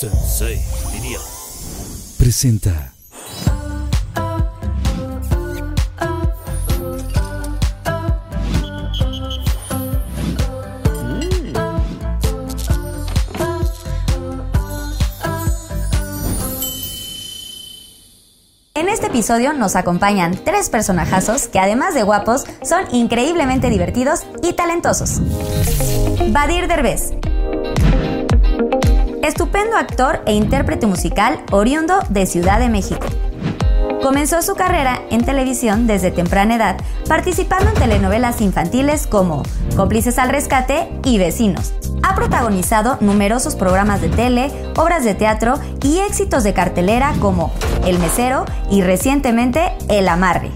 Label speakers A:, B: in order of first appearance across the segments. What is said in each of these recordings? A: Sensei diría. Presenta.
B: En este episodio nos acompañan tres personajazos que además de guapos son increíblemente divertidos y talentosos. Badir Derbez. Estupendo actor e intérprete musical oriundo de Ciudad de México. Comenzó su carrera en televisión desde temprana edad, participando en telenovelas infantiles como Cómplices al Rescate y Vecinos. Ha protagonizado numerosos programas de tele, obras de teatro y éxitos de cartelera como El Mesero y recientemente El Amarre.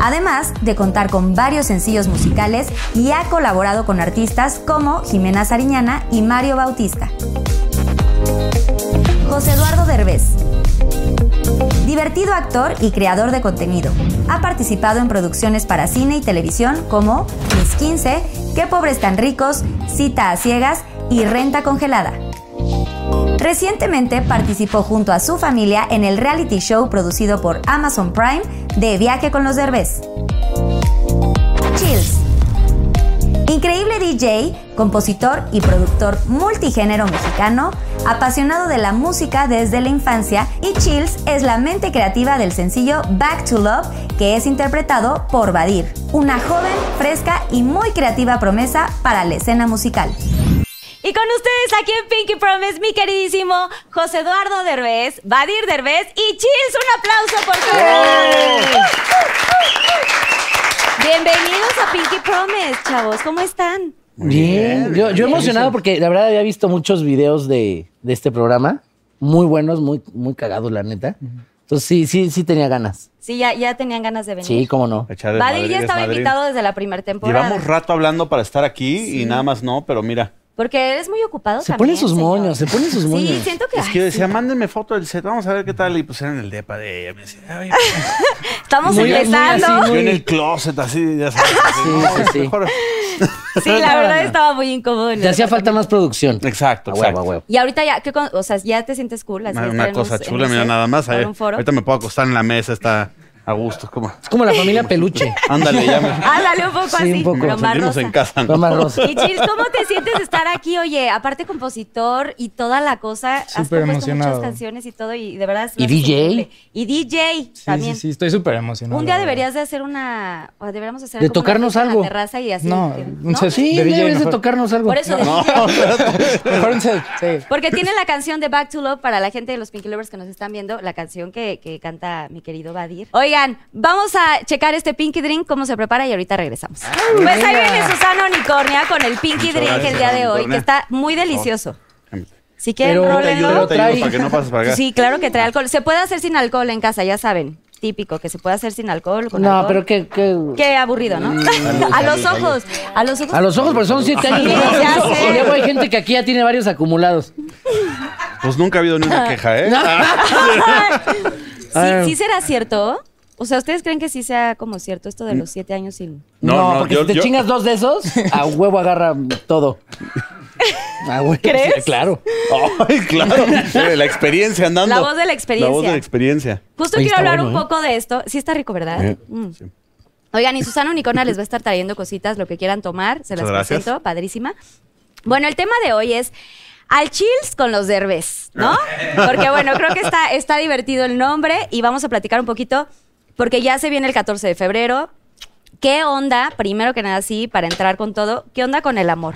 B: Además de contar con varios sencillos musicales y ha colaborado con artistas como Jimena Sariñana y Mario Bautista. José Eduardo Derbez, Divertido actor y creador de contenido. Ha participado en producciones para cine y televisión como Mis 15, Qué pobres tan ricos, Cita a ciegas y Renta congelada. Recientemente participó junto a su familia en el reality show producido por Amazon Prime de Viaje con los Derbez. Chills. Increíble DJ, compositor y productor multigénero mexicano, apasionado de la música desde la infancia, y Chills es la mente creativa del sencillo Back to Love, que es interpretado por Badir, una joven, fresca y muy creativa promesa para la escena musical.
C: Y con ustedes aquí en Pinky Promise, mi queridísimo José Eduardo Derbez, Badir Derbez y Chills. Un aplauso, por favor. Bienvenidos a Pinky Promise, chavos. ¿Cómo están?
D: Bien, yo, yo emocionado porque la verdad había visto muchos videos de, de este programa, muy buenos, muy, muy cagados, la neta. Entonces sí, sí, sí tenía ganas.
C: Sí, ya, ya tenían ganas de venir.
D: Sí, cómo no.
E: Echar
C: Badir
E: desmadre
C: ya
E: y
C: estaba
E: desmadre.
C: invitado desde la primera temporada.
E: Llevamos rato hablando para estar aquí y nada más no, pero mira.
C: Porque eres muy ocupado
D: Se
C: también,
D: ponen sus
C: señor.
D: moños, se ponen sus moños.
C: Sí, siento que
E: Es que yo
C: ay,
E: decía, mándenme foto del set, vamos a ver qué tal. Y pues era en el depa de ella. Me decía, "Ay, pues,
C: estamos
D: Muy- muy
C: empezando.
D: así,
E: yo
D: muy-
E: en el closet, así, ya sabes. así,
D: Sí,
E: no,
D: sí,
E: es
D: sí.
E: mejor".
C: Sí, la verdad
D: No, no.
C: estaba muy incómodo. en
D: Te
C: el
D: hacía falta más producción.
E: Exacto,
D: A huevo,
E: exacto.
D: a huevo.
C: Y ahorita ya, ¿qué con- o sea, ya te sientes cool. así,
E: Una,
C: estar
E: una
C: en
E: cosa
C: un- en
E: chula,
C: un
E: mira,
C: set,
E: nada más.
C: en
E: ahí-
C: un foro.
E: Ahorita me puedo acostar en la mesa, está a gusto. Como,
D: Es como la familia peluche.
E: ándale, ya me
C: Ándale un poco
D: Sí,
C: así.
D: un poco.
C: pero
E: nos
C: más
E: sentimos
C: rosa.
E: en casa. ¿no?
D: Toma Rosa.
C: Y Chils, ¿cómo te sientes de estar aquí? Oye, aparte compositor y toda la cosa, has
F: Súper
C: compuesto
F: emocionado.
C: muchas canciones y todo, y de verdad es
D: ¿Y
C: una
D: DJ?
C: increíble. Y DJ
F: Sí,
C: también.
F: sí, sí, estoy súper emocionado.
C: Un día
F: la verdad.
C: deberías de hacer una, o deberíamos hacer
D: De
C: como una
D: tocarnos
C: fiesta en
D: algo.
C: la terraza y así.
F: No,
C: eh,
F: un set.
D: Sí,
F: De DJ
D: debes de
F: mejor.
D: tocarnos algo.
C: Por eso de DJ.
F: Mejor un set, sí.
C: Porque tiene la canción de Back to Love para la gente de los Pinky Lovers que nos están viendo, la canción que, que canta mi querido Badir. Oigan, vamos a checar este Pinky Drink, cómo se prepara y ahorita regresamos. Pues ahí viene Susana Unicornia con el Pinky
E: Ah, Muchas
C: Drink
E: gracias,
C: el día de
E: Susana
C: hoy, que
E: Unicornia.
C: está muy delicioso. Si quieren,
D: Pero-
E: Yo te
C: rólenlo.
E: ayudo, yo te ayudo
D: trae-
E: para que no pases para acá.
C: Sí, claro que trae alcohol. Se puede hacer sin alcohol en casa, ya saben. Típico, que se puede hacer sin alcohol. Con
D: No,
C: alcohol.
D: pero que, que-
C: Qué aburrido,
E: Mm,
C: ¿no? a los ojos. A los ojos.
D: A los ojos, porque son siete años.
C: Sí, ya sé.
D: Y luego hay gente que aquí ya tiene varios acumulados.
E: Pues nunca ha habido ni
C: Ah.
E: una queja, ¿eh?
C: ¿Sí, sí será cierto? O sea, ¿ustedes creen que sí sea como cierto esto de los siete años sin...?
D: No,
E: No, no,
D: porque
E: yo-
D: si te
E: yo-
D: chingas dos de esos, a huevo agarra todo. A huevo.
C: ¿Crees?
D: Sí, Claro.
E: Ay, claro. Eh, La experiencia andando.
C: La voz de la experiencia.
E: La voz de la experiencia.
C: Justo
D: Ahí
C: quiero
D: está
C: hablar
D: bueno,
C: un
D: ¿eh?
C: poco de esto. Sí está rico, ¿verdad?
E: Eh,
C: Mm.
E: sí.
C: Oigan, y Susana Unicorna les va a estar trayendo cositas, lo que quieran tomar, se las
E: Muchas gracias.
C: presento, padrísima. Bueno, el tema de hoy es al chills con los derbés, ¿no? Porque bueno, creo que está, está divertido el nombre y vamos a platicar un poquito, porque ya se viene el 14 de febrero. ¿Qué onda, primero que nada, sí, para entrar con todo, qué onda con el amor?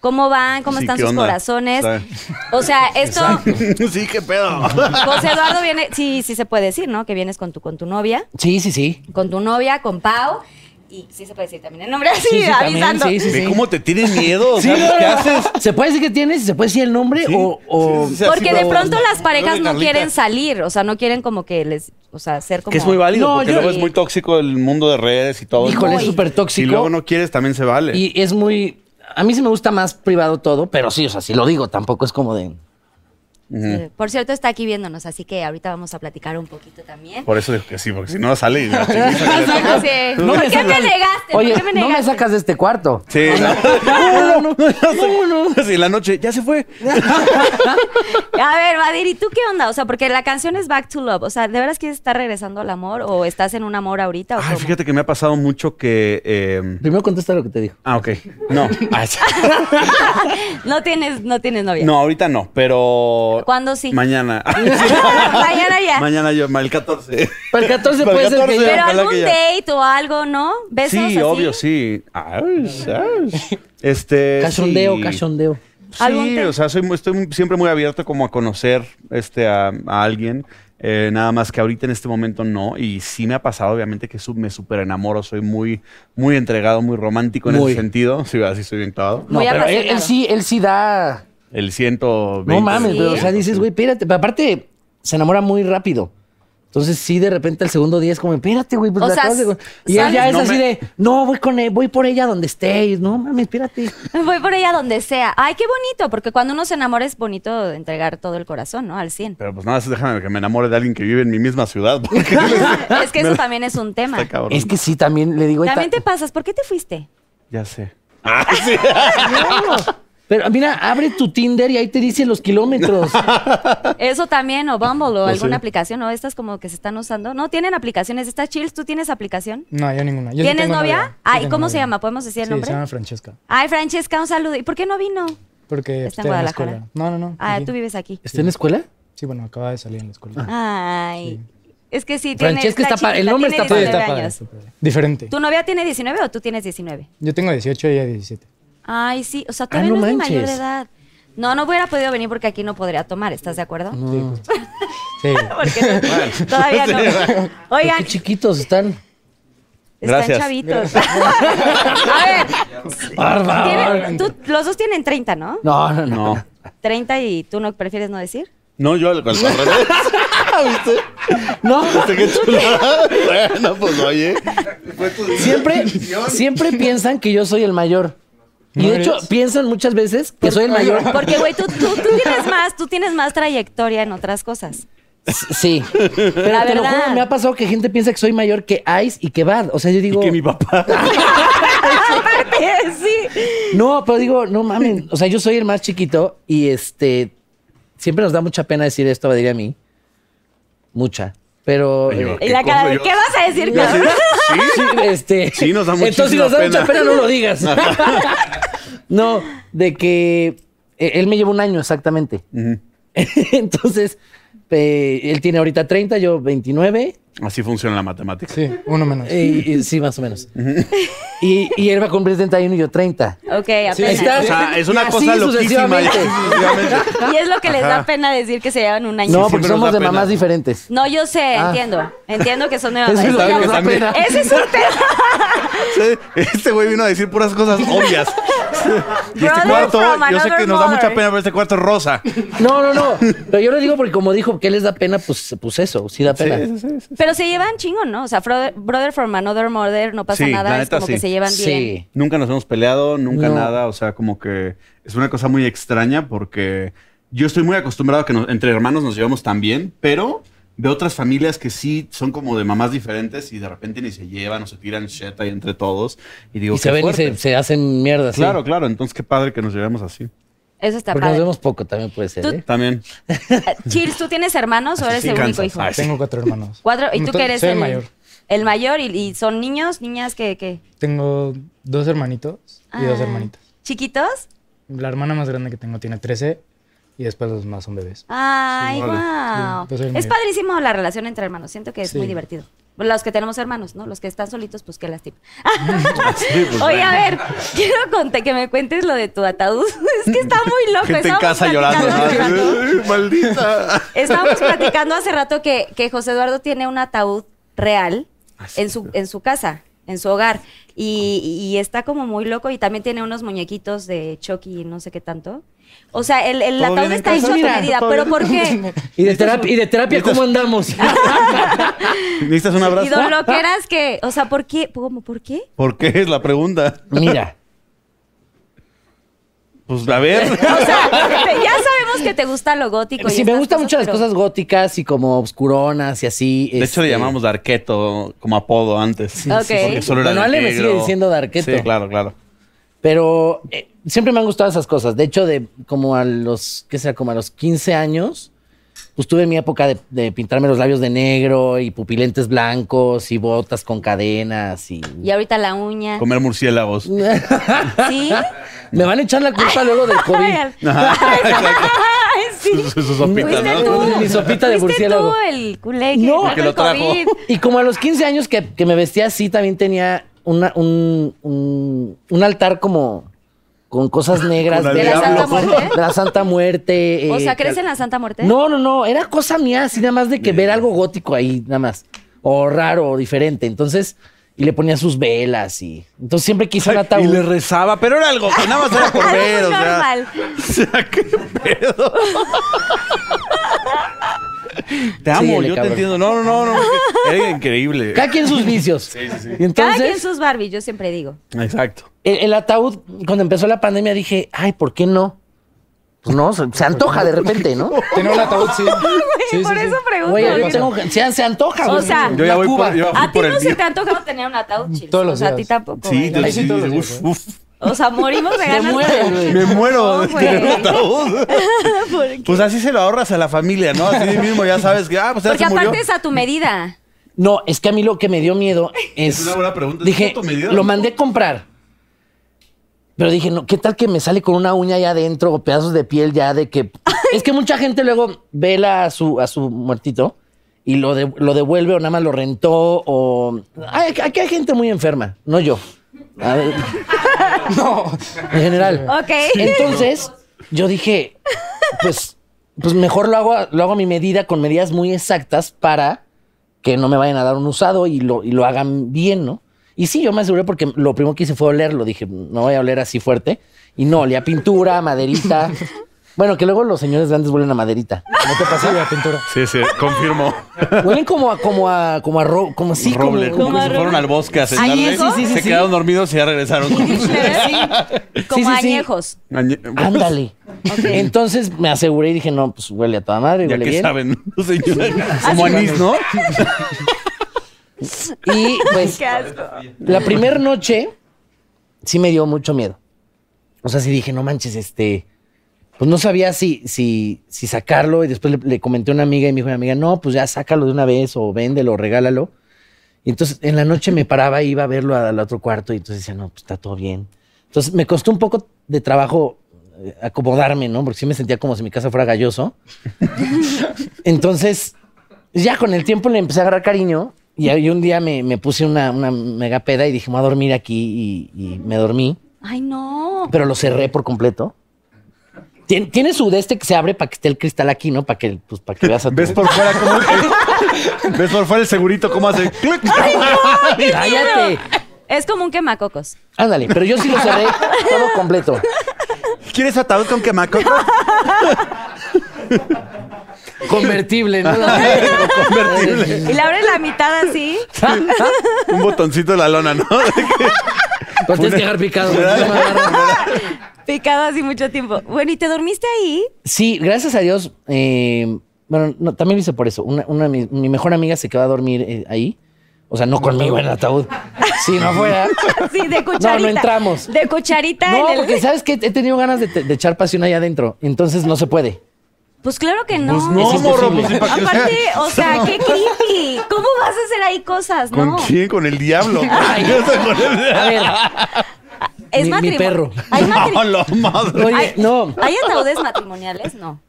C: ¿Cómo van? ¿Cómo
E: Sí,
C: están
E: ¿qué
C: sus
E: onda?
C: corazones?
E: Sí.
C: O sea, esto,
E: Sí, qué pedo.
C: José Eduardo viene, sí, sí se puede decir, ¿no? Que vienes con tu, con tu novia
D: Sí, sí, sí.
C: con tu novia, con Pau. Y sí se puede decir también el nombre así,
D: Sí, sí, también,
C: avisando.
D: sí, sí,
E: Ve
D: sí.
E: cómo te tienen miedo. O
D: Sí,
E: sea,
D: no, no,
E: ¿qué
D: no.
E: haces?
D: ¿Se puede decir que tienes? ¿Se puede decir el nombre?
E: Sí,
D: o, o-
E: sí, sí, sí,
C: Porque
E: así,
C: de
E: pero-
C: pronto las parejas
E: Creo que
C: no
E: Carlita-
C: quieren salir, o sea, no quieren como que les, o sea, ser como...
E: Que es muy válido,
D: No,
E: porque
D: yo-
E: luego es muy tóxico el mundo de redes y todo.
D: Híjole,
E: Muy.
D: es súper tóxico.
E: Si luego no quieres, también se vale.
D: Y es muy. A mí sí me gusta más privado todo, pero sí, o sea, si lo digo, tampoco es como de.
C: Sí. Por cierto, está aquí viéndonos, así que ahorita vamos a platicar un poquito también.
E: Por eso dijo que sí, porque si no sale. y-
C: Sí.
D: No
C: ¿Por
D: me
C: qué me
D: sacas-
C: negaste?
D: Oye,
C: ¿Por qué me
D: no me
C: negaste?
D: sacas de este cuarto.
E: Sí, no, no, no, ya se- Sí, en la noche ya se fue.
C: A ver, Vadir, ¿y tú qué onda? O sea, porque la canción es Back to Love. O sea, ¿de veras quieres estar regresando al amor o estás en un amor ahorita? O
E: Ay,
C: cómo?
E: fíjate que me ha pasado mucho que. eh,
D: Primero contesta lo que te dijo.
E: ah, ok. No. Ay, sí.
C: No tienes, no tienes novia.
E: No, ahorita no, pero.
C: ¿Cuándo sí?
E: Mañana.
C: Mañana ya.
E: Mañana yo, el 14.
D: Para el 14
E: Para el
D: puede ser que
E: 14.
D: ya-
C: Pero
E: ojalá
C: algún
E: que ya.
C: date o algo, ¿no? ¿Besos
E: sí,
C: así?
E: obvio, sí. Ay, ay. Este.
D: Cachondeo,
E: sí.
D: cachondeo.
C: ¿Algún
E: Sí,
C: te-
E: o sea, soy, muy- estoy muy- siempre muy abierto como a conocer este, a, a alguien. Eh, nada más que ahorita en este momento no. Y sí me ha pasado, obviamente, que su- me súper enamoro. Soy muy, muy entregado, muy romántico en
D: Muy.
E: ese sentido. Sí, así estoy bien clavado.
D: No,
C: Muy
D: pero él,
C: apasionado.
D: él sí, él sí da.
E: El 120.
D: No mames,
C: Sí.
D: pero o sea, dices, güey, espérate. Pero aparte, se enamora muy rápido. Entonces, sí, de repente el segundo día es como, espérate, güey, pues
C: O
D: la
C: sea,
D: acabas de-
C: s-
D: Y él ya
C: sales-
D: es
E: No
D: así
E: me-
D: de, no, voy con él, voy por ella donde esté. Y, no mames, espérate.
C: Voy por ella donde sea. Ay, qué bonito, porque cuando uno se enamora es bonito entregar todo el corazón, ¿no? Al 100.
E: Pero pues nada, más déjame que me enamore de alguien que vive en mi misma ciudad. Porque
C: es que eso también es un tema.
E: Ah, está cabrón.
D: Es que sí, también le digo.
C: También
D: ahorita-
C: te pasas. ¿Por qué te fuiste?
E: Ya sé.
D: Pero mira, abre tu Tinder y ahí te dice los kilómetros.
C: Eso también, o Bumble, o
E: Pues sí.
C: alguna aplicación, o estas como que se están usando. No, tienen aplicaciones. Estas chills, ¿tú tienes aplicación?
F: No, yo ninguna. Yo sí
C: ¿Tienes
F: tengo
C: novia? Ah, ¿y
F: tengo
C: cómo se llama? ¿Podemos decir el
F: Sí,
C: nombre?
F: Se llama Francesca.
C: Ay, Francesca, un saludo. ¿Y por qué no vino?
F: Porque
C: Está en
F: pues, la
C: Guadalajara.
F: escuela. No, no, no.
C: Ah,
F: aquí.
C: tú vives Ah. aquí.
D: ¿Está en la escuela?
F: Sí, bueno, acaba de salir en la escuela.
C: Ay. Es que sí, tiene,
D: Francesca está padre, el
C: chiquita,
D: nombre
C: tiene
D: está padre.
C: 19
F: está padre,
C: años.
F: está padre. Diferente.
C: ¿Tu novia tiene 19 o tú tienes 19?
F: Yo tengo 18 y ella 17.
C: Ay, sí. O sea, todavía
D: Ah, no
C: no, es mi mayor de
D: manches.
C: edad. No, no hubiera podido venir porque aquí no podría tomar. ¿Estás de acuerdo?
F: Sí.
C: Porque no- todavía no.
D: Pero
C: Oigan,
D: Qué chiquitos están.
C: están
E: Gracias.
C: chavitos. A ver, tienen- tú- los dos tienen 30, ¿no?
D: No, no, no.
E: No.
C: 30 y tú no prefieres no decir.
E: No, yo al al revés. ¿Viste?
D: No,
E: ¿Viste qué chulada? Bueno, pues oye.
D: siempre, siempre piensan que yo soy el mayor. Y
F: ¿No
D: de hecho,
F: eres?
D: piensan muchas veces que soy el mayor.
C: Porque, güey, tú, tú, tú tienes más, tú tienes más trayectoria en otras cosas.
D: Sí. Pero
C: La
D: te lo
C: verdad.
D: juro, me ha pasado que gente piensa que soy mayor que Ice y que Bad. O sea, yo digo.
E: Que mi papá.
C: Aparte, sí.
D: No, pero digo, no mames. O sea, yo soy el más chiquito y este. Siempre nos da mucha pena decir esto, diría a mí. Mucha. Pero.
E: Ay,
D: eh,
E: no.
C: Y la
E: ¿Qué
C: cara
E: cosa
C: de,
E: yo-
C: ¿qué vas a decir,
E: Yo así
C: cabrón?
E: de, Sí,
D: Sí, este,
E: Sí, nos da
D: Entonces, si
E: muchísima
D: nos da mucha
E: pena.
D: pena, no lo digas. no, de que eh, él me lleva un año exactamente.
E: Ujú.
D: entonces, eh, él tiene ahorita 30, yo 29.
E: Así funciona la matemática.
F: Sí, uno menos.
D: Eh, y- y- sí, más o menos. y, y él va a cumplir 31 y yo 30.
C: Ok, apenas.
D: Ahí está.
E: O sea, es
D: Y
E: una
D: así
E: cosa loquísima.
D: sucesivamente.
C: Y es lo que les da
E: Ajá.
C: pena decir que se llevan un año.
D: No,
E: sí,
D: porque
E: siempre nos
D: somos
E: da
D: de
E: pena.
D: mamás diferentes.
C: No, yo sé,
D: Ah.
C: entiendo. Entiendo que son de
D: Eso es
E: Saben
D: lo que
E: que
D: nos da
E: también-
D: pena.
C: Ese es un tema.
E: Sí, Este güey vino a decir puras cosas obvias. Y este
C: Brother
E: cuarto,
C: from
E: yo sé que
C: another
E: nos da mucha
C: mother.
E: pena, pero este cuarto es rosa.
D: No, no, no. Pero yo lo digo porque como dijo que les da pena, pues, pues eso, sí da pena.
C: Pero se llevan chingo, ¿no? O sea, Brother, brother from Another Mother, no pasa
E: Sí,
C: nada.
E: la
C: Es
E: neta,
C: como que
E: sí.
C: se llevan bien.
D: Sí.
E: Nunca nos hemos peleado, nunca
D: No.
E: nada. O sea, como que es una cosa muy extraña porque yo estoy muy acostumbrado a que nos- entre hermanos nos llevamos tan bien, pero veo otras familias que sí son como de mamás diferentes y de repente ni se llevan o se tiran shit ahí entre todos. Y digo,
D: Y se
E: qué
D: ven y
E: fuerte.
D: se, se hacen mierdas.
E: Claro, claro. Entonces, qué padre que nos llevemos así.
C: Eso está
D: Porque nos
C: padre.
D: vemos poco también puede ser.
C: Tú-
D: ¿eh?
E: También.
C: Chills, ¿tú tienes hermanos o eres
E: Sí,
C: el único
E: cansas.
C: hijo?
E: Ay, sí.
F: Tengo cuatro hermanos.
C: Cuatro. ¿Y tú
F: Entonces,
C: que eres
F: soy el mayor.
C: El mayor y, y son niños, niñas que... que
F: Tengo dos hermanitos y dos
C: Ah.
F: hermanitas.
C: ¿Chiquitos?
F: La hermana más grande que tengo tiene 13 y después los demás son bebés.
C: Ay,
E: vale.
C: wow.
F: Sí, pues, soy el
C: es
F: mayor.
C: padrísimo la relación entre hermanos. Siento que es
F: Sí.
C: muy divertido. Los que tenemos hermanos, ¿no? Los que están solitos, pues qué lástima.
E: Sí, pues,
C: Oye,
E: bueno.
C: a ver, quiero contar que me cuentes lo de tu ataúd. Es que está muy loco.
E: Gente en
C: Estábamos
E: casa llorando.
C: pues, platicando hace rato-
E: ¿no? Ay, Maldita.
C: Estábamos platicando hace rato que, que José Eduardo tiene un ataúd real
E: Ah,
C: en su, en su casa, en su hogar. Y, y está como muy loco y también tiene unos muñequitos de Chucky y no sé qué tanto. O sea, el, el
E: ¿Todo
C: ataúd
E: bien en
C: está
E: casa?
C: hecho a tu
E: Mira,
C: medida,
E: ¿todo
C: pero
E: bien?
C: ¿por qué?
D: Y de terapia, y de terapia ¿cómo andamos?
E: ¿Necesitas un
C: Y
E: abrazo?
C: don
D: ¿Ah?
C: Loqueras que, o sea, ¿por qué? ¿Cómo, ¿Por qué?
E: ¿Por qué es la pregunta?
D: Mira,
E: Pues a ver.
C: O sea, ya sabemos sabemos que te gusta lo gótico. y
D: Sí, me
C: estas
D: gustan mucho las
C: Pues pero-
D: cosas góticas y como obscuronas y así. este,
E: De hecho, le llamamos Darqueto como apodo antes.
C: sí, sí.
E: Porque solo era
D: Bueno,
E: de
D: Ale me sigue
E: negro.
D: diciendo Darqueto.
E: Sí, claro, claro.
D: Pero eh, siempre me han gustado esas cosas. De hecho, de como a los, ¿qué será? Como a los 15 años, pues tuve mi época de, de pintarme los labios de negro y pupilentes blancos y botas con cadenas y...
C: Y ahorita la
D: Ah.
C: uña.
E: Comer murciélagos.
C: ¿Sí?
D: Me van a echar la culpa luego del COVID.
C: Ay, sí.
E: Su- su sopita,
C: Fuiste
E: ¿no?
C: tú.
D: Mi sopita de
C: Fuiste
D: murciélago.
C: tú el culé que
D: No.
C: trajo
E: Que
C: el
E: lo trajo.
C: COVID.
D: Y como a los 15 años que, que me vestía así, también tenía una- un, un- un altar como con cosas negras.
E: Con al
C: ¿De la diablo. Santa Muerte?
D: De la Santa Muerte.
C: O
D: eh,
C: sea, ¿crees en la Santa Muerte?
D: No, no, no. Era cosa mía, así nada más de que ver algo gótico ahí, nada más. O raro, o diferente. Entonces, y le ponía sus velas y. Entonces siempre quise un
E: Y
D: ataúd.
E: le rezaba, pero era algo que nada más era por
C: Algo
E: ver, o sea.
C: normal.
E: O sea, qué pedo. Te amo,
D: Síguele,
E: yo te
D: cabrón.
E: entiendo. No, no, no, no. Era increíble.
D: Cada quien sus vicios. Y
C: Cada
D: entonces,
C: quien sus Barbie, yo siempre digo.
E: Exacto.
D: el, el ataúd, cuando empezó la pandemia, dije, ay, ¿por qué no? Pues no, se, se antoja de repente, ¿no?
F: Tenía un ataúd, sí. Sí, sí,
C: por
F: sí.
C: eso pregunto.
D: Güey,
C: ahorita.
D: yo tengo, se, se antoja,
C: O
D: güey.
C: sea,
E: Yo ya voy por, yo ya fui
C: A ti
E: por
C: no
E: el
C: se
E: día.
C: te ha antojado tener un ataúd,
D: Mm,
C: Chilz.
F: Todos los
C: O sea, a
F: días.
C: ti tampoco.
E: Sí,
C: vaya.
E: te-
F: sí,
E: sí,
F: todos los
E: uf,
F: días, ¿eh?
E: uf,
C: O sea, morimos de ganas.
D: mueres, güey.
E: me muero de
C: No, güey.
E: tener un ataúd. Pues así se lo ahorras a la familia, ¿no? Así mismo ya sabes que, ah, pues ya
C: Porque
E: se murió.
C: aparte es a tu medida.
D: No, es que a mí lo que me dio miedo es.
E: Es una buena pregunta.
D: Dije,
E: ¿Es fotomedida?
D: lo mandé a comprar. Pero dije, no, ¿qué tal que me sale con una uña allá adentro o pedazos de piel ya de que. Es que mucha gente luego vela a su, a su muertito y lo, de- lo devuelve o nada más lo rentó o. Ay, aquí hay gente muy enferma, no yo. A ver,
F: No.
D: en general.
C: Ok.
D: Entonces, yo dije, pues, pues mejor lo hago, a- lo hago a mi medida, con medidas muy exactas para que no me vayan a dar un usado y lo, y lo hagan bien, ¿no? Y sí, yo me aseguré porque lo primero que hice fue olerlo. Dije, no voy a oler así fuerte. Y no, olía a pintura, maderita. Bueno, que luego los señores grandes huelen a maderita.
F: No te pasé la pintura.
E: Sí, sí, confirmo.
D: Huelen como a, como a, como a, ro- como así, como-
E: Roble,
D: como-
E: como que se fueron al bosque a sentarse.
D: eso? Sí, sí, sí,
E: se
D: sí.
E: quedaron dormidos y ya regresaron.
C: Como
D: sí, sí.
C: añejos.
E: Añe-
D: Ándale. Entonces me aseguré y dije, no, pues huele a toda madre,
E: Ya
D: huele
E: que
D: bien.
E: saben, ¿no, señora? Como anís, ¿no?
D: Y pues
C: Qué asco.
D: La primera noche sí me dio mucho miedo. O sea, sí dije, no manches, este. Pues no sabía si, si, si sacarlo. Y después le, le comenté a una amiga y me dijo mi amiga, no, pues ya sácalo de una vez o véndelo, regálalo. Y entonces en la noche me paraba e iba a verlo al otro cuarto y entonces decía, no, pues está todo bien. Entonces me costó un poco de trabajo eh, acomodarme, ¿no? Porque sí me sentía como si mi casa fuera galloso. Entonces, ya con el tiempo le empecé a agarrar cariño y ahí un día me, me puse una, una mega peda y dije, me voy a dormir aquí y, y me dormí,
C: Ay, no.
D: pero lo cerré por completo. Tien- tiene su de este que se abre para que esté el cristal aquí, ¿no? Para que, pues, para que veas a tu...
E: ¿Ves por fuera cómo... ¿Ves por fuera el segurito cómo hace... clic?
D: ¡Cállate!
C: Es como un quemacocos.
D: Ándale, pero yo sí lo cerré todo completo.
E: ¿Quieres ataúd con quemacoco?
D: Convertible, ¿no?
E: Convertible.
C: Y le abres la mitad así.
E: Un botoncito de la lona, ¿no?
D: Pero tienes que dejar picado.
C: Picado así mucho tiempo. Bueno, ¿y te dormiste ahí?
D: Sí, gracias a Dios. eh, bueno, no, también lo hice por eso. Una, una de mis- mi mejor amiga se quedó a dormir eh, ahí. O sea, no conmigo en el ataúd. Si no fuera.
C: Sí, de cucharita.
D: No, no entramos.
C: De cucharita
D: No,
C: en el...
D: porque sabes que he tenido ganas de, te- de echar pasión ahí adentro. Entonces no se puede.
C: Pues claro que no.
E: Pues
D: es
E: no, morro,
D: imposible.
E: pues ¿y para qué?
C: Aparte, o sea, qué creepy. ¿Cómo vas a hacer ahí cosas?
E: ¿Con
C: No.
E: quién? Con el diablo. Con el
D: A
E: diablo.
D: ver,
C: Es
D: Mi- mi
C: matrimonio.
D: perro.
C: Hay matri-
E: No, la madre.
D: oye,
C: Ay.
D: no.
C: ¿Hay ataúdes matrimoniales? No.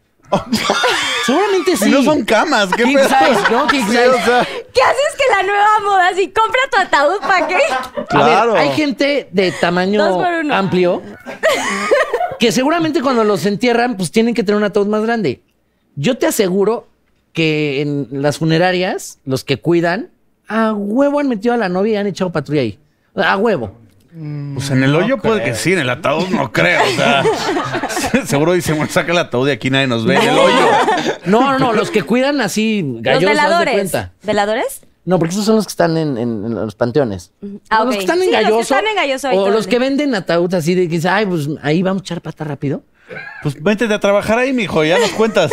D: Seguramente sí.
E: Si no son camas, ¿qué
D: King
E: pedo?
D: size, ¿no? King
E: Sí, o
D: size.
E: sea,
C: ¿Qué haces que la nueva moda si compra tu ataúd para qué?
D: A ver,
E: claro.
D: hay gente de
C: Dos
D: tamaño
C: por uno.
D: amplio que seguramente cuando los entierran, pues tienen que tener un ataúd más grande. Yo te aseguro que en las funerarias, los que cuidan, a huevo han metido a la novia y han echado patrulla ahí. A huevo.
E: Pues en el hoyo puede que sí, en el ataúd no creo. O sea, seguro dicen, bueno, saca el ataúd de aquí nadie nos ve. En el hoyo.
D: No, no, no, los que cuidan así,
C: Los
D: gallos, haz de
C: veladores.
D: cuenta.
C: ¿Veladores?
D: No, porque esos son los que están en, en- en los panteones.
C: Ah,
D: O
C: ok.
D: Los que están en
C: Sí, los que
D: galloso.
C: están en galloso, ahí
D: o
C: todo
D: los
C: bien.
D: que venden ataúd así de que dice, ay, pues ahí vamos a echar pata rápido.
E: Pues métete a trabajar ahí, mijo, ya nos cuentas.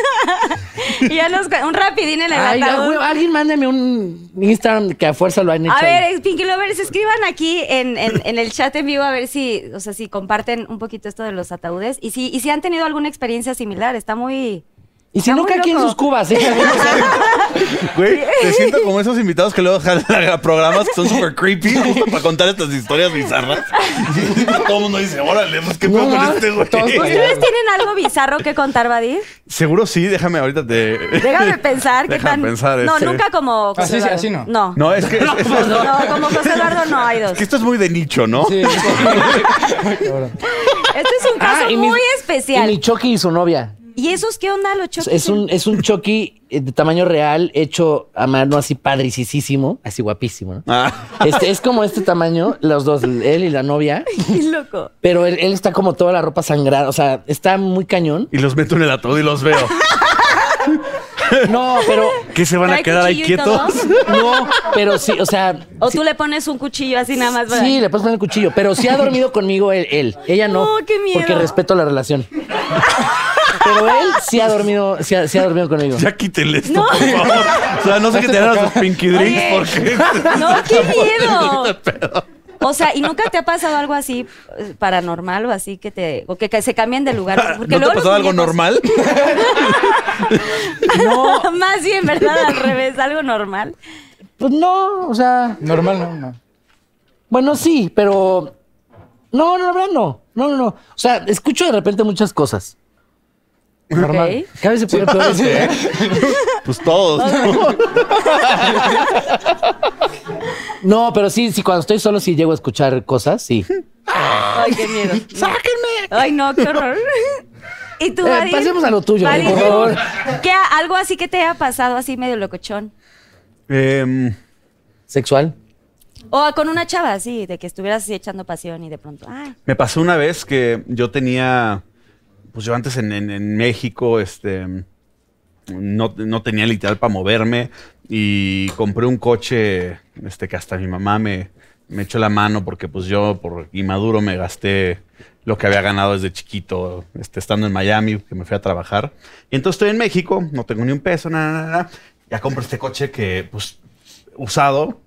C: Y ya nos cu- un rapidín en el
D: Ay, ah,
C: ataúd.
D: güey, alguien mándame un Instagram que a fuerza lo han hecho.
C: A
D: ahí.
C: ver, Pinky Lovers, escriban aquí en, en- en el chat en vivo a ver si, o sea, si comparten un poquito esto de los ataúdes y si, y si han tenido alguna experiencia similar. Está muy.
D: y si
C: está
D: no,
C: muy
D: cada quien
C: loco.
D: sus cubas, ¿eh?
E: Güey, te siento como esos invitados que luego jalan a programas que son súper creepy justo para contar estas historias bizarras. Y todo el mundo dice, órale, pues qué pedo
D: No,
E: con
D: mames,
E: este
D: todos
E: güey.
D: volteados.
C: ¿Ustedes tienen algo bizarro que contar, Badir?
E: Seguro sí, déjame ahorita te...
C: Déjame pensar qué
E: Déjame
C: tan.
E: pensar,
C: no,
E: este.
C: nunca como. José
F: Así Ah, sí,
C: Eduardo.
F: así no.
C: No.
E: No, es que, es
C: No, como José Eduardo no hay dos.
E: que esto es muy de nicho, ¿no?
F: Sí. Ay, cabrón.
C: Este es un caso
D: Ah, y mi-
C: muy
D: Y
C: especial.
D: mi Chucky y su novia.
C: ¿Y esos qué onda, los choques?
D: Es un, es un Chucky eh, de tamaño real, hecho a mano así padricísimo, así guapísimo, ¿no?
E: Ah.
D: Este, es como este tamaño, los dos, él y la novia.
C: Qué loco.
D: Pero él, él está como toda la ropa sangrada, o sea, está muy cañón.
E: Y los meto en el ataúd y los veo.
D: No, pero,
E: ¿Qué se van a
C: ¿Trae
E: quedar ahí
C: cuchillo y
E: quietos?
D: no, pero sí, o sea,
C: O tú le pones un cuchillo así nada más. para-
D: sí, le puedes poner el cuchillo, pero sí ha dormido conmigo él, él. Ella no,
C: No, Oh, qué miedo.
D: porque respeto la relación. Pero él sí ha dormido, sí ha, sí ha dormido conmigo.
E: Ya quítenle esto, por favor. O sea, no sé qué te dan a sus pinky drinks
C: Oye.
E: porque...
C: No, qué miedo. O sea, ¿y nunca te ha pasado algo así eh, paranormal o así que te o que, que se cambien de lugar?
E: ¿No te ha
C: luego los
E: pasado algo
C: muñecos-
E: normal?
C: Más bien, ¿verdad? Al revés, algo normal.
D: Pues no, o sea,
F: Normal, no, no.
D: bueno, sí, pero no, no, la verdad no. No, no, no. O sea, escucho de repente muchas cosas.
C: Ok.
D: Cada vez se pone peor esto, ¿eh?
E: Pues todos.
D: No, pero sí, sí, cuando estoy solo sí llego a escuchar cosas, sí.
C: Ay, qué miedo. ¡Sáquenme! Ay, no, qué horror. ¿Y tú,
D: Eh,
C: Vadir?
D: pasemos a lo tuyo,
C: Vadir,
D: por favor.
C: ¿Qué, algo así que te haya pasado así medio locochón.
E: Em,
D: Sexual.
C: O con una chava así, de que estuvieras así echando pasión y de pronto, ay,
E: Me pasó una vez que yo tenía, pues yo antes en, en- en México, este, no, no tenía literal para moverme y compré un coche, este, que hasta mi mamá me, me echó la mano porque pues yo por inmaduro me gasté lo que había ganado desde chiquito, este, estando en Miami, que me fui a trabajar. Y entonces estoy en México, no tengo ni un peso, nada, nada, nada. Ya compré este coche que, pues, usado,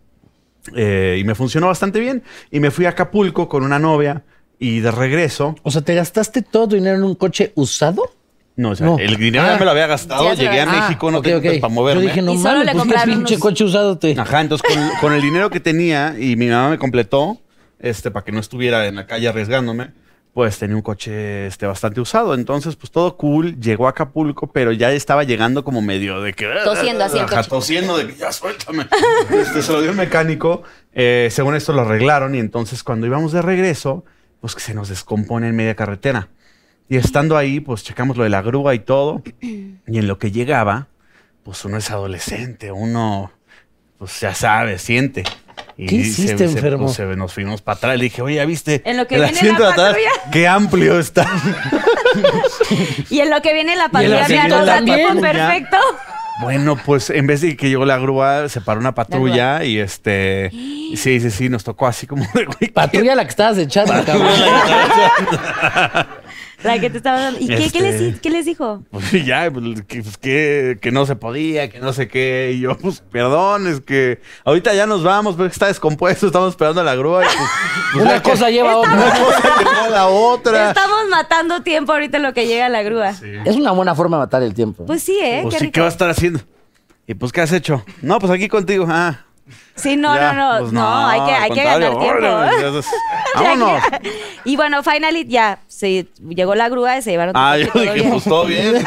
E: eh, y me funcionó bastante bien. Y me fui a Acapulco con una novia y de regreso.
D: O sea, ¿te gastaste todo tu dinero en un coche usado?
E: No, o sea,
D: No.
E: el dinero ya
D: Ah.
E: me lo había gastado.
C: Ya se lo
E: Llegué a
C: había-
E: México, no
D: ok,
E: tenía
D: ok.
E: para moverme.
D: Yo dije, no
C: Y solo le
D: mames, pues qué
C: compraron
D: pinche
C: unos-
D: coche usado te...
E: Ajá, entonces con, con el dinero que tenía y mi mamá me completó, este, para que no estuviera en la calle arriesgándome, pues tenía un coche este, bastante usado. Entonces, pues todo cool, llegó a Acapulco, pero ya estaba llegando como medio de que...
C: Tosiendo así el
E: Ajá,
C: coche.
E: Tosiendo de que ya suéltame. Este, se lo dio el mecánico, eh, según esto lo arreglaron y entonces cuando íbamos de regreso, pues que se nos descompone en media carretera. Y estando ahí, pues checamos lo de la grúa y todo. Y en lo que llegaba, pues uno es adolescente, uno, pues ya sabe, siente. Y
D: ¿Qué hiciste,
E: pues,
D: enfermo?
E: se- nos fuimos para atrás. Le dije, oye, ¿ya viste?
C: En lo que
E: el
C: viene la
E: asiento de atrás,
C: patrulla".
E: qué amplio está.
C: y en lo que viene la
D: en lo
C: patrulla
D: que
C: me
D: viene la
C: anota tipo
E: patrulla.
C: perfecto.
E: bueno, pues en vez de que llegó la grúa, se paró una patrulla y este. Sí, sí, sí, nos tocó así como de güey.
D: Patrulla la que estabas echando, cabrón.
C: La que te estaba dando. ¿Y qué, qué les,
E: Este.
C: qué les dijo?
E: Pues y ya, pues, que, pues, que- que no se podía, que no sé qué. Y yo, pues, perdón, es que ahorita ya nos vamos, pero está descompuesto, estamos esperando a la grúa. y, pues, pues, ya
D: Una
E: que-
D: cosa lleva a otra.
E: Una cosa llevó a la otra.
C: Estamos matando tiempo ahorita en lo que llega la grúa.
D: Es una buena forma de matar el tiempo.
C: Pues sí, ¿eh?
E: Pues
C: qué
E: sí, ¿qué
C: rico.
E: va a estar haciendo? ¿Y pues qué has hecho? No, pues aquí contigo. Ah,
C: Sí, no,
E: ya,
C: no, no,
E: pues,
C: no. hay que,
E: al
C: hay que
E: contrario,
C: ganar tiempo.
E: órale,
C: ¿eh?
E: ya sabes. Vámonos.
C: Y bueno, finally ya se llegó la grúa y se llevaron. tu
E: Ah, yo
C: coche, todo
E: dije,
C: bien.
E: pues todo bien.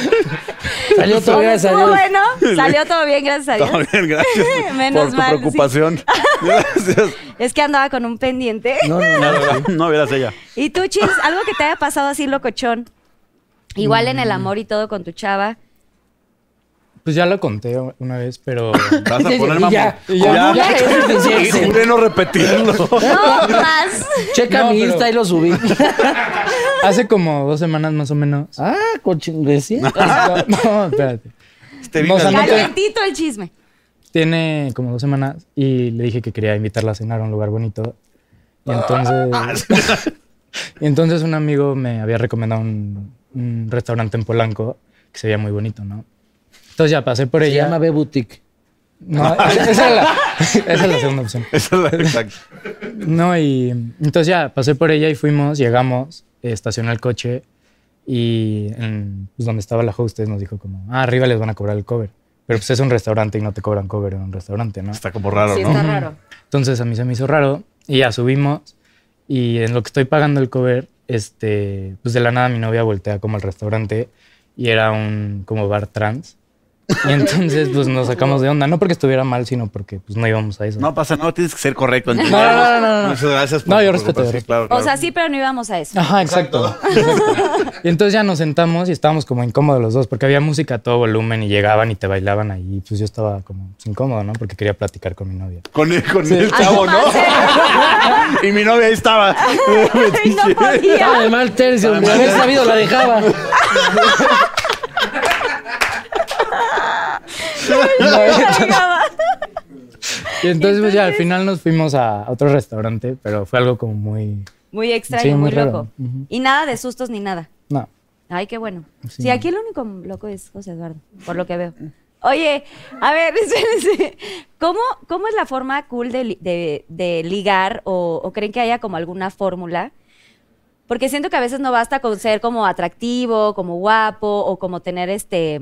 D: Salió todo,
C: Oye,
D: gracias a
C: estuvo
D: Dios.
C: bueno, salió todo bien, gracias a Dios.
E: Todo bien, gracias.
C: Menos
E: por tu
C: mal, sí.
E: preocupación. Gracias.
C: Es que andaba con un pendiente.
D: No, no, no.
E: No, no, no hubieras ella.
C: Y tú, Chis, algo que te haya pasado así locochón. Igual
D: Mm.
C: en el amor y todo con tu chava.
F: Pues ya lo conté una vez, pero.
E: Vas a
D: Y
E: poner mamón.
D: ya, y
E: Ya.
D: ya, ya, eso es
E: Sí,
D: suficiente.
E: Juré no repetirlo.
C: No más.
D: Checa
F: No,
D: mi
F: pero-
D: Insta y lo subí.
F: Hace como dos semanas más o menos.
D: ah, con chinguesía.
F: No, espérate.
E: Este vino
F: No, o sea,
E: al-
F: no te-
C: Calientito el chisme.
F: Tiene como dos semanas y le dije que quería invitarla a cenar a un lugar bonito. Y entonces. Y entonces un amigo me había recomendado un, un restaurante en Polanco que se veía muy bonito, ¿no? Entonces ya pasé por
D: Se
F: ella.
D: llama B Boutique.
F: No, esa es la, esa es la segunda opción.
E: Esa es la exacta.
F: No, y entonces ya pasé por ella y fuimos, llegamos, eh, estacioné el coche y en, pues, donde estaba la hostess nos dijo como, ah, arriba les van a cobrar el cover. Pero pues es un restaurante y no te cobran cover en un restaurante, ¿no?
E: Está como raro,
C: Sí,
E: ¿no?
C: está raro.
F: Entonces a mí se me hizo raro y ya subimos y en lo que estoy pagando el cover, este, pues de la nada mi novia voltea como al restaurante y era un como bar trans. Y entonces pues nos sacamos de onda, no porque estuviera mal, sino porque pues no íbamos a eso.
E: No pasa, no, tienes que ser correcto. No,
F: no, no, no, no.
E: Muchas gracias por
F: No,
E: tu
F: yo respeto,
E: preocupación,
F: respeto.
E: claro,
C: O
E: claro.
C: sea, sí, pero no íbamos a eso.
F: Ajá, exacto. y entonces ya nos sentamos y estábamos como incómodos los dos, porque había música a todo volumen y llegaban y te bailaban ahí. Pues yo estaba como pues, incómodo, ¿no? Porque quería platicar con mi novia.
E: Con el, con el chavo, ¿no? y mi novia ahí estaba.
C: Ay, no podía.
D: Estaba de mal tercio. De haber sabido, la dejaba.
F: Y entonces, pues ya al final nos fuimos a otro restaurante, pero fue algo como muy.
C: Muy extraño,
F: Sí, muy
C: muy,
F: raro.
C: loco.
F: Ujú.
C: Y nada de sustos ni nada.
F: No.
C: Ay, qué bueno.
F: Sí.
C: Sí. aquí el único loco es José Eduardo, por lo que veo. Oye, a ver, espérense. ¿Cómo, cómo es la forma cool de, li- de- de ligar o, o creen que haya como alguna fórmula? Porque siento que a veces no basta con ser como atractivo, como guapo o como tener este,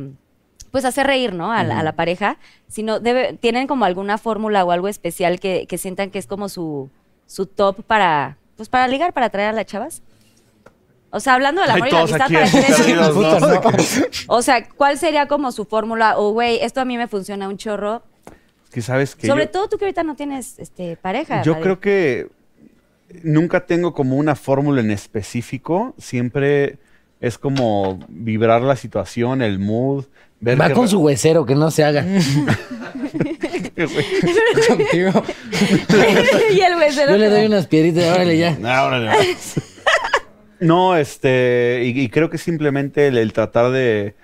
C: pues hacer reír, ¿no? A, la- a la pareja, sino debe, tienen como alguna fórmula o algo especial que, que sientan que es como su, su top para, pues para ligar, para atraer a las chavas. O sea, hablando del amor
E: Ay,
C: y la
E: todos
C: amistad,
E: aquí
C: para
E: así
C: quienes-
E: perdidos, ¿no?
F: Puta, no.
C: o sea, ¿cuál sería como su fórmula? O, güey, esto a mí me funciona un chorro.
E: Que sabes que
C: Sobre
E: yo-
C: todo tú que ahorita no tienes este, pareja.
E: Yo
C: Javier.
E: creo que nunca tengo como una fórmula en específico. Siempre es como vibrar la situación, el mood. Ver
D: Va
E: qué
D: con
E: re-
D: su huesero, que no se haga.
F: Contigo.
C: y el güey se lo-
D: Yo le doy unas piedritas, órale ya.
E: Ah, órale, va. No, este, y, y creo que simplemente el, el tratar de,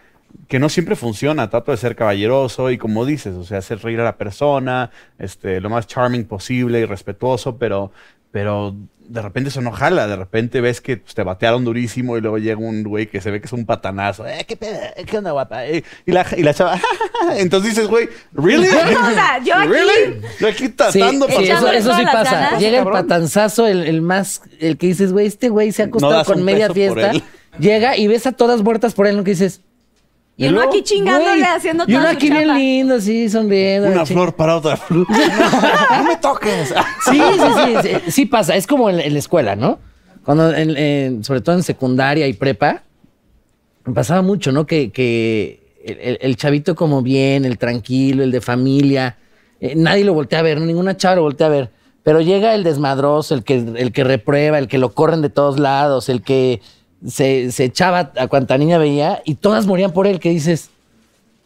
E: que no siempre funciona, trato de ser caballeroso y como dices, o sea, hacer reír a la persona, este, lo más charming posible y respetuoso, pero, pero de repente eso no jala, de repente ves que pues, te batearon durísimo y luego llega un güey que se ve que es un patanazo, eh, qué pedo, qué onda guapa, eh, y la, y la chava, entonces dices, güey, ¿really?
C: O sea, yo aquí-
E: ¿Really? Yo aquí
D: Sí,
E: tratando
D: sí,
E: para-
C: echándole
D: eso, eso sí
C: todas las
D: pasa.
C: ganas.
D: Llega el
E: Cabrón.
D: patanzazo, el, el más, el que dices, güey, este güey se ha acostado
E: das
D: con
E: un
D: media
E: peso por
D: fiesta.
E: él.
D: Llega y ves a todas muertas por él, lo que dices.
C: Y uno aquí chingándole,
D: güey,
C: haciendo
D: Y
C: toda
D: uno
C: su
D: aquí bien
C: chamba.
D: lindo, así, sonriendo.
E: Una
D: así.
E: flor para otra flor. no me toques.
D: Sí, sí, sí, sí, sí pasa. Es como en, en la escuela, ¿no? Cuando, en- en- sobre todo en secundaria y prepa, pasaba mucho, ¿no? Que, que el- el, el chavito como bien, el tranquilo, el de familia, eh, nadie lo voltea a ver, ninguna chava lo voltea a ver. Pero llega el desmadroso, el que, el que reprueba, el que lo corren de todos lados, el que se, se echaba a cuanta niña veía y todas morían por él, que dices,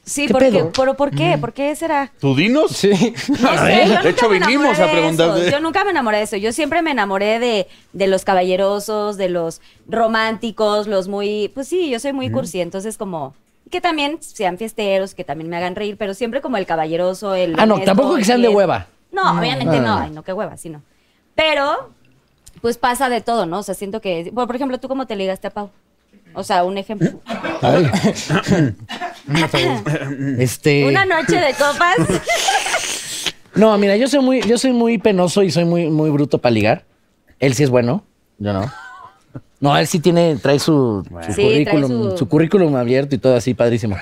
C: Sí,
D: ¿Qué
C: porque,
D: pedo?
C: pero ¿por qué? ¿Por qué será?
E: ¿Tú dinos?
F: Sí.
C: No sé,
D: ¿Eh?
C: yo nunca
E: de hecho,
C: me enamoré
E: vinimos a
C: de
E: preguntarte.
C: eso. Yo nunca me enamoré de eso. Yo siempre me enamoré de, de los caballerosos, de los románticos, los muy. Pues sí, yo soy muy cursi, entonces como. Que también sean fiesteros, que también me hagan reír, pero siempre como el caballeroso, el.
D: ah, no,
C: honesto,
D: tampoco que
C: el
D: sean de
C: fiel.
D: hueva.
C: No, obviamente
D: No, no,
C: no.
D: no.
C: Ay, no, qué hueva, sí, no. Pero, pues pasa de todo, ¿no? O sea, siento que. Bueno, por ejemplo, ¿tú cómo te ligaste a Pau? O sea, un ejemplo.
D: ¿Eh? Este...
C: Una noche de copas.
D: No, mira, yo soy muy, yo soy muy penoso y soy muy, muy bruto para ligar. Él sí es bueno, yo no. No, él sí tiene, trae su, su
C: Sí, trae
D: currículum, su...
C: su-
D: currículum abierto y todo así, padrísimo.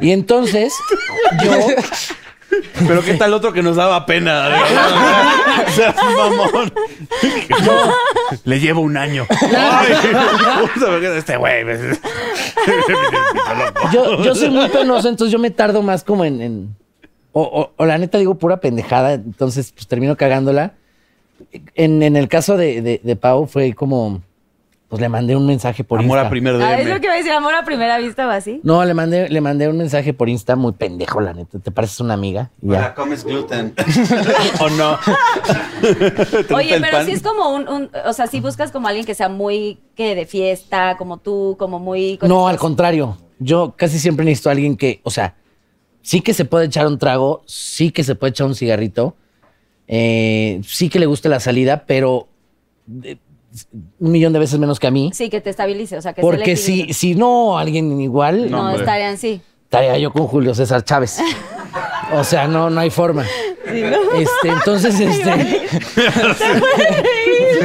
D: Y entonces, yo,
E: Pero ¿qué tal otro que nos daba pena? O sea, mamón. Le llevo un año. Ay, puta, me queda este güey.
D: yo, yo soy muy penoso, entonces yo me tardo más como en. en- o, o- o la neta digo pura pendejada, entonces pues termino cagándola. En, en el caso de, de, de Pau fue como. Pues le mandé un mensaje por
E: Amor a
D: Insta.
E: primer
C: Ah, es lo
E: DM.
C: que iba a decir, amor a primera vista o así.
D: No, le mandé, le mandé un mensaje por Insta muy pendejo, la neta. ¿Te pareces una amiga? Y ya.
E: comes gluten. ¿O no?
C: Oye, pero sí es como un, un- O sea, sí buscas como alguien que sea muy. que de fiesta, como tú, como muy. con-
D: No, al contrario. Yo casi siempre necesito a alguien que, o sea, sí que se puede echar un trago, sí que se puede echar un cigarrito, eh, sí que le guste la salida, pero eh, un millón de veces menos que a mí.
C: Sí, que te estabilice, o sea, que
D: porque
C: esté el
D: si,
C: equilibrio.
D: si no alguien igual,
E: No,
C: No,
E: hombre.
C: estarían sí.
D: estaría yo con Julio César Chávez. O sea, no, no hay forma. Este, entonces, este,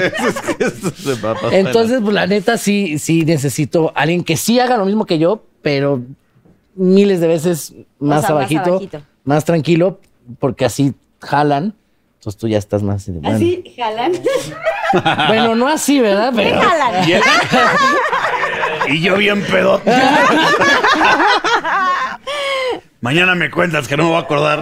E: es que esto se va a pasar.
D: entonces, pues, la neta, sí, sí necesito a alguien que sí haga lo mismo que yo, pero miles de veces más,
C: más
D: abajito,
C: abajito.
D: más tranquilo, porque así jalan. Entonces tú ya estás más así de, bueno.
C: Así, jalan.
D: Bueno, no así, ¿verdad? Pero,
C: jalan.
E: Y, y yo bien pedote. Mañana me cuentas que no me voy a acordar.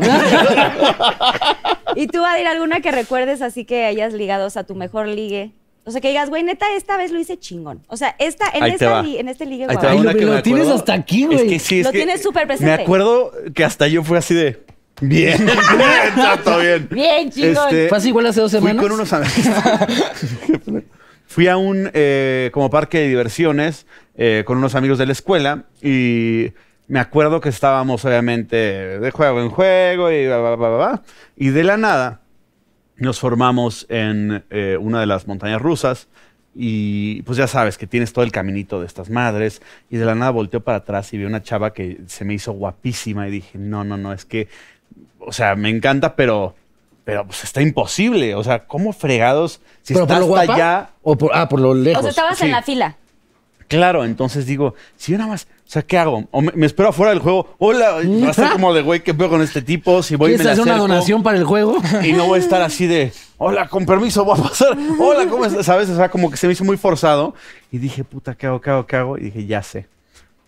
C: ¿Y tú, Adir, alguna que recuerdes así que hayas ligado, o sea, tu mejor ligue? O sea, que digas, güey, neta, esta vez lo hice chingón. O sea, esta, en,
E: Ahí te
C: esta
E: va.
C: li- en este ligue,
E: Ahí te
C: guau.
E: va
D: Ay,
E: una
D: lo-
E: que
D: lo
E: me
D: tienes
E: acuerdo.
D: hasta aquí,
E: Es
D: güey.
E: que sí, es
C: Lo
E: que
C: tienes súper presente.
E: Me acuerdo que hasta yo fui así de. Bien, bien, chato, bien.
C: Bien, chingón.
E: Este,
D: ¿Fue así igual hace dos
E: Fui
D: semanas?
E: con unos amigos. Fui a un eh, como parque de diversiones eh, con unos amigos de la escuela y me acuerdo que estábamos obviamente de juego en juego y bla, bla, bla, bla, bla. Y de la nada nos formamos en eh, una de las montañas rusas y pues ya sabes que tienes todo el caminito de estas madres y de la nada volteo para atrás y vi una chava que se me hizo guapísima y dije, no, no, no, es que, o sea, me encanta, pero, pero pues está imposible, o sea, ¿cómo fregados? Si
D: ¿Pero
E: está
D: por lo
E: hasta
D: guapa?
E: allá,
D: O por, ah, por lo lejos.
C: o sea, estabas
E: sí.
C: en la fila.
E: Claro, entonces digo, si yo nada más, o sea, ¿qué hago? O me, me espero afuera del juego, hola, va a ser como de güey, ¿qué veo con este tipo? Si voy y me
D: ¿Quieres
E: le
D: hacer una
E: acerco
D: donación para el juego?
E: y no voy a estar así de, hola, con permiso, voy a pasar, hola, ¿cómo estás? ¿Sabes? O sea, como que se me hizo muy forzado. Y dije, puta, ¿qué hago, qué hago, qué hago? Y dije, ya sé.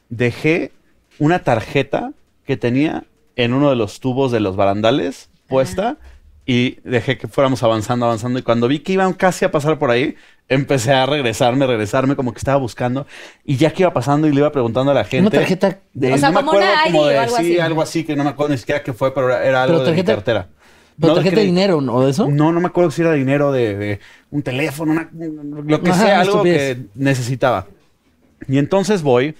E: Dejé una tarjeta que tenía en uno de los tubos de los barandales puesta y dejé que fuéramos avanzando, avanzando. Y cuando vi que iban casi a pasar por ahí, empecé a regresarme, regresarme, como que estaba buscando. Y ya que iba pasando y le iba preguntando a la gente.
D: tarjeta-
E: de-
C: O sea,
E: no me
C: como una
E: acuerdo, como
C: ID o
E: de-
C: algo
E: sí,
C: así.
E: algo así, que no me acuerdo ni siquiera qué fue, pero era algo
D: Pero
E: de mi
D: tarjeta-
E: cartera.
D: ¿Pero
E: No,
D: tarjeta de
E: crédito.
D: dinero o de eso?
E: No, no me acuerdo si era dinero de, de un teléfono, una- lo que
D: Ajá,
E: sea,
D: una
E: algo
D: estupidez.
E: que necesitaba. Y entonces voy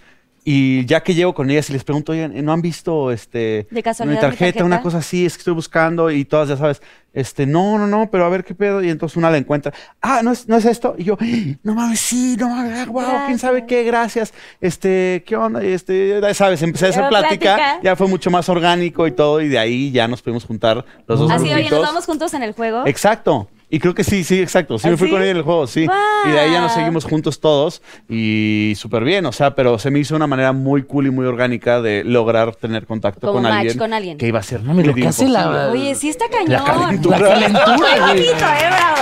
E: y ya que llego con ellas y les pregunto, oigan, ¿no han visto este
C: De casualidad
E: mi
C: mi
E: tarjeta,
C: tarjeta?
E: una cosa así? Es que estoy buscando y todas ya sabes, este, no, no, no, pero a ver qué pedo y entonces una la encuentra. Ah, no es, no es esto y yo, "¡Ah, no mames, sí, no mames, wow, quién sabe qué, gracias. Este, ¿qué onda? Y Este, ya sabes, empecé a hacer
C: Pero
E: plática,
C: plática.
E: ya fue mucho más orgánico y todo y de ahí ya nos pudimos juntar los dos
C: Así, oye, nos
E: grupitos.
C: vamos juntos en el juego.
E: Exacto. Y creo que sí, sí, exacto. Sí,
C: ¿Ah,
E: me fui
C: sí?
E: con ella en el juego, sí. Y de ahí ya nos seguimos juntos todos y súper bien, o sea, pero se me hizo una manera muy cool y muy orgánica de lograr tener contacto
C: Como
E: con
C: match
E: alguien,
C: con alguien.
E: que iba a ser
D: Mami, lo
E: medio
D: que hace
E: imposible.
D: la...
C: Oye, sí está cañón.
D: la calentura. La
C: Muy
D: calentura, güey.
C: bonito, eh, bravo.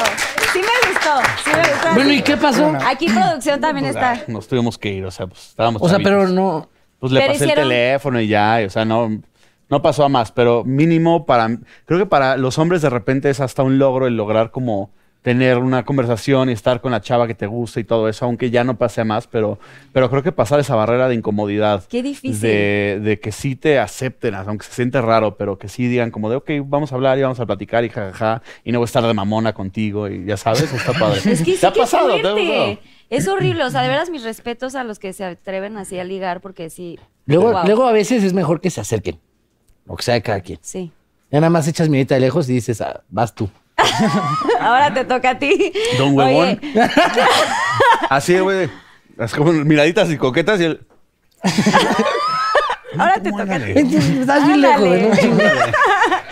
C: Sí me gustó, sí me gustó.
D: Bueno, ¿y qué pasó?
C: Aquí producción también está.
E: Nos tuvimos que ir, o sea, pues estábamos
D: O sea,
E: chavitos.
D: pero no...
E: Pues le
C: Pero
E: pasé
C: hicieron-
E: el teléfono y ya, y, o sea, no, no pasó a más, pero mínimo para, creo que para los hombres de repente es hasta un logro el lograr como tener una conversación y estar con la chava que te gusta y todo eso, aunque ya no pase a más, pero, pero creo que pasar esa barrera de incomodidad.
C: Qué difícil.
E: De, de que sí te acepten, aunque se siente raro, pero que sí digan como de, ok, vamos a hablar y vamos a platicar y jajaja, y no voy a estar de mamona contigo y ya sabes, está padre.
C: Es que sí,
E: ¿Te ha
C: qué
E: pasado? ¿Te ha
C: fuerte.
E: pasado?
C: Es horrible, o sea, de veras mis respetos a los que se atreven así a ligar porque sí.
D: Luego,
C: Wow.
D: luego a veces es mejor que se acerquen. Lo que sea de cada quien.
C: Sí.
D: Ya nada más echas mirita de lejos y dices, ah, vas tú.
C: Ahora te toca a ti.
E: Don
C: Oye,
E: Huevón. Así, güey. Así como miraditas y coquetas y el.
C: ahora te toca a ti.
E: Ándale.
D: Estás bien lejos,
C: Ándale.
D: güey, no chingues.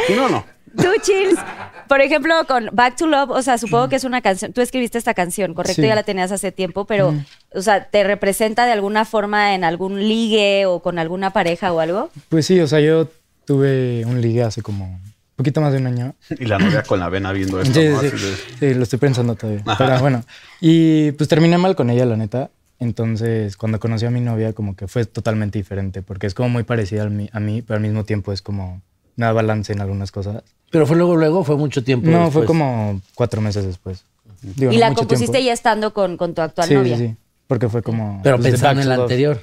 E: Sí, no, no.
C: Tú, Chills, por ejemplo, con Back to Love, o sea, supongo que es una canción, tú escribiste esta canción, ¿correcto?
F: Sí.
C: Ya la tenías hace tiempo, pero, o sea, ¿te representa de alguna forma en algún ligue o con alguna pareja o algo?
F: Pues sí, o sea, yo tuve un ligue hace como un poquito más de un año.
E: Y la novia con la vena viendo
F: Sí,
E: esto. ¿no?
F: sí,
E: Así
F: sí,
E: de-
F: Sí, lo estoy pensando todavía.
E: Ajá.
F: Pero bueno, y pues terminé mal con ella, la neta. Entonces, cuando conocí a mi novia, como que fue totalmente diferente, porque es como muy parecida al mi- a mí, pero al mismo tiempo es como una balance en algunas cosas.
D: Pero fue luego, luego, fue mucho tiempo
F: No,
D: después.
F: fue como cuatro meses después. Digo,
C: y
F: no
C: la
F: mucho
C: compusiste
F: tiempo.
C: ya estando con, con tu actual
F: sí,
C: novia.
F: Sí, sí, porque fue como...
D: Pero
F: pues, de
D: pensando en
F: Back to
D: la
F: Love.
D: anterior.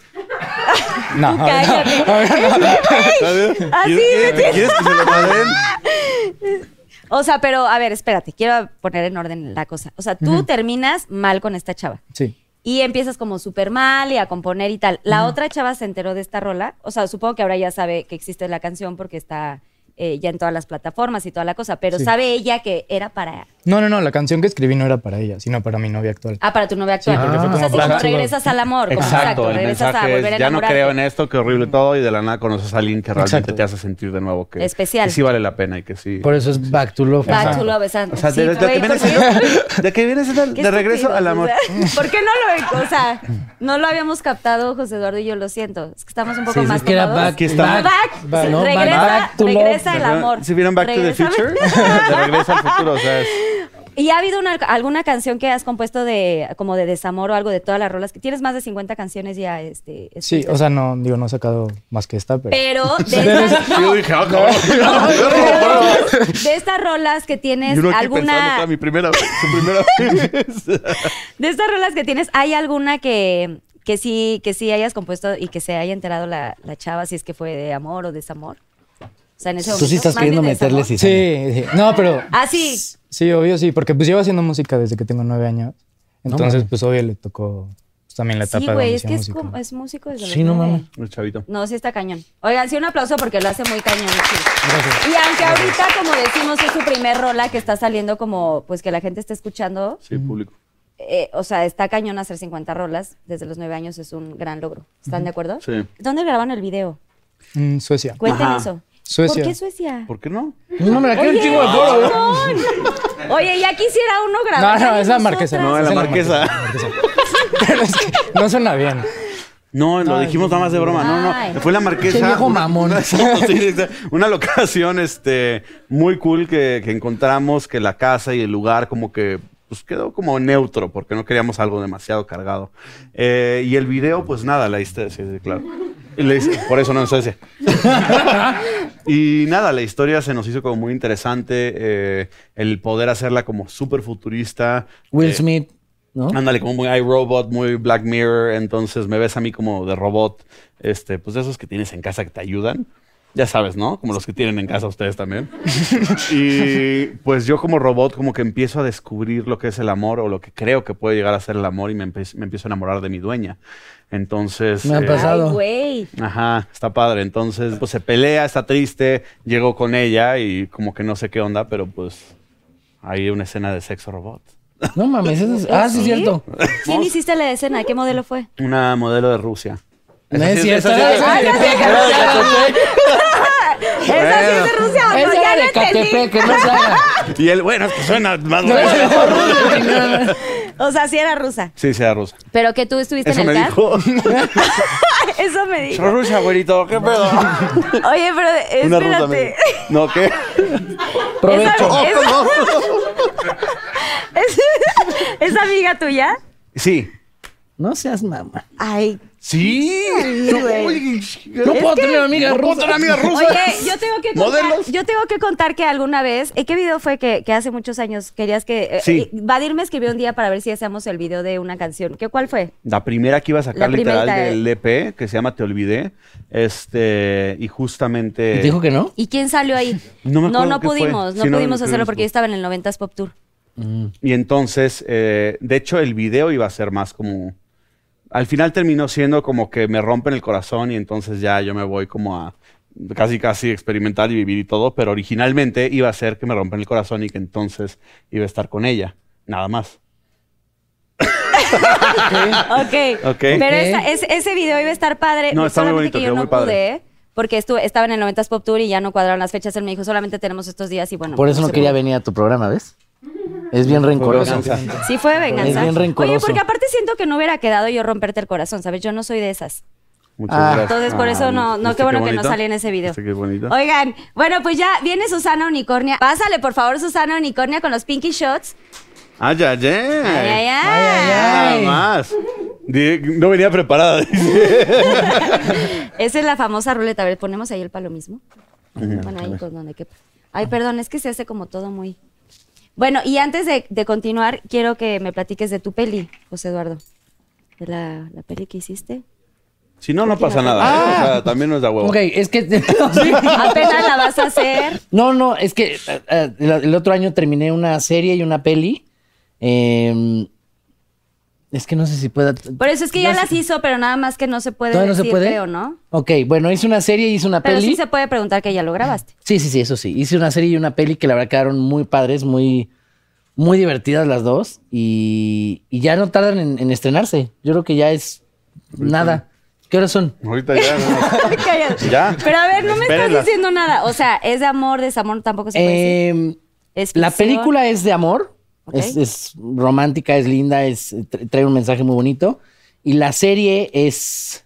F: No, a ver, no.
C: Cállate. Así
E: ¿Quieres-
C: de-
E: ¿Quieres que se lo madren?
C: O sea, pero a ver, espérate, quiero poner en orden la cosa. O sea, tú terminas mal con esta chava
F: Sí.
C: y empiezas como súper mal y a componer y tal. La otra chava se enteró de esta rola. O sea, supongo que ahora ya sabe que existe la canción porque está eh, ya en todas las plataformas y toda la cosa, pero
F: Sí.
C: sabe ella que era para,
F: No, no, no, la canción que escribí no era para ella, sino para mi novia actual.
C: ah, para tu novia actual.
F: porque fue
C: o sea,
F: como
C: así como
F: para-
C: regresas al amor, como exacto,
E: Exacto, el
C: regresas a
E: mensaje
C: volver a
E: es, ya no
C: enamorarte".
E: creo en esto, qué horrible todo, y de la nada conoces a alguien que realmente
F: Exacto.
E: te hace sentir de nuevo que,
C: Especial.
E: que sí vale la pena y que sí.
D: Por eso es Back to Love.
C: Back
E: Exacto.
C: to love, exacto.
E: o sea,
C: Sí,
E: de, de
C: güey,
E: que vienes,
C: ¿por qué?
E: de que vienes de,
C: Qué
E: de regreso
C: estúpidos,
E: al
C: o
E: amor.
C: sea, ¿Por qué no lo, o sea, no lo habíamos captado, José Eduardo y yo? Lo siento. Es que estamos un poco
D: Sí,
C: más
D: es que era
C: tomados.
D: Back,
E: está.
C: Back,
D: back, no, back,
C: regresa,
D: back to
C: regresa
E: ¿Se
C: el
E: acuerdan-
C: amor.
E: ¿Se vieron Back to the
C: Regresa-
E: Future? De regreso al futuro, o sea, es-
C: ¿Y ha habido una- alguna canción que has compuesto de como de desamor o algo de todas las rolas? que Tienes más de 50 canciones ya, este.
F: Sí,
C: escritas.
F: o sea, no, digo, no he sacado más que esta, pero.
C: Pero de esas, no,
E: Yo dije, ah, cabrón.
C: de estas rolas que tienes
E: Y uno aquí pensando
C: alguna.
E: toda mi primera vez, su primera vez.
C: De estas rolas que tienes, ¿hay alguna que, que sí, que sí hayas compuesto y que se haya enterado la, la chava si es que fue de amor o desamor? O sea, en ese
D: Tú sí
C: momento,
D: estás
C: más bien
D: queriendo
C: de
D: meterle
C: desamor.
F: sí,
D: cizaña.
F: sí. No, pero.
C: Ah, sí.
F: Sí, obvio, sí, porque pues llevo haciendo música desde que tengo nueve años. Entonces,
D: mames.
F: pues obvio le tocó pues, también la etapa
C: Sí,
F: de
C: güey, es que es,
F: música.
C: como- es músico desde los
D: Sí, no
C: nueve.
D: mames.
E: El chavito.
C: No, sí está cañón. Oigan, sí, un aplauso porque lo hace muy cañón. sí. Y aunque ahorita, como decimos, es su primer rola que está saliendo como, pues que la gente está escuchando,
E: Sí, público.
C: eh, o sea, está cañón hacer 50 rolas desde los nueve años, es un gran logro. ¿Están de acuerdo?
E: Sí.
C: ¿Dónde grabaron el video?
F: En Mm, Suecia.
C: Cuenten
E: Ajá.
C: eso.
F: Suecia.
C: ¿Por qué Suecia?
E: ¿Por qué no?
D: No, me la quiero un chingo de foro, güey.
C: ¡Chingón! Oye, ya quisiera uno
F: No,
C: grabar.
F: no,
C: ahí
F: es la
C: nosotras.
F: marquesa.
E: No,
F: es
E: la
F: en
E: marquesa.
F: Pero es que no suena bien.
E: No, lo dijimos nada más de broma. No,
C: Ay.
E: no. Fue la marquesa.
D: Qué viejo
E: una-
D: mamón.
E: Una, sí, exacto. Una locación este, muy cool que, que encontramos, que la casa y el lugar como que pues, quedó como neutro, porque no queríamos algo demasiado cargado. Eh, y el video, pues nada, la historia, sí, sí, claro. Y la his- por eso no es ese. y nada, la historia se nos hizo como muy interesante. eh, el poder hacerla como súper futurista.
D: Will
E: eh,
D: Smith, ¿no?
E: Ándale, como muy iRobot, muy Black Mirror. Entonces me ves a mí como de robot, este, pues de esos que tienes en casa que te ayudan. Ya sabes, ¿no? Como los que tienen en casa ustedes también. y pues yo como robot como que empiezo a descubrir lo que es el amor o lo que creo que puede llegar a ser el amor y me, empe- me empiezo a enamorar de mi dueña. Entonces...
D: Me ha
E: eh,
D: pasado.
C: Ay, güey.
E: Ajá, está padre. Entonces, pues se pelea, está triste, llegó con ella y como que no sé qué onda, pero pues hay una escena de sexo robot.
D: No mames, eso es... Ah, sí, es cierto.
C: ¿Quién hiciste la escena? ¿Qué modelo fue?
E: Una modelo de Rusia.
C: Ah,
D: No
E: Esa
D: es
E: sí-
D: cierto.
E: esa sí
D: era
E: es-
D: de Catepec, era de Catepec.
C: Esa sí es de Rusia, ¿o no?
D: Esa
C: Pues ya lo
D: era de
C: entendí.
D: Catepec, que no se haga.
E: Y él, bueno, es que suena más
D: No, no, no.
C: O sea, sí era rusa.
E: Sí, sea rusa.
C: Pero que tú estuviste
E: Eso
C: en
E: me
C: el cast.
E: dijo.
C: Eso me dijo.
E: Rusia, güerito, qué pedo.
C: Oye, pero eh,
E: Una rusa.
C: espérate.
E: me dijo. Oh, No, ¿qué?
D: Provecho.
C: Esa, esa- es, es amiga tuya?
E: Sí.
D: No seas mamá.
C: Ay.
E: Sí. No, oye,
D: No puedo tener amiga
E: no puedo
D: rusa.
E: tener amiga rusa.
C: Oye, yo tengo que contar,
E: Modelos.
C: yo tengo que contar que alguna vez, ¿eh, ¿qué video fue que, que hace muchos años querías que eh,
E: Sí.
C: eh, Vadir me escribió un día para ver si hacíamos el video de una canción? ¿Qué cuál fue?
E: La primera que iba a
C: La
E: sacar
C: primera
E: literal
C: de-
E: del EP, que se llama Te Olvidé, este, y justamente...
D: ¿Y te dijo que no?
C: ¿Y quién salió ahí?
E: No me
C: no,
E: acuerdo
C: no
E: qué fue.
C: pudimos, no
E: Sí, no,
C: pudimos
E: no
C: hacerlo
E: pudimos.
C: porque yo estaba en el 90s Pop Tour.
E: Y entonces, eh, de hecho, el video iba a ser más como... Al final terminó siendo como que me rompen el corazón y entonces ya yo me voy como a casi casi experimentar y vivir y todo, pero originalmente iba a ser que me rompen el corazón y que entonces iba a estar con ella, nada más.
C: Ok.
E: Ok.
C: Pero
D: Ok.
C: esa- ese, ese video iba a estar padre.
E: No, está muy
C: solamente
E: bonito,
C: que yo
E: quedó
C: no
E: muy padre.
C: pude, porque estuve, estaba en el 90s Pop Tour y ya no cuadraron las fechas. Él me dijo, solamente tenemos estos días y bueno.
D: Por eso
C: pues,
D: no
C: se
D: quería
C: pudo.
D: venir a tu programa, ¿ves? Es bien rencoroso.
E: venganza.
C: Sí, fue venganza.
D: Es bien rencoroso.
C: Oye, porque aparte siento que no hubiera quedado yo romperte el corazón, ¿sabes? Yo no soy de esas.
E: Muchas
D: Ah.
E: gracias.
C: Entonces, por eso no, no
E: ¿viste
C: qué bueno que no
E: bonito?
C: salí en ese video.
E: ¿Viste qué bonito?
C: Oigan, bueno, pues ya viene Susana Unicornia. Pásale, por favor, Susana Unicornia con los Pinky Shots.
E: ¡Ay, ay, ay!
C: Ay, ay, ay.
E: Nada más. Di- No venía preparada. dice.
C: Esa es la famosa ruleta. A ver, ponemos ahí el palo mismo. Bueno, ahí con donde quepa. Ay, perdón, es que se hace como todo muy. Bueno, y antes de, de continuar, quiero que me platiques de tu peli, José Eduardo. De la, la peli que hiciste.
E: Si no, no pasa nada. ¿eh? O
C: Ah.
E: sea, también no es de huevo.
D: Ok, es que... sí.
C: Apenas la vas a hacer.
D: No, no, es que eh, eh, el, el otro año terminé una serie y una peli. eh, Em, Es que no sé si pueda.
C: Por eso es que ya
D: No sé.
C: las hizo, pero nada más que no se puede
D: ¿Todavía no se
C: decir,
D: puede?
C: creo, ¿no?
D: Ok, bueno, hice una serie y hice una
C: Pero
D: peli.
C: sí se puede preguntar que ya lo grabaste.
D: Sí, sí, sí, eso sí. Hice una serie y una peli que la verdad quedaron muy padres, muy, muy divertidas las dos. Y, y ya no tardan en, en estrenarse. Yo creo que ya es nada. ¿Qué horas son?
E: Ahorita ya. no.
C: Cállate.
E: Ya.
C: Pero a ver, no me
E: Espérenlas.
C: estás diciendo nada. O sea, es de amor, desamor, tampoco se puede decir.
D: Em,
C: Es
D: la
C: ficción.
D: película es de amor.
C: Ok.
D: Es, es romántica, es linda, es, tra- trae un mensaje muy bonito. Y la serie es.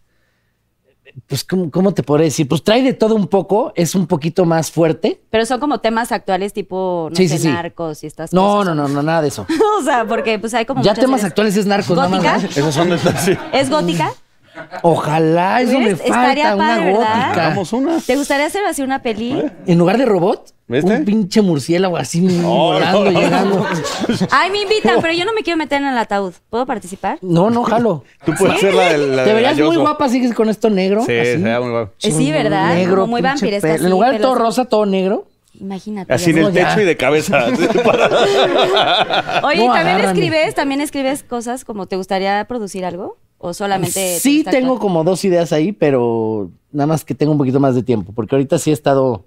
D: Pues, ¿cómo, cómo te podré decir? Pues trae de todo un poco, es un poquito más fuerte.
C: Pero son como temas actuales tipo, no
D: Sí,
C: sé,
D: sí, sí.
C: narcos y estas
D: No,
C: cosas.
D: no, no, no, nada de eso.
C: O sea, porque pues hay como
D: Ya
C: muchas
D: temas
C: series.
D: actuales es narcos, nada más,
C: ¿Gótica?
D: ¿no?
E: Esos son de sí.
C: ¿Es gótica?
D: Ojalá, eso me
C: ¿Ves?
D: falta,
C: Pues, Estaría
D: una
C: padre, ¿verdad?
D: gótica.
E: Hagamos una.
C: ¿Te gustaría hacer así una peli?
E: ¿Eh?
D: En lugar de robot,
E: ¿Viste?
D: un pinche murciélago así volando,
E: Oh, no, no.
D: llegando.
C: Ay, me invitan, pero yo no me quiero meter en el ataúd. ¿Puedo participar?
D: No, no, jalo.
E: Tú puedes hacer la del. la
D: Te
E: del
D: verías muy
E: galloso.
D: guapa, sigues con esto negro.
E: Sí,
D: así.
E: se vea muy guapa.
C: Eh, sí, ¿verdad?
D: Negro,
C: Como muy
D: pinche
C: vampiresco.
D: pelo.
C: así,
D: Eh, En lugar de todo
C: pelos-
D: rosa, todo negro.
C: Imagínate.
E: Así en
C: ya
E: el
D: No, ya.
E: techo y de cabeza. así, para-
C: sabes. Oye, ¿y
D: No,
C: ¿también
D: agárrame.
C: escribes? ¿También escribes cosas como te gustaría producir algo? ¿O solamente.? te
D: Sí,
C: gusta
D: tengo
C: actuar?
D: como dos ideas ahí, pero nada más que tengo un poquito más de tiempo, porque ahorita sí he estado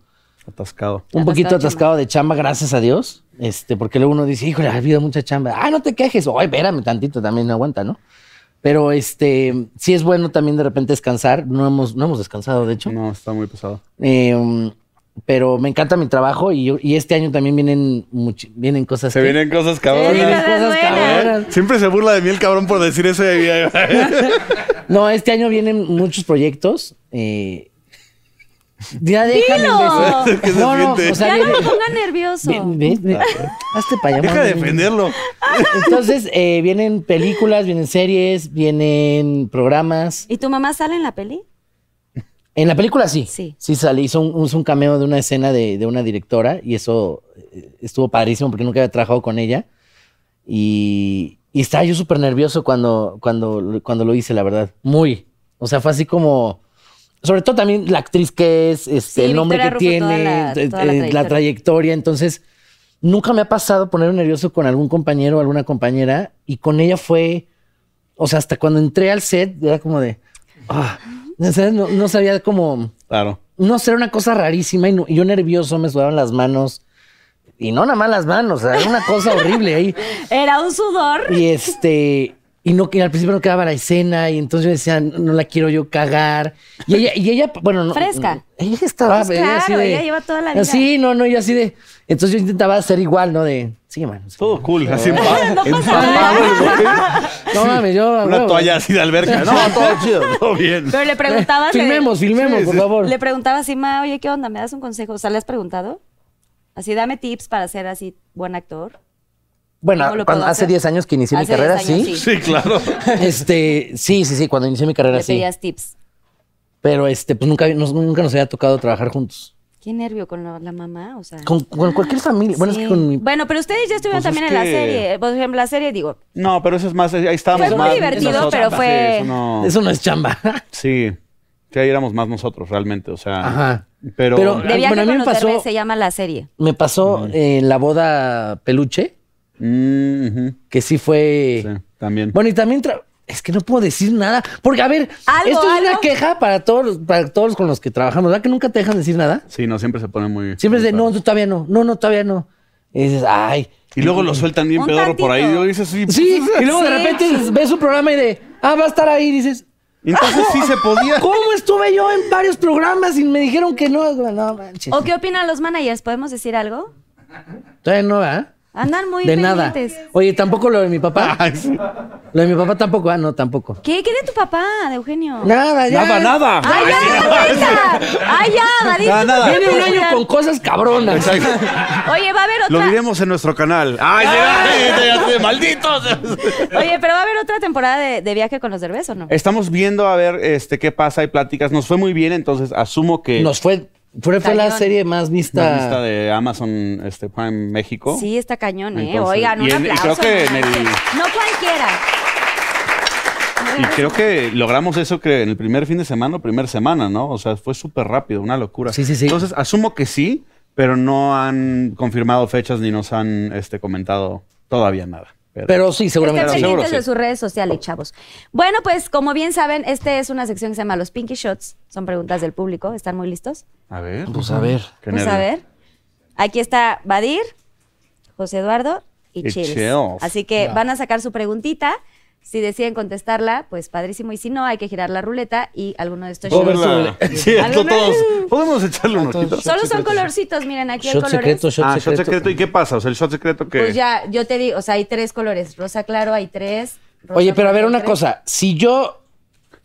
E: Atascado.
D: un
C: Atascado
D: poquito
C: de
D: atascado de chamba, gracias a Dios. Este, porque luego uno dice, híjole, ha habido mucha chamba. Ah, no te quejes. Ay, espérame tantito, también aguanta, ¿no? Pero este, sí es bueno también de repente descansar. No hemos, no hemos descansado, de hecho.
E: No, está muy pesado.
D: Eh, pero me encanta mi trabajo y, yo- y este año también vienen, muchi- vienen cosas.
E: Se
D: que-
E: vienen cosas
C: Se vienen
E: cabronas.
C: cosas buenas.
D: cabronas.
E: Siempre se burla de mí el cabrón por decir eso de
D: No, este año vienen muchos proyectos. eh, ya déjame.
C: ¡Dilo!
D: imbécil.
E: Es que se
D: No, no,
E: siente. Ah.
D: o sea,
C: Ya no
D: viene-
C: me ponga nervioso.
D: Bien, ¿ves? Ve- Hazte pa' allá,
E: Deja
D: mami.
E: de defenderlo.
D: Entonces, eh, vienen películas, vienen series, vienen programas.
C: ¿Y tu mamá sale en la peli?
D: En la película sí.
C: Sí.
D: Sí sale, hizo un, hizo un cameo de una escena de, de una directora y eso eh, estuvo padrísimo porque nunca había trabajado con ella. Y, y estaba yo súper nervioso cuando, cuando, cuando lo hice, la verdad. Muy. O sea, fue así como... Sobre todo también la actriz que es, este,
C: Sí,
D: el nombre
C: Victoria
D: que
C: Rufo, toda
D: tiene,
C: la-
D: eh,
C: toda la
D: eh, la
C: trayectoria.
D: trayectoria. Entonces, nunca me ha pasado ponerme nervioso con algún compañero o alguna compañera. Y con ella fue... O sea, hasta cuando entré al set, era como de. ah, o sea, no, no sabía cómo.
E: Claro.
D: No sé, era una cosa rarísima y, no- y yo nervioso me sudaban las manos. Y no nada más las manos, era una cosa horrible ahí.
C: Era un sudor.
D: Y este. Y, no, y al principio no quedaba la escena y entonces yo decía, no, no la quiero yo cagar. Y ella, y ella bueno, no-
C: Fresca.
D: Ella estaba,
C: Pues
D: ella
C: claro, ella lleva toda la vida.
D: Sí, no, no, yo así de. Entonces yo intentaba hacer igual, ¿no? De. Sí, man.
E: Todo cool. Así en
C: No pasa
D: No mames, yo. a
E: Una
D: huevo.
E: toalla así de alberca. No, todo chido. Todo bien.
C: Pero le preguntabas. le-
D: Filmemos, filmemos, por favor.
C: Le preguntaba así, ma, oye, ¿qué onda? ¿Me das un consejo? O sea, ¿le has preguntado? Así, dame tips para ser así buen actor.
D: Bueno,
C: ¿Cómo lo
D: cuando-
C: puedo
D: hace
C: hacer?
D: 10 años que inicié mi
C: Hace 10
D: carrera,
C: años,
D: sí.
E: Sí, claro.
D: Este, sí, sí, sí, cuando inicié mi carrera,
C: Le
D: sí.
C: pedías tips.
D: Pero este, pues nunca, nos- nunca nos había tocado trabajar juntos.
C: Qué nervio con la, la mamá, o sea.
D: Con, con cualquier familia. Bueno, es
C: Sí.
D: que con mi.
C: Bueno, pero ustedes ya estuvieron
E: Pues
C: también
E: es
C: en la
E: que-
C: serie. Por ejemplo, la serie, digo,
E: No, pero eso es más. Ahí estábamos
C: Fue muy
E: más.
C: divertido,
E: nosotros.
C: pero fue-
E: Sí, eso no-
D: Eso no es chamba.
E: Sí. Sí, ahí éramos más nosotros realmente. O sea.
D: Ajá.
E: Pero.
D: Pero-
C: de viaje
D: bueno, a mí
C: con los
D: me pasó-
C: Derbez se llama la serie.
D: Me pasó eh, en la boda peluche,
E: Mm, ujú.
D: que sí fue.
E: Sí, también.
D: Bueno, y también. tra- Es que no puedo decir nada. Porque, a ver,
C: Algo,
D: esto es una
C: algo.
D: queja para todos, los- para todos con los que trabajamos, ¿verdad? Que nunca te dejan decir nada.
E: Sí, no, siempre se pone muy.
D: Siempre es de,
E: muy
D: no,
E: padre.
D: tú todavía no, no, no, todavía no. Y dices, ay.
E: Y luego lo sueltan bien
C: Un
E: pedorro por ahí.
C: tantito.
E: Y dices, sí. pues,
D: Sí, y luego de
C: Sí.
D: repente ves un programa y de, ah, va a estar ahí, dices,
E: Entonces sí se podía.
D: ¿cómo estuve yo en varios programas y me dijeron que no? No manches.
C: ¿O qué opinan los managers? ¿Podemos decir algo?
D: Todavía no, ¿verdad?
C: Andan muy
D: de nada.
C: pendientes.
D: Oye, tampoco lo de mi papá.
E: Ay, sí.
D: Lo de mi papá tampoco, ah, no, tampoco.
C: ¿Qué? ¿Qué de tu papá, de Eugenio?
D: Nada, ya.
E: Nada, nada.
C: ¡Ay, ya, no cuenta! ¡Ay, ya, David!
E: Nada, nada.
D: Viene un año
C: Oye,
D: con cosas cabronas.
C: va a haber
E: Lo
C: otra.
E: diremos en nuestro canal. ¡Ay, malditos!
C: Oye, pero va a haber otra temporada de, de viaje con los Derbez, ¿o no?
E: Estamos viendo a ver este, qué pasa. Hay pláticas. Nos fue muy bien, entonces asumo que.
D: Nos fue, fue, fue la
C: Cañón.
D: serie
E: la
D: más vista.
E: lista de Amazon este, Prime México.
C: Sí, está cañón, ¿eh?
E: Entonces,
C: Oigan, un
E: y en- y creo
C: aplauso.
E: que en el-
C: No cualquiera.
E: Y creo que logramos eso que en el primer fin de semana o primer semana, ¿no? O sea, fue súper rápido, una locura.
D: Sí, sí, sí.
E: Entonces, asumo que sí, pero no han confirmado fechas ni nos han este, comentado todavía nada.
D: Pero, sí, seguramente.
E: Pero
B: Estén
D: sí.
E: seguro
B: pendientes de
E: sí.
B: sus redes sociales, chavos.
C: Bueno, pues como bien saben, esta es una sección que se llama Los Pinky Shots. Son preguntas del público. ¿Están muy listos?
E: A ver.
D: Pues a ver.
E: Qué
C: Pues a
E: nervio.
C: ver. Aquí está Badir, José Eduardo y,
E: Y
C: Chills.
E: Chills.
C: Así que van a sacar su preguntita. Si deciden contestarla, pues padrísimo. Y si no, hay que girar la ruleta y alguno de estos
E: Puedo
C: shots.
E: verla. Sí,
C: ¿Alguna?
E: esto todos. ¿Podemos echarle un ojito?
C: Solo son colorcitos, miren, aquí hay
D: Shot
C: colores.
D: secreto, shot
E: Ah, shot
D: secreto.
E: secreto. ¿Y qué pasa? O sea, el shot secreto que...
C: Pues ya, yo te digo, o sea, hay tres colores. Rosa claro, hay tres. rosa
D: Oye, pero a ver
C: fuerte,
D: una
C: tres.
D: cosa. Si yo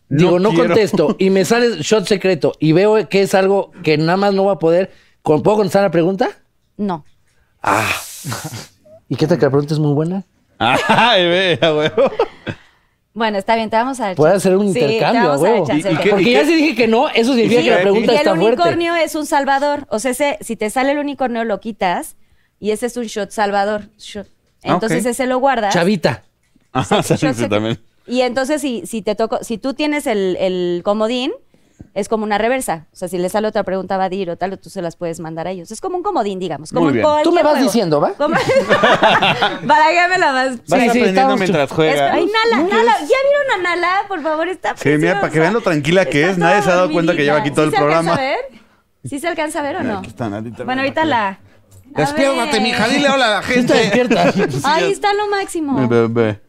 E: No
D: digo, no
E: quiero.
D: contesto y me sale shot secreto y veo que es algo que nada más no va a poder, ¿con- ¿puedo contestar la pregunta?
C: No.
D: ¿Y qué tal que la pregunta es muy buena?
E: Ah, Ay, ve, a huevo.
C: Bueno, está bien, te vamos a dar
D: Puede
C: chance.
D: hacer un
C: Sí,
D: intercambio,
C: te
D: a
C: vamos a dar
D: huevo.
C: chance.
E: ¿Y- y
C: ok.
E: qué-
D: Porque ya si dije que no, eso significa
E: Sí,
D: que la
E: y
D: pregunta
C: Y
D: está
C: el
D: fuerte.
C: unicornio es un salvador. O sea, ese- si te sale el unicornio, lo quitas y ese es un shot salvador. Shot.
E: Ah,
C: Entonces
E: ok.
C: ese lo guardas.
D: Chavita.
E: Ah,
C: Shot
E: sí,
C: sec-
E: también.
C: Y entonces si, si te toco, si tú tienes el, el comodín, es como una reversa. O sea, si le sale otra pregunta va a dir o tal, tú se las puedes mandar a ellos. Es como un comodín, digamos. Como
E: Muy
C: en
E: bien. Tú
D: Tú
C: cualquier
D: me vas
C: juego.
D: diciendo, ¿va?
C: Como- Para que me la vas.
E: Vas
D: sí,
E: aprendiendo
D: estamos-
E: mientras
C: Es-
E: juegas.
C: Ay, Nala, Nala, ¿ya vieron a Nala? Por favor, está
E: Sí, mira, para que vean lo tranquila que
C: Está
E: es. Nadie
C: toda
E: se ha dado cuenta que
C: dormidita.
E: lleva aquí todo
C: ¿Sí
E: el programa.
C: ¿Se alcanza a ver? ¿Sí se alcanza a ver o no?
E: Aquí está, Nalita.
C: Bueno, ahorita la. A
G: Despiértate,
C: ver.
G: mija,
E: Ah,
G: dile hola a la gente.
D: Está despierta.
C: Ahí está lo máximo.
E: Mi bebé.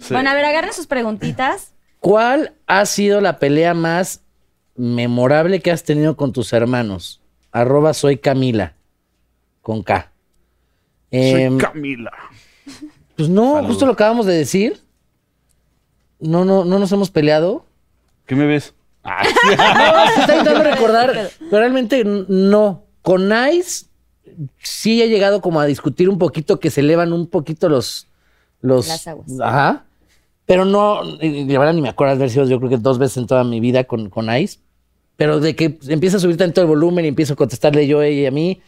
E: Sí.
C: Bueno, a ver, agarren sus preguntitas.
D: ¿Cuál ha sido la pelea más memorable que has tenido con tus hermanos? Arroba soy Camila. Con K. Em,
E: Soy Camila.
D: pues no,
E: Saludos.
D: justo lo acabamos de decir. No, no, no nos hemos peleado.
E: ¿Qué me ves? Ah, sí.
D: No, se está intentando recordar. Pero realmente n- no. Con Nice sí he llegado como a discutir un poquito que se elevan un poquito los. los
C: Las aguas.
D: Ajá. Pero no, eh, la verdad ni me acuerdo de haber sido yo creo que dos veces en toda mi vida con, con Ice. Pero de que empieza a subir tanto el volumen y empiezo a contestarle yo a ella y a mí.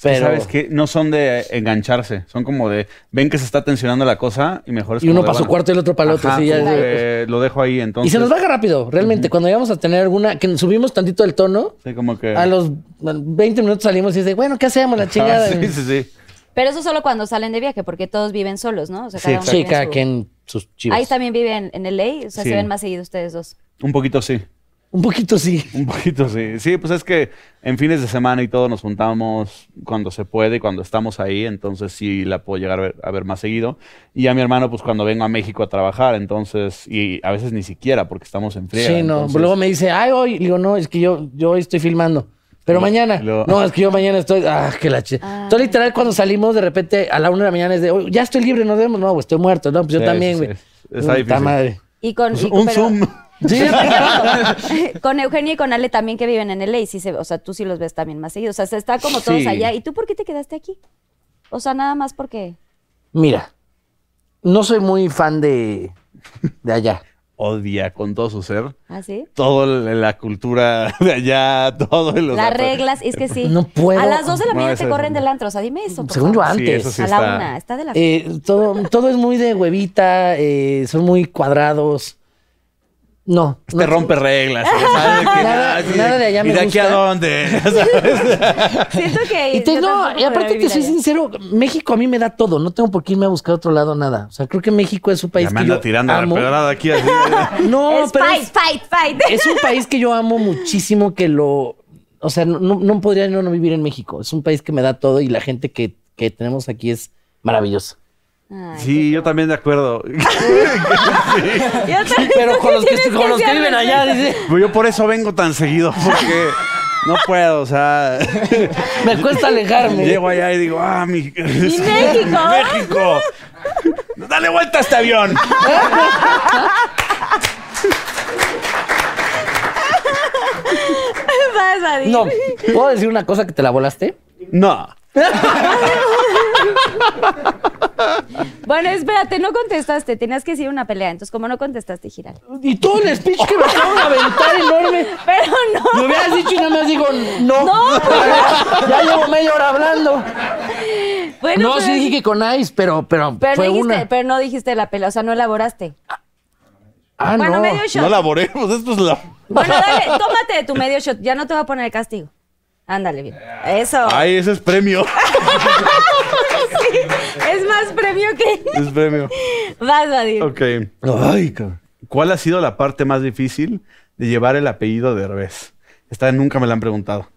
D: Pero,
E: ¿Sabes qué? No son de engancharse. Son como de. Ven que se está tensionando la cosa y mejor es
D: Y uno
E: como de,
D: para su
E: bueno,
D: cuarto y el otro para el otro.
E: ajá,
D: sí, ya- pues.
E: como de, lo dejo ahí entonces.
D: y se nos baja rápido, realmente. Cuando llegamos a tener alguna, que subimos tantito el tono,
E: Sí, como que.
D: a los 20 minutos salimos y dice, bueno, ¿qué hacemos? La
E: Ajá,
D: chingada.
E: sí, sí, sí.
C: Pero eso solo cuando salen de viaje, porque todos viven solos, ¿no? O sea,
E: Sí,
C: cada uno
D: Sí,
C: tiene
D: cada
C: su-
D: quien sus chivas.
C: Ahí también viven en LA, o sea,
E: Sí.
C: se ven más seguido ustedes dos.
E: Un poquito sí.
D: Un poquito sí.
E: Un poquito sí. Sí, pues es que en fines de semana y todo nos juntamos cuando se puede y cuando estamos ahí. Entonces sí la puedo llegar a ver, a ver más seguido. Y a mi hermano, pues cuando vengo a México a trabajar. Entonces. Y a veces ni siquiera porque estamos en friega.
D: sí, no.
E: entonces-
D: Luego me dice, ay, hoy. Le digo, no, es que yo, yo hoy estoy filmando. Pero
E: Lo-
D: mañana.
E: lo-
D: No, es que yo mañana estoy. Ah, qué la ch... Entonces, literal, cuando salimos de repente a la una de la mañana es de, "Oye, ya estoy libre, nos vemos. No, güey, estoy muerto. No, pues yo
E: Sí,
D: también,
E: sí,
D: güey.
E: sí. Está
D: Puta
E: difícil.
D: madre.
C: Y con, y-
E: Pues Un
C: pero-
E: Zoom.
D: Sí,
C: con Eugenia y con Ale también que viven en LA, sí se, o sea, tú sí los ves también más seguido. O sea, se está como todos
E: Sí.
C: allá. ¿Y tú por qué te quedaste aquí? O sea, nada más porque.
D: Mira, no soy muy fan de, de allá.
E: Odia con todo su ser.
C: ¿Así?
E: Toda la cultura de allá, todo el...
C: Las reglas, es que sí.
D: No puedo.
C: A las 2 de la
E: No,
C: mañana
E: eso
C: te
E: es-
C: corren del antro, o sea, dime eso. por
D: Según yo
C: favor.
D: antes.
E: Sí, eso sí
C: a
E: está.
C: la una, está de la.
D: Eh, todo, todo es muy de huevita, eh, son muy cuadrados. No.
E: Te
D: no-
E: rompe reglas. ¿sabes? De que,
D: Nada-
E: ah, sí,
D: nada de allá
E: ¿Y
D: me
E: de aquí a
D: gusta.
E: dónde? ¿Sabes?
C: Siento que.
D: Y te-
C: Eh, yo
D: no,
C: tampoco
D: y aparte
C: podría
D: te
C: vivir
D: soy
C: allá.
D: sincero, México a mí me da todo, no tengo por qué irme a buscar otro lado nada. O sea, creo que México es un país
E: Ya me
D: Pues que yo
E: anda tirando la
D: amo.
E: pedrada aquí así.
D: No,
C: Es
D: pero
C: fight,
D: es, Eh,
C: fight, fight.
D: es un país que yo amo muchísimo, que lo, o sea, no, no- no podría no, no vivir en México. Es un país que me da todo y la gente que, que tenemos aquí es maravillosa.
C: Ay,
E: Sí, yo también de acuerdo. Pues
C: yo también-
D: Pero con los que,
C: tienes
D: con los que
C: hacer
D: viven
C: respeto?
D: allá, dice,
E: Pues yo por eso vengo tan seguido, porque no puedo, o sea...
D: me cuesta alejarme.
E: Llego allá y digo, ah, mi...
C: ¿Y México?
E: ¡México! ¡Dale vuelta a este avión!
C: Vas a decir.
D: No, ¿puedo decir una cosa que te la volaste?
E: No.
C: Bueno, espérate, no contestaste. Tenías que decir una pelea. Entonces, como no contestaste, girar.
D: Y todo el speech que me acabo de aventar enorme.
C: Pero no.
D: Me hubieras dicho y nada más digo, no.
C: No.
D: ya llevo media hora hablando.
C: Bueno,
D: No,
C: pero-
D: sí dije que con Ice, pero, pero,
C: pues. Pero,
D: fue
C: dijiste-
D: una.
C: pero no dijiste la pelea, o sea, no elaboraste.
D: ah,
C: bueno,
D: no.
C: medio shot.
E: No laboré, pues esto es la...
C: Bueno, dale, tómate de tu medio shot. Ya no te voy a poner el castigo. Ándale, bien. Eso.
E: Ay, ese es premio.
C: Sí, es más premio que.
E: Es premio.
C: Vas, Vadir.
E: Ok.
D: Ay, cabrón.
E: ¿Cuál ha sido la parte más difícil de llevar el apellido de Herbés? Esta nunca me la han preguntado.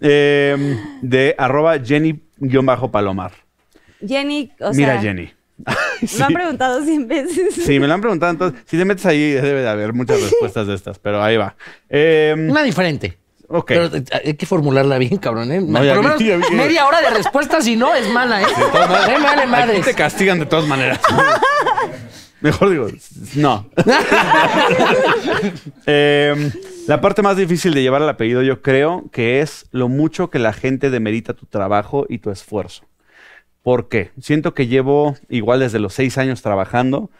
E: Eh, de arroba Jenny-Palomar.
C: Jenny, o
E: Mira,
C: sea.
E: Jenny.
C: Me han preguntado 100 veces.
E: Sí, me lo han preguntado. Entonces, si te metes ahí, debe de haber muchas respuestas de estas, pero ahí va. Eh,
D: Una diferente.
E: ok.
D: Pero eh, hay que formularla bien, cabrón, ¿eh?
E: ya
D: Por lo
E: vi,
D: menos
E: ya vi que-
D: media hora de respuesta, si no, es mala, ¿eh? Eh, me vale
E: Aquí
D: madres.
E: te castigan de todas maneras. Mejor digo, no. Eh, la parte más difícil de llevar el apellido, yo creo que es lo mucho que la gente demerita tu trabajo y tu esfuerzo. ¿Por qué? Siento que llevo igual desde los seis años trabajando,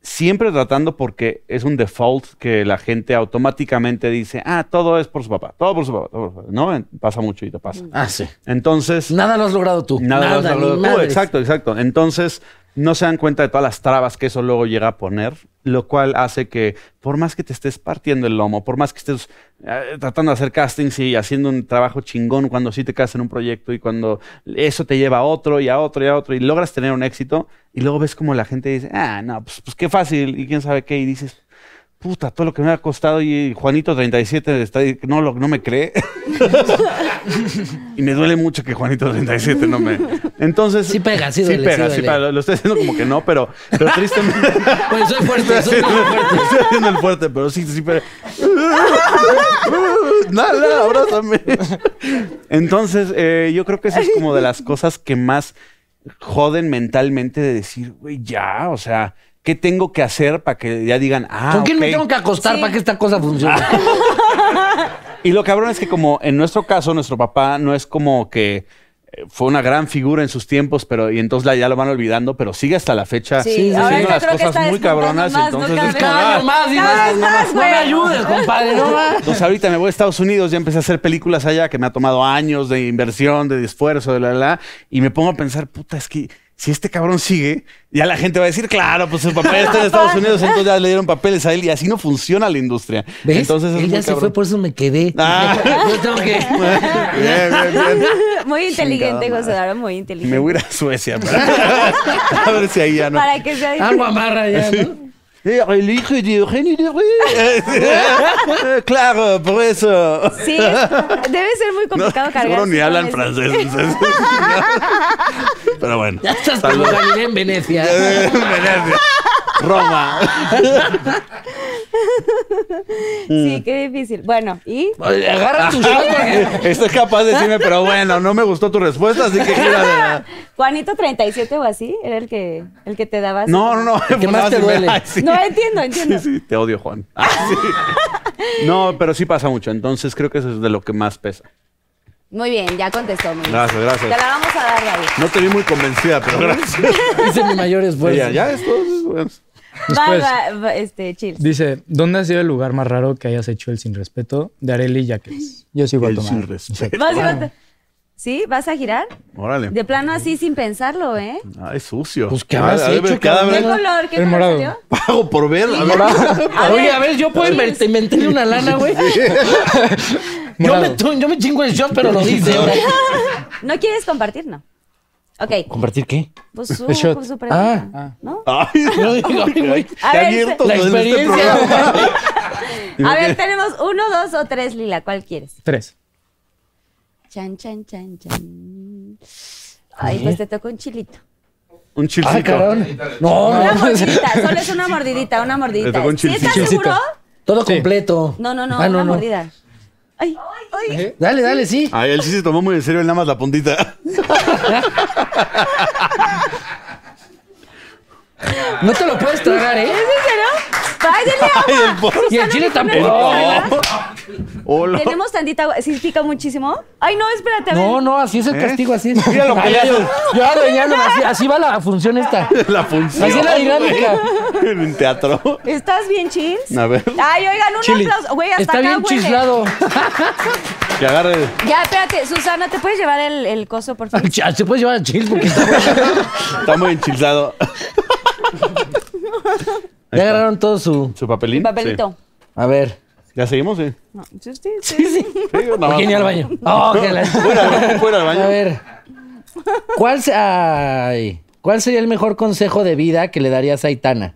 E: siempre tratando porque es un default que la gente automáticamente dice, ah, todo es por su papá, todo por su papá, todo por su papá". ¿no? Pasa mucho y te pasa.
D: Ah, sí.
E: Entonces...
D: Nada lo has logrado tú.
E: Nada, lo has hablado
D: ni
E: tú, Oh,
D: madres.
E: exacto, exacto. Entonces, no se dan cuenta de todas las trabas que eso luego llega a poner, lo cual hace que, por más que te estés partiendo el lomo, por más que estés eh, tratando de hacer castings y haciendo un trabajo chingón cuando sí te quedas en un proyecto y cuando eso te lleva a otro y a otro y a otro y logras tener un éxito y luego ves como la gente dice, ah, no, pues, pues qué fácil y quién sabe qué, y dices... Puta, todo lo que me ha costado y Juanito 37 está, ahí, no, lo, no me cree. Y me duele mucho que Juanito 37 no me. Entonces.
D: Sí pega, sí duele, sí
E: pega,
D: duele.
E: pega. Lo, lo estoy haciendo como que no, pero, pero tristemente.
D: Pues soy fuerte, soy
E: estoy,
D: muy
E: haciendo,
D: fuerte.
E: estoy haciendo el fuerte, pero sí, sí pega. Nala, abrázame. Entonces, eh, yo creo que eso es como de las cosas que más joden mentalmente de decir, güey, ya, o sea, ¿qué tengo que hacer para que ya digan, ah,
D: ¿Con quién me
E: ok"? Ah,
D: tengo que acostar
C: Sí.
D: para que esta cosa funcione?
E: Y lo cabrón es que como en nuestro caso, nuestro papá no es como que eh, fue una gran figura en sus tiempos, pero y entonces la- ya lo van olvidando, pero sigue hasta la fecha
C: Sí,
E: haciendo
C: ahora yo
E: las
C: creo que
E: cosas
C: está
E: muy
C: despuntando
E: cabronas.
C: más,
E: y entonces,
C: ¿no?
E: es como,
D: Cada vez
E: ah,
D: más y
C: Cada
D: más.
C: vez
D: No,
C: más,
D: no me
C: güey.
D: ayudes, compadre, no va.
E: entonces ahorita me voy a Estados Unidos, ya empecé a hacer películas allá que me ha tomado años de inversión, de esfuerzo, de la la, la, y me pongo a pensar, puta, es que si este cabrón sigue, ya la gente va a decir, claro, pues su papá está en Estados Unidos, entonces ya le dieron papeles a él y así no funciona la industria.
D: ¿Ves?
E: Entonces es
D: Él
E: muy
D: ya se fue,
E: cabrón.
D: por eso me quedé.
E: Ah.
D: Yo tengo que.
E: Bien, bien, bien.
C: Muy inteligente,
E: Chingada
C: José Daro, muy inteligente.
E: Me voy a ir a Suecia para, a ver si ahí ya no.
C: Para que sea
D: Algo amarra ya, ¿no?
E: Eh, El hijo de Eugenio de Rue. Eh, Claro, por eso.
C: Sí, es- debe ser muy complicado cargar.
E: seguro ni
C: con
E: hablan
C: eso.
E: francés. entonces. Pero bueno.
D: Ya estás como Galilea en Venecia.
E: Eh, Venecia, Roma.
C: Sí, qué difícil. Bueno, ¿y?
D: Oye, Agarra tu shot porque.
E: Ah, Estoy capaz de decirme, pero bueno, no me gustó tu respuesta, así que gira de la-
C: Juanito 37 o así, era el que, el que te dabas.
E: No, no, no.
D: ¿Qué más te duele?
E: Ay, sí.
C: No, entiendo, entiendo.
E: Sí, sí, te odio, Juan. Ah, sí. No, pero sí pasa mucho. Entonces creo que eso es de lo que más pesa.
C: Muy bien, ya contestó. muy bien.
E: Gracias,
C: Te
E: gracias.
C: la vamos a dar, David.
E: No te vi muy convencida, pero gracias.
D: Hice mi mayor esfuerzo.
E: ya, ya, esto es- bueno.
C: Va,
F: Después.
C: va, va, este, chill.
F: Dice, ¿dónde ha sido el lugar más raro que hayas hecho el sin respeto de Areli Jacques? Yo sigo a
E: El
F: tomar.
E: sin respeto.
C: Vas,
F: Ah.
C: vas- ¿Sí? ¿Vas a girar?
E: Órale.
C: De plano así sin pensarlo, ¿eh?
E: Ay, sucio.
D: Pues, ¿qué habrás
E: A ver,
D: hecho,
E: Cada
C: ¿Qué
E: vez
D: cabrón?
C: color? ¿Qué
F: El
C: color
F: morado.
C: salió?
E: pago por verla. a ver.
D: Oye, a ver, yo puedo invertir- inventarle una lana, güey. Yo me,
F: Morado.
D: tu- yo me chingo el shot, pero lo dice.
C: ¿No quieres compartir? No. Ok,
D: ¿Compartir qué?
C: pues su,
F: El shot. Ah.
C: su pregunta,
E: Ah.
C: ¿no?
E: Ay,
D: Yo digo, ay, güey.
C: A
E: qué
C: ver,
E: abiertos
D: La
E: en este
D: experiencia.
E: programa.
C: A ver, tenemos uno, dos o tres, Lila. ¿Cuál quieres?
F: Tres.
C: Chan, chan, chan, chan. Ay, pues te tocó un chilito.
E: Un
D: Ah,
E: chilcito.
D: cabrón. No,
C: Una
D: no,
C: mordidita, solo es una mordidita, una mordidita.
E: Le tocó un
C: ¿Sí estás
E: chilcito.
C: seguro?
D: todo completo.
C: No, no, no,
D: Ah,
C: una mordida. Ay, ay.
D: Dale, dale, sí.
E: Ay, él sí se tomó muy en serio nada más la puntita.
D: No te lo puedes tragar, ¿eh?
C: ¿Es en serio? Ay, denle agua.
E: Ay, el por-
D: Y el chile
E: el-
D: tampoco.
E: Oh. Hola.
C: Tenemos tantita agua. ¿Sí pica muchísimo? Ay, no, espérate. a ver.
D: No, no, así es el
E: ¿Eh?
D: castigo, así es.
E: Mira lo que
D: Ay,
E: le
D: ya,
E: haces.
D: ya, ya, ya, no, así, así va la función esta.
E: La función.
D: Así es la dinámica.
E: güey. En un teatro.
C: ¿Estás bien, Chills?
E: A ver.
D: Ah.
C: Ay, oigan, un
D: Chile.
C: aplauso. Güey, hasta
D: Está
C: acá
D: bien
C: huele.
D: chislado.
E: Que agarre.
C: Ya, espérate. Susana, ¿te puedes llevar el, el coso, por favor?
D: Ch- Se puede llevar a chil porque está bueno.
E: Está muy enchilzado.
D: Ya agarraron todo su.
E: ¿Su papelín?
C: Papelito.
E: Sí.
D: A ver.
E: ¿Ya seguimos? eh?
C: No, sí, sí, sí.
E: Sí, nada
D: Oye, ni al
E: más.
D: baño. Oh, que la-
E: Fuera, fuera del
D: A
E: baño.
D: ver. ¿Cuál, se- ay, ¿Cuál sería el mejor consejo de vida que le darías a Aitana?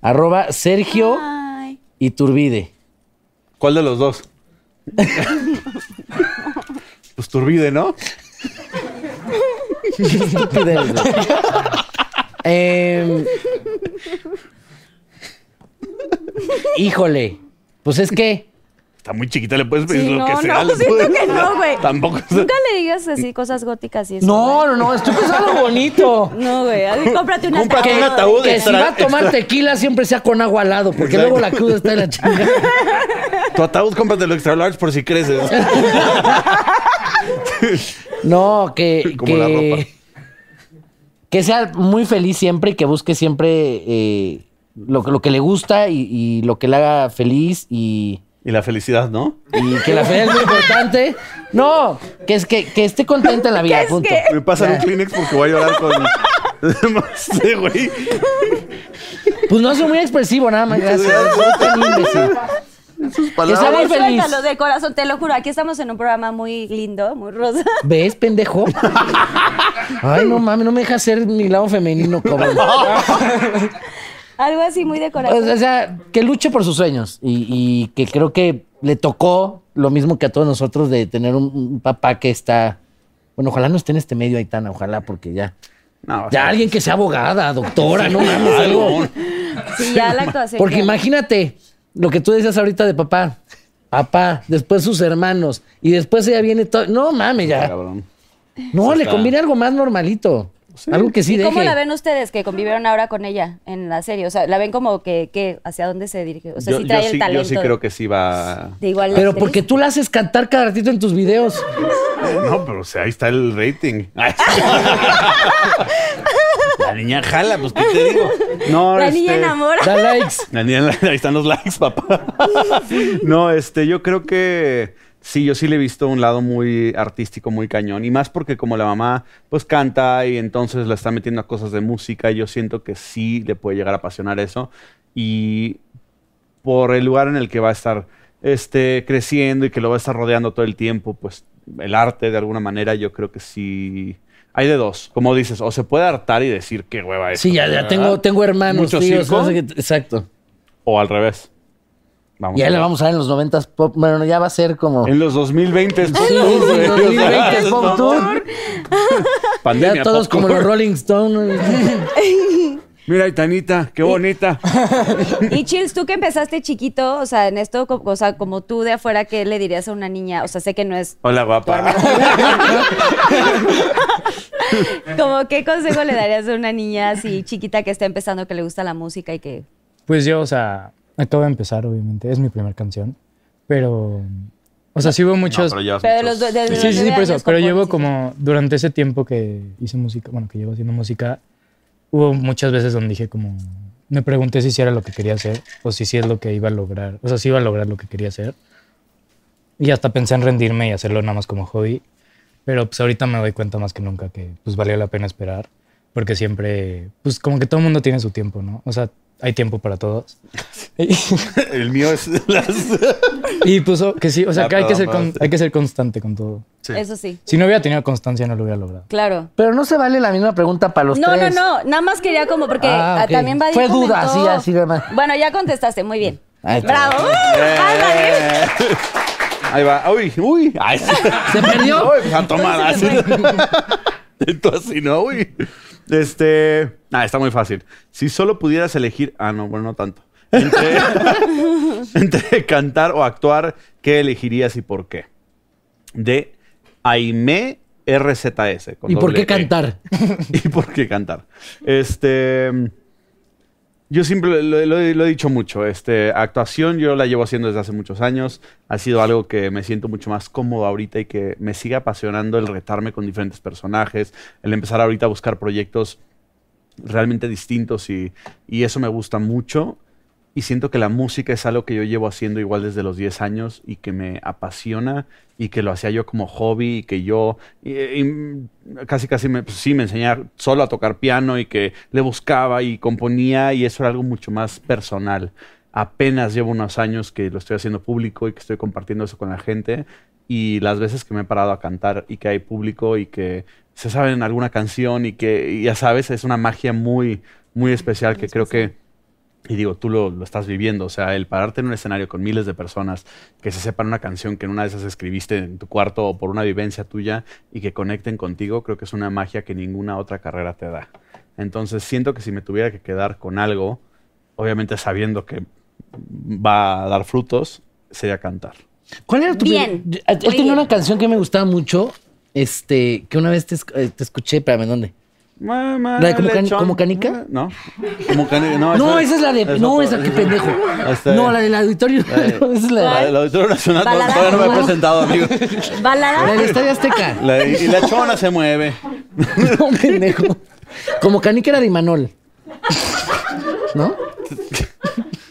D: Arroba Sergio
C: Ay.
D: Iturbide.
E: ¿Cuál de los dos? pues Turbide, ¿no?
D: Estúpido eres, güey. Em, híjole. Pues es que.
E: Está muy chiquita, le puedes pedir
C: Sí,
E: lo
C: no,
E: que
C: no,
E: sea. le
C: siento
E: puedes-
C: que no, güey.
E: Tampoco es-
C: Nunca le digas así cosas góticas y eso.
D: No,
C: güey.
D: no, no. Estoy pensando algo bonito.
C: No, güey. así, Cómprate una
E: Cómprate un ataúd
D: Que si
E: extra-
D: va a tomar
E: extra-
D: tequila, siempre sea con agua al lado, porque
E: Exacto.
D: luego la cruda está en la chingada.
E: Tu ataúd, cómpratelo extra large por si creces.
D: No, que.
E: Como
D: que,
E: la ropa.
D: que sea muy feliz siempre y que busque siempre eh, lo, que- lo que le gusta y, y lo que le haga feliz y,
E: y la felicidad, ¿no?
D: y que la fe es muy importante. No, que es que, que esté contenta en la vida, punto.
E: Me pasan un Kleenex porque voy a llorar con... Sí, güey.
D: Pues no soy muy expresivo, nada más. Gracias. Soy tan imbécil. Que sea muy
C: Ay,
D: feliz.
C: Suéltalo de corazón, te lo juro. Aquí estamos en un programa muy lindo, muy rosa.
D: ¿Ves, pendejo? Ay, no mames, no me deja ser mi lado femenino, cabrón.
C: Algo así muy de corazón.
D: O sea, que luche por sus sueños y, y que creo que le tocó lo mismo que a todos nosotros de tener un, un papá que está... Bueno, ojalá no esté en este medio, Aitana, ojalá, porque ya...
E: No, o sea,
D: Ya alguien que sea abogada, doctora, no mames, algo.
E: algo.
C: Sí, ya la actuación.
D: Porque
C: ya.
D: imagínate lo que tú decías ahorita de papá, papá, después sus hermanos, y después ella viene todo... No mames, ya.
E: Cabrón.
D: No, le
E: está.
D: conviene algo más normalito. Algo que sí
C: ¿Y
D: deje.
C: cómo la ven ustedes que convivieron ahora con ella en la serie? O sea, ¿la ven como que, que hacia dónde se dirige? O sea,
E: Yo-
C: sí
E: yo
C: trae el
E: sí-
C: talento.
E: Yo sí creo que sí va...
C: De igual la
D: Pero
C: actriz.
D: porque tú la haces cantar cada ratito en tus videos.
E: No, pero o sea, ahí está el rating. La niña jala, pues, ¿qué te digo? No,
C: La niña
E: este,
C: enamora.
D: Da likes.
E: La niña, ahí están los likes, papá. No, este, yo creo que sí, yo sí le he visto un lado muy artístico, muy cañón. Y más porque como la mamá, pues canta y entonces la está metiendo a cosas de música. y Yo siento que sí le puede llegar a apasionar eso. Y por el lugar en el que va a estar este, creciendo y que lo va a estar rodeando todo el tiempo, pues el arte de alguna manera yo creo que sí. Hay de dos, como dices, o se puede hartar y decir qué hueva es.
D: Sí, ya, ya tengo, tengo hermanos,
E: Ah, Mucho
D: tíos,
E: circo.
D: no sé qué- exacto.
E: O al revés. Vamos
D: Y
E: a
D: ahí la
E: ver.
D: vamos a ver en los 90s pop. Bueno, ya va a ser como.
E: En los 2020 es
D: Sí, sí, sí, 2020 es pop tour.
E: Pandemia,
D: Ya todos
E: pop
D: como
E: tour.
D: los Rolling Stones.
E: Mira, Itanita, qué bonita.
C: Y Chills, tú que empezaste chiquito, o sea, en esto, co- o sea, como tú de afuera, ¿qué le dirías a una niña? O sea, sé que no es.
E: Hola, guapa.
C: Como, ¿qué consejo le darías a una niña así chiquita que está empezando, que le gusta la música y que.
F: Pues yo, o sea, acabo de empezar, obviamente. Es mi primera canción. Pero, o sea, sí hubo muchos...
E: llevas
C: Pero de
E: muchos-
C: los do- de- de-
F: Sí, sí, sí,
C: nueve
F: por eso.
C: años
F: Pero
C: compones,
F: llevo
C: sí.
F: como, durante ese tiempo que hice música, bueno, que llevo haciendo música, hubo muchas veces donde dije como, me pregunté si sí era lo que quería hacer o si sí es lo que iba a lograr, o sea, si iba a lograr lo que quería hacer. Y hasta pensé en rendirme y hacerlo nada más como hobby. Pero pues ahorita me doy cuenta más que nunca que pues valió la pena esperar. Porque siempre, pues como que todo el mundo tiene su tiempo, ¿no? O sea, hay tiempo para todos.
E: El mío es las...
F: Y pues o- que sí, o sea,
E: Ah,
F: que hay que, ser
E: perdón,
F: con- hay que ser constante con todo.
C: Eso sí,
F: Si no hubiera tenido constancia, no lo hubiera logrado.
C: claro.
D: Pero no se vale la misma pregunta para los
C: No, no,
D: tres.
C: no, nada más quería como porque
D: Ah,
C: ah,
D: ok.
C: también va
D: Fue duda, sí, así nada más.
C: Bueno, ya contestaste, muy bien.
D: Ahí está.
C: Bravo. ¡Uh! Ándale.
E: Ahí va. Uy, uy. Ay, sí.
D: ¿Se perdió?
E: Uy, pues, a tomar así. Entonces, sí, no, uy. Este. Ah, está muy fácil. Si solo pudieras elegir. Ah, no, bueno, no tanto. Entre, entre cantar o actuar, ¿qué elegirías y por qué? De Aime RZS. con
D: ¿Y por
E: doble
D: qué
E: E.
D: cantar?
E: ¿Y por qué cantar? Este. Yo siempre lo, lo- lo he dicho mucho. Este, actuación yo la llevo haciendo desde hace muchos años. Ha sido algo que me siento mucho más cómodo ahorita y que me sigue apasionando el retarme con diferentes personajes, el empezar ahorita a buscar proyectos realmente distintos y, y eso me gusta mucho. Y siento que la música es algo que yo llevo haciendo igual desde los 10 años y que me apasiona y que lo hacía yo como hobby y que yo eh, em, casi casi me, pues sí, me enseñaba solo a tocar piano y que le buscaba y componía y eso era algo mucho más personal. apenas llevo unos años que lo estoy haciendo público y que estoy compartiendo eso con la gente. Y las veces que me he parado a cantar y que hay público y que se saben alguna canción y que, y ya sabes, es una magia muy, muy especial que creo que, y digo, tú lo, lo estás viviendo, o sea, el pararte en un escenario con miles de personas que se sepan una canción que en una de esas escribiste en tu cuarto o por una vivencia tuya y que conecten contigo, creo que es una magia que ninguna otra carrera te da. Entonces siento que si me tuviera que quedar con algo, obviamente sabiendo que va a dar frutos, sería cantar.
D: ¿Cuál era tu
C: Bien,
D: pri- Yo- Él
C: muy
D: tenía
C: bien.
D: una canción que me gustaba mucho, este, que una vez te, esc- eh, te escuché, espérame, ¿dónde?
E: ¿La
D: de como cani- como canica?
E: No. Como canica. No,
D: No, esa es la de. no,
E: otra-
D: esa, qué pendejo.
E: Esta
D: No,
E: es-
D: la del auditorio. No, esa es la,
E: La del Auditorio Nacional. no,
C: Balada.
E: todavía no me he presentado, amigo.
C: ¿Balada?
D: la del Estadio Azteca.
E: La de- y la chona se mueve.
D: No, pendejo. Como canica era de Imanol. ¿No?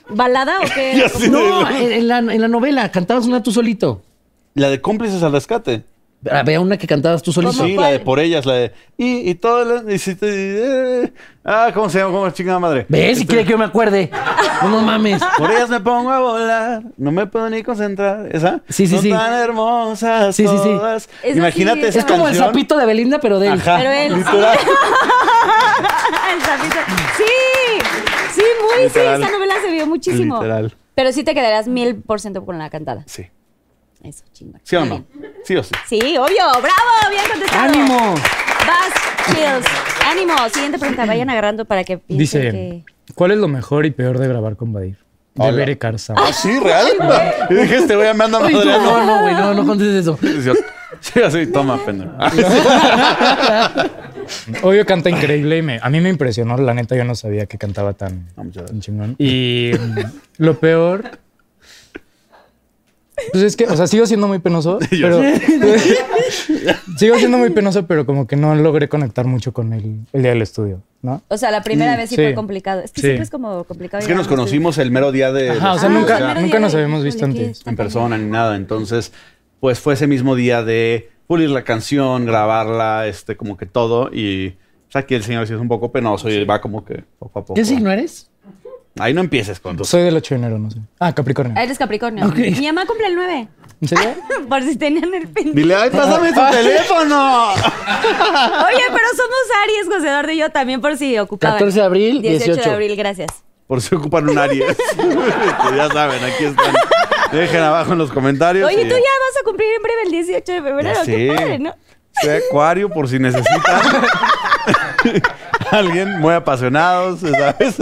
C: ¿Balada o qué?
D: No, en, en la, en la novela cantabas una tú solito. Ah,
E: La de cómplices al rescate.
D: Había una que cantabas tú solito.
E: Sí, la de por ellas, la de. Y, y todo. el- y si te- eh, ah, ¿cómo se llama? ¿Cómo chingada madre?
D: ¿Ves? Si quiere que yo me acuerde. No, no mames.
E: Por ellas me pongo a volar, no me puedo ni concentrar. ¿Esa?
D: Sí, sí,
E: Son
D: sí.
E: tan hermosas
D: Sí, sí, sí.
E: todas.
C: Esa
E: Imagínate
C: sí,
E: esa
D: Es como el
E: canción.
D: sapito de Belinda, pero de él.
E: Ajá,
C: Pero él-
E: literal.
C: El sapito. Sí, sí, muy
E: Literal.
C: sí. Esa novela se vio muchísimo.
E: Literal.
C: Pero sí te quedarás mil por ciento con la cantada.
E: Sí.
C: Eso, chingón.
E: ¿Sí o
C: Muy
E: no?
C: bien.
E: Sí o sí.
C: Sí, obvio. Bravo, bien contestado.
D: ¡Ánimo!
C: Vas, chills. Ánimo. Siguiente pregunta. Vayan agarrando para que piensen
F: Dice,
C: que...
F: ¿cuál es lo mejor y peor de grabar con Badir? De
E: Hola.
F: Bere Carza.
E: Ah, sí, real. Y dije, este güey me anda
D: Ay, no,
E: madreando.
D: no, no, güey, no, no contestes eso.
E: Sí, Sí, así, toma, pendejo. Ah,
F: Obvio canta increíble y me- a mí me impresionó, la neta yo no sabía que cantaba tan,
E: No, muchas gracias.
F: tan chingón. Y mm, lo peor, pues es que, o sea, sigo siendo muy penoso, pero sigo siendo muy penoso, pero como que no logré conectar mucho con él el día del estudio, ¿no?
C: O sea, la primera vez sí,
F: sí.
C: fue complicado. Es que
F: Sí.
C: siempre es como complicado.
E: Es que nos
C: llegar a un estudio.
E: conocimos el mero día de.
F: Ajá, o sea,
C: Ah,
F: nunca,
C: el mero
F: nunca
C: día
F: nos
C: de-
F: habíamos visto
C: híjole, qué
F: antes.
E: en persona ni nada. Entonces, pues fue ese mismo día de pulir la canción, grabarla, este, como que todo. Y o sea, aquí el señor sí es un poco penoso y va como que poco a poco.
D: ¿Qué signo eres?
E: Ahí no empieces con tus.
F: Soy del 8 de enero, no sé. Ah, Capricornio.
C: Ah, Eres Capricornio. Mi mamá cumple el 9.
F: ¿En serio?
C: Por si tenían el pendiente.
E: Dile, ay, pásame tu teléfono.
C: Oye, pero somos Aries, José Eduardo y yo también por si ocupaban.
D: 14 de abril, 18.
C: de abril, gracias.
E: Por si ocupan un Aries. Que ya saben, aquí están. Dejen abajo en los comentarios.
C: Oye,
E: y-
C: tú ya vas a cumplir en breve el 18 de febrero.
E: Ya
C: Qué
E: sé.
C: padre, ¿no?
E: Soy acuario por si necesitan. Alguien muy apasionado, ¿sabes?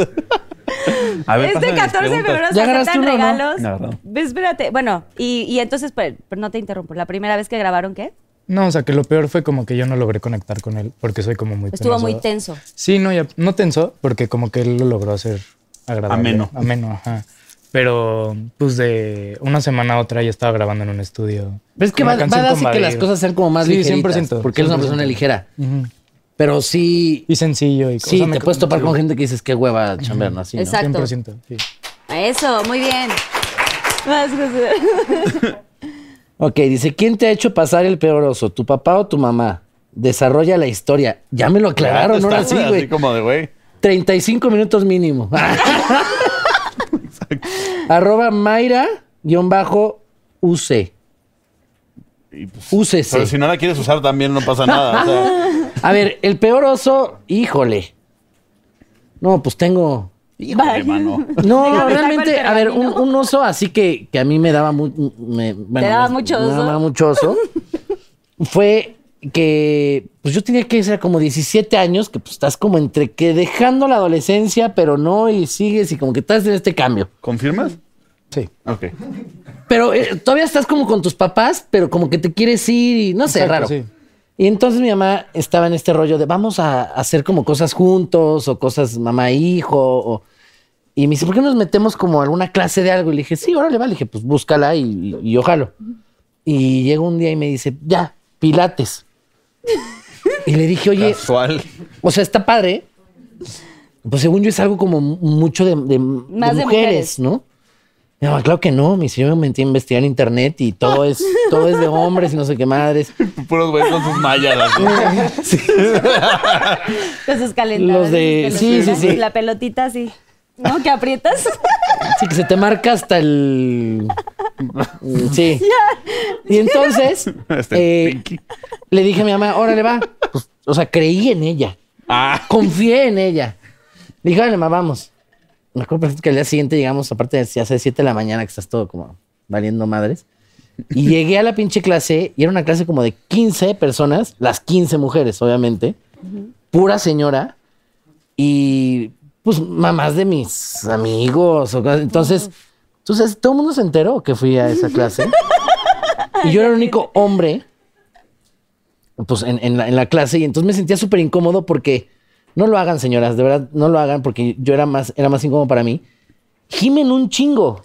E: A ver,
C: Este
E: pásame mis
C: 14 de febrero
E: preguntas.
C: se
D: ¿Ya agarraste
C: aceptan
D: uno o no?
C: regalos.
E: No, no.
C: Ve, Espérate, bueno, y, y entonces, pues, pero no te interrumpo. ¿La primera vez que grabaron qué?
F: No, o sea, que lo peor fue como que yo no logré conectar con él porque soy como muy
C: Estuvo
F: penoso.
C: muy tenso.
F: Sí, no, ya, no tenso, porque como que él lo logró hacer agradable.
E: Ameno.
F: Ameno, ajá. Pero, pues, de una semana a otra ya estaba grabando en un estudio.
D: Ves Pues que
F: Una
D: va, va
F: canción
D: a
F: con
D: darse que
F: Badir.
D: las cosas sean como más
F: Sí,
D: ligeritas.
F: 100%.
D: Porque eres una
F: 100%.
D: persona ligera.
F: Ujú.
D: Pero sí,
F: Y sencillo. Y, o
D: sí,
F: sea, me-
D: te puedes topar con gente que dices, qué hueva chambear, ¿no? Así, ¿no?
C: Exacto.
F: 100%. sí.
C: Eso, muy bien. Vas, José.
D: Ok, dice, ¿quién te ha hecho pasar el peor oso? ¿Tu papá o tu mamá? Desarrolla la historia. Ya me lo aclararon, ahora sí,
E: Así
D: güey.
E: como de, güey.
D: 35 minutos mínimo. Arroba Mayra-UC.
E: Y pues,
D: Úsese.
E: Pero si no la quieres usar también no pasa nada. o sea,
D: A ver, el peor oso, híjole. No, pues tengo.
E: híjole, mano.
D: No,
C: Déjame saco
D: realmente,
C: el
D: a ver, un,
C: pergamino.
D: un oso así que, que a mí me daba, mu- me- bueno,
C: daba
D: me-
C: mucho
D: me
C: oso?
D: daba mucho oso, fue que pues yo tenía que ser como 17 años, que pues estás como entre que dejando la adolescencia, pero no, y sigues y como que estás en este cambio.
E: ¿Confirmas?
F: Sí.
E: Ok.
D: Pero eh, todavía estás como con tus papás, pero como que te quieres ir y no sé, raro.
F: Exacto, sí.
D: Y entonces mi mamá estaba en este rollo de vamos a hacer como cosas juntos o cosas mamá e hijo. o- Y me dice, ¿por qué nos metemos como a alguna clase de algo? Y le dije, sí, órale, va. Le dije, pues búscala y, y, y yo jalo. Y llega un día y me dice, ya, pilates. y le dije, oye,
E: Casual.
D: o sea, está padre. Pues según yo es algo como mu- mucho de, de- de
C: Más de mujeres.
D: mujeres, ¿no? Mi mamá, claro que no. Me dice, yo me metí a investigar en internet y todo es, todo es de hombres y no sé qué madres.
E: Puros güeyes con sus mallas. así.
C: Con sus calentadas.
D: Los de-
C: sus
D: sí, sí,
C: pelotitas,
D: sí.
C: La pelotita, sí. ¿No? ¿Que aprietas?
D: Sí, que se te marca hasta el. Sí. Y entonces
E: Hasta el
D: eh,
E: pinky.
D: le dije a mi mamá, órale, va. Pues, o sea, creí en ella.
E: Ah.
D: Confié en ella. Le dije, órale, ma, vamos. Me acuerdo perfecto que al día siguiente llegamos, aparte de ya sé, 7 de la mañana, que estás todo como valiendo madres. Y llegué a la pinche clase y era una clase como de 15 personas, las 15 mujeres, obviamente. Pura señora y pues mamás de mis amigos. o cosas. Entonces, tú sabes, todo el mundo se enteró que fui a esa clase. y yo era el único hombre pues, en, en la, en la clase y entonces me sentía súper incómodo porque no lo hagan, señoras, de verdad, no lo hagan porque yo era más, era más incómodo para mí. Gimen un chingo.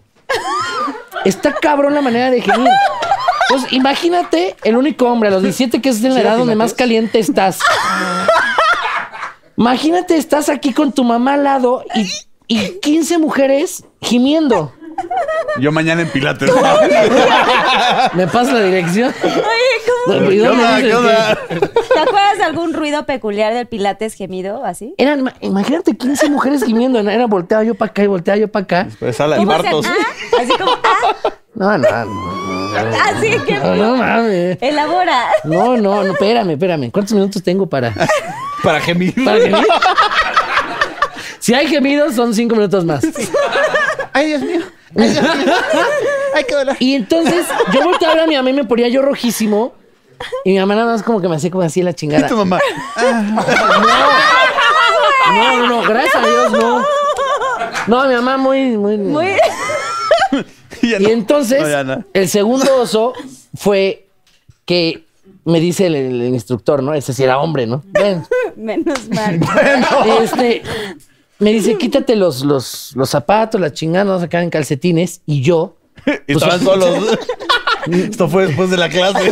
D: Está cabrón la manera de gemir. Entonces, imagínate el único hombre a los 17 que es en la edad donde más caliente estás. Imagínate, estás aquí con tu mamá al lado y, y 15 mujeres gimiendo.
E: Yo mañana en Pilates.
D: ¿Me pasa la dirección?
C: Oye, ¿cómo?
D: ¿Y
E: ¿Qué
D: dónde
E: onda?
D: dices
E: ¿Qué onda?
C: ¿Te acuerdas de algún ruido peculiar del pilates gemido así?
D: que- Eran, imagínate 15 mujeres gimiendo. Era volteado yo para acá y volteado yo para acá.
E: Pues sala del
C: ¿Cómo hacen?
E: Bartos.
C: Ah, así como, ah,
D: No, no, no.
C: así que
D: Ah, No, no mames.
C: elabora.
D: No, no, no, espérame, espérame. ¿Cuántos minutos tengo para,
E: Para gemir.
D: para gemir? Si hay gemidos, son cinco minutos más.
E: Ay, Dios mío. Ay, Dios mío. Ay, qué dolor.
D: Y entonces yo volteaba a ver a mi mamá y me ponía yo rojísimo. Y mi mamá nada más como que me hacía como así la
E: ¿Y
D: chingada.
E: tu mamá?
D: No, no, no, gracias a Dios, no. No, mi mamá muy, muy.
C: Muy-
E: ya
D: Y
E: no.
D: entonces,
E: No, ya no.
D: el segundo oso fue que me dice el, el instructor, ¿no? Ese sí era hombre, ¿no? Ven.
C: Menos mal.
D: Este, me dice, quítate los, los, los zapatos, las chingadas, vamos a quedar en calcetines. Y yo,
E: Y
D: Pues
E: estaban solos. Esto fue después de la clase.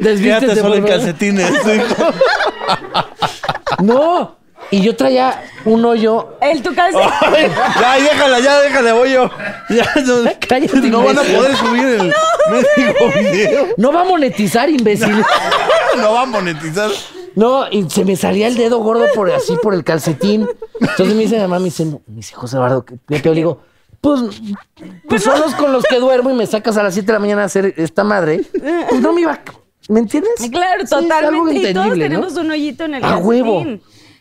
D: desvístete,
E: Quédate solo
D: por
E: en
D: favor".
E: calcetines.
D: No. Y yo traía un hoyo.
C: El tu calcetín.
E: ya, déjala, ya, déjala, voy yo. Ya, no,
D: Cállate,
E: no van a
D: imbécil.
E: poder subir el mendigo video.
D: No va a monetizar, imbécil.
E: No va a monetizar.
D: No, y se me salía el dedo gordo por así por el calcetín. Entonces me dice mi mamá, me dice, me dice José Bardo, ¿qué qué pedo? Le digo, pues, pues son los con los que duermo y me sacas a las 7 de la mañana a hacer esta madre. Pues no me iba, a- ¿me entiendes?
C: Claro,
D: Sí, es algo
C: totalmente. Y todos
D: entendible, ¿no?
C: tenemos un hoyito en el
D: A
C: calcetín.
D: huevo.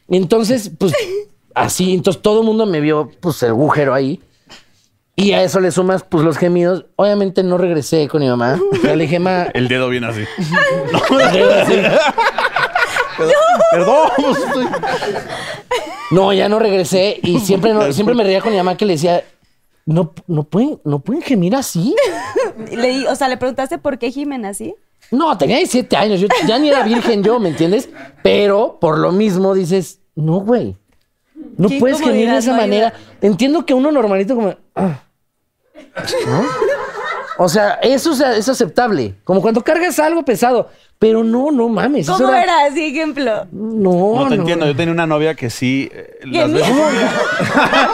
D: Entonces, pues así, entonces todo el mundo me vio, pues el agujero ahí. Y a eso le sumas, pues los gemidos. Obviamente no regresé con mi mamá. Yo le dije, ma,
E: El dedo viene así. Perdón. pues, estoy-
D: No, ya no regresé y siempre, no- siempre me reía con mi mamá que le decía, no, no, pueden, no pueden gemir así.
C: Le di- o sea, le preguntaste por qué gimen así.
D: No, tenía 17 años, yo ya ni era virgen yo, ¿me entiendes? Pero por lo mismo dices, no, güey, no
C: Qué
D: puedes gemir
C: incomodidad,
D: de esa
C: no ayuda.
D: manera. Entiendo que uno normalito como... ah, ¿no? O sea, eso es, es aceptable, como cuando cargas algo pesado, pero no, no mames. eso
C: ¿Cómo era? Así, ejemplo.
D: No,
E: No te entiendo. Yo tenía una novia que sí. eh, las veces-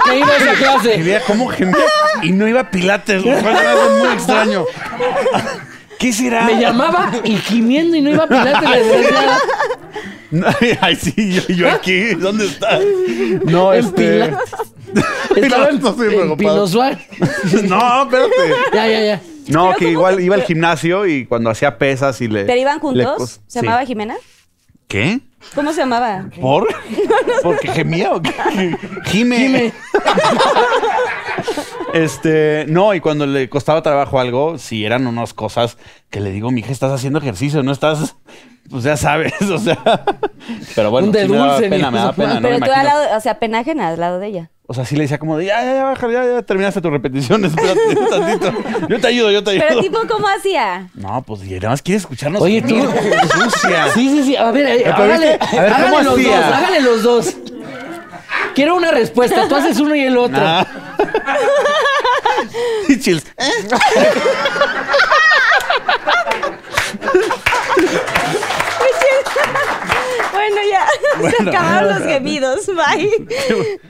D: Me iba a esa
E: Y
D: clase.
E: veía cómo gemía y no iba a pilates. güey. Fue algo muy extraño. ¿Qué será?
D: Me llamaba y gimiendo y no iba a pilarte la desgraciada.
E: Ay, sí, yo, yo aquí. ¿Dónde estás? No,
D: En
E: este.
D: Pilates. Estaba en,
E: No estoy
D: en
E: preocupado.
D: eh, Pino Suárez.
E: No, espérate.
D: Ya, ya, ya.
E: No, que
C: Pero ¿cómo
E: igual
C: te-
E: iba al gimnasio y cuando hacía pesas y le.
C: ¿Pero iban
E: le
C: juntos?
E: cos-
C: ¿Se
E: sí.
C: llamaba Jimena?
E: ¿Qué?
C: ¿Cómo se llamaba?
E: ¿Por? ¿Porque gemía o qué? Gime. Este, no, y cuando le costaba trabajo algo, si eran unas cosas que le digo, mija, estás haciendo ejercicio, no estás, pues ya sabes, o sea. Pero bueno,
D: Un de
E: sí me daba
D: dulce,
E: pena,
D: ni-
E: me daba pena, ¿no?
C: Pero tú
E: Imagínate.
C: al lado, o sea, penágena al lado de ella.
E: O sea, sí le decía como de, ya, ya, ya, bájale, ya, ya, terminaste tus repeticiones, espérate un tantito. Yo te ayudo, yo te ayudo.
C: Pero tipo, ¿cómo hía?
E: No, pues y además quiere escucharnos.
D: Oye, tú.
E: Sucia.
D: Sí, sí, sí. A ver, eh,
E: pero
D: hágale,
E: viste, a ver,
D: hágale
E: ¿cómo
D: los
E: hacía?
D: dos. Hágale los dos. Quiero una respuesta. Tú haces uno y el otro.
E: Ah. Y chills. ¿Eh?
C: Bueno, ya. se
E: Bueno.
C: acabaron los gemidos. Bye.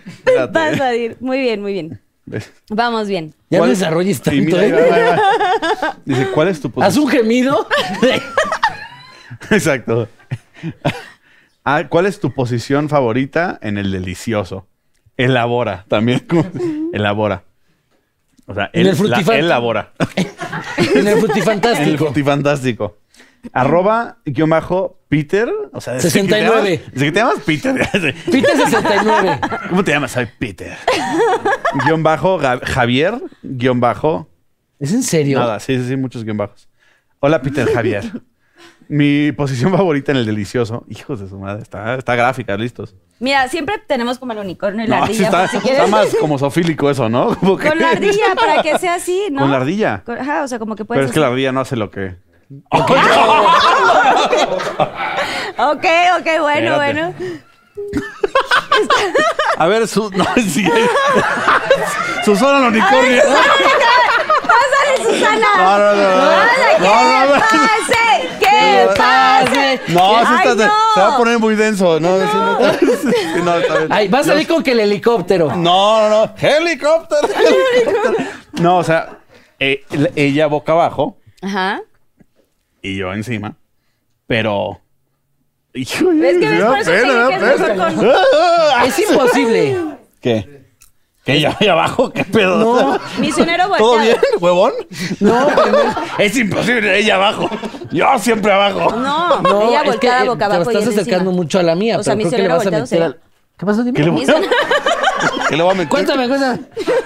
E: Espérate.
C: Vas a ir. Muy bien, muy bien. Vamos bien.
D: Ya no
E: ¿Cuál-
D: desarrolles
E: Y
D: tanto,
E: mira, ahí va,
D: ¿eh?
E: ahí va, ahí va. Dice, ¿cuál es tu
D: Haz
E: posición?
D: un gemido.
E: Exacto. Ah, ¿Cuál es tu posición favorita en el delicioso? Elabora, también. como- elabora. O sea,
D: En
E: él,
D: el frutifan-
E: la- elabora.
D: En el
E: En el
D: frutifantástico.
E: Fantástico. Arroba guión bajo Peter. O sea, desde que te
D: 69.
E: llamas- Desde que te llamas Peter.
D: Peter 69.
E: ¿Cómo te llamas? Soy Peter. guión bajo Ga- Javier. Guión bajo.
D: ¿Es en serio?
E: Nada, sí, sí, sí, muchos guión bajos. Hola, Peter Javier. Mi posición favorita en el delicioso. Hijos de su madre, está, está gráfica, listos.
C: Mira, siempre tenemos como el unicornio y la
E: No, sí
C: ardilla.
E: está,
C: por si
E: está
C: quieres.
E: más como sofílico eso, ¿no? Como que-
C: Con la ardilla, para que sea así, ¿no? Pues
E: Con la ardilla.
C: Con- Ajá, o sea, como que
E: Pero
C: puedes.
E: es que la ardilla no hace lo que.
C: Ok, ok,
E: Espérate.
C: bueno, bueno.
E: A ver, su. No, sí. Susana el unicornio.
C: ¡Pásale, Susana!
D: Ah,
E: No, no, no, no.
C: ¡Pásale,
E: No, no,
C: que
E: no.
C: pase! ¡Que pase!
E: No, sí
C: Ay,
E: está-
C: no.
E: se va a poner muy denso. No, sí, no, sí, no, está bien.
D: Ay, va a salir con que el helicóptero.
E: No, no, no. Helicóptero. helicóptero. No, o sea, eh, la- ella boca abajo
C: Ajá.
E: y yo encima, pero. Hijo,
C: Es que
E: me
C: ves,
E: da
C: por eso te
E: pena,
C: dije
E: me
C: que es
E: da
C: mejor
E: pena. Ah,
D: Es imposible.
E: ¿Qué? ¿Qué ella ahí abajo? ¿Qué pedo?
C: Misionero
E: ¿Todo
C: volteado.
E: bien, huevón? No, es imposible, ella abajo. Yo siempre abajo.
C: No,
D: No,
C: ella
D: es que,
C: volteada
D: eh,
C: boca abajo.
D: Te estás acercando mucho a la mía,
C: O sea, mi
D: pero creo que le
C: cerebro
D: vas a
C: volteado sería-
D: meter al- ¿Qué pasó, dime?
E: ¿Qué le voy a, ¿Qué le voy a meter?
D: Cuéntame, cuéntame.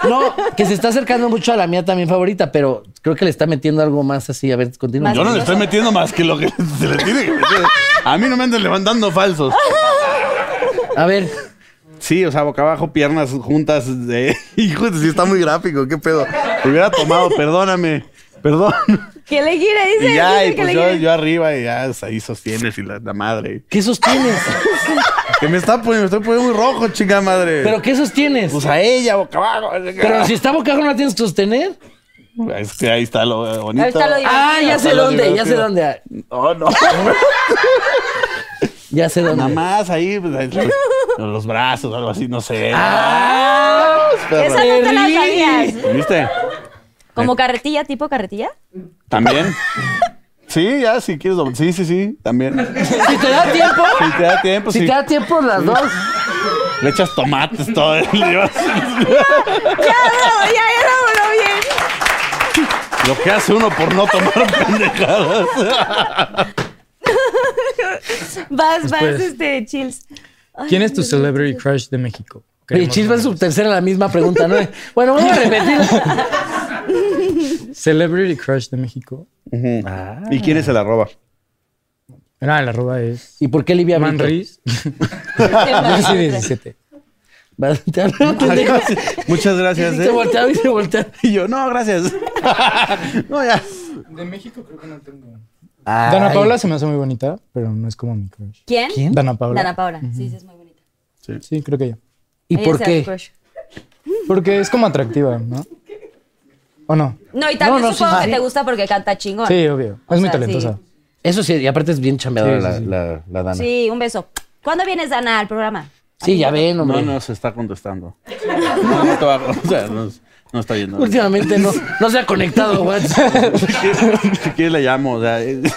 D: No, que se está acercando mucho a la mía también favorita, pero creo que le está metiendo algo más así. A ver, continúa.
C: Más-
E: Yo no le estoy metiendo más que lo que se le tiene que meter. A mí no me andan levantando falsos.
D: A ver,
E: Sí, o sea, boca abajo, piernas juntas. De... Hijo, sí está muy gráfico, qué pedo. Te hubiera tomado, perdóname. Perdón.
C: Que le gire, dice.
E: Y ya,
C: dice
E: y
C: que
E: pues
C: le
E: yo,
C: gire.
E: yo arriba y ya, pues, ahí sostienes y la, la madre.
D: ¿qué sostienes?
E: Que me está poniendo, me estoy poniendo muy rojo, chica madre.
D: ¿Pero qué sostienes?
E: pues a ella, boca abago.
D: Pero si está boca abajo, ¿no la tienes que sostener?
E: Es que ahí está lo bonito.
C: Ahí está lo divertido.
D: Ah, ya sé
E: Está lo
D: dónde, ya sé
E: divertido.
D: dónde. ah,
E: No, no.
D: Ya sé
E: Nada
D: dónde.
E: más ahí, pues, ahí, los, los brazos, algo así, no sé.
D: Ah,
E: Perro.
C: Esa no te la
D: Perrín.
C: sabías.
E: ¿Viste?
C: ¿Como carretilla, tipo carretilla?
E: También. Sí, ya, si quieres. doble- Sí, sí, sí, también. Si
D: si te da tiempo,
E: te da tiempo,
D: si
E: sí.
D: te da tiempo las dos.
E: Le echas tomates, todo. le llevas-
C: ¡Ya, bravo! ¡Ya, ya lo voló bien!
E: Lo que hace uno por no tomar pendejadas.
C: Vas, vas,
F: pues.
C: este, chills. Ay,
F: ¿Quién es tu
C: Dios
F: celebrity crush de México?
D: Oye,
F: Queremos
D: Chis va en su
F: nombres.
D: tercera la misma pregunta, ¿no? Bueno, vamos a repetir.
F: Celebrity crush de México.
E: ¿Y quién es el arroba?
F: Ah, el arroba es
D: ¿Y por qué Livia
F: Man
D: Brito?
F: Riz.
C: mío.
F: 17.
D: Va a voltear, ¿no? Pendejo.
E: Muchas gracias.
D: Se
E: ¿eh?
D: volteaba y se volteaba.
E: Y yo, no, gracias. No, ya.
F: De México creo que no tengo. Dana Paula se me hace muy bonita, pero no es como mi crush.
C: ¿Quién?
D: ¿Quién?
F: Dana Paula.
C: Dana Paula. Sí, sí, es muy bonita.
F: Sí, creo que ella.
D: ¿Y
C: Ella
D: por
C: es el
D: qué?
C: crush.
F: Porque es como atractiva, ¿no? ¿O no?
C: No, y también
D: No, no, sí,
C: supongo
D: sí.
C: que te gusta porque canta chingón.
F: Sí, obvio.
C: O
F: Es muy
C: sea,
F: talentosa.
D: Eso sí, y aparte es bien chambeadora
F: Sí, sí,
D: la,
F: sí.
D: La, la Dana. Sí,
C: Sí, un beso. ¿Cuándo vienes, Dana, al programa?
D: ya ven, hombre.
E: No, no se está contestando. No, no te va- o sea, no, no está yendo.
D: Últimamente no, no se ha conectado, WhatsApp.
E: Si quieres, si quieres le llamo, o sea. es-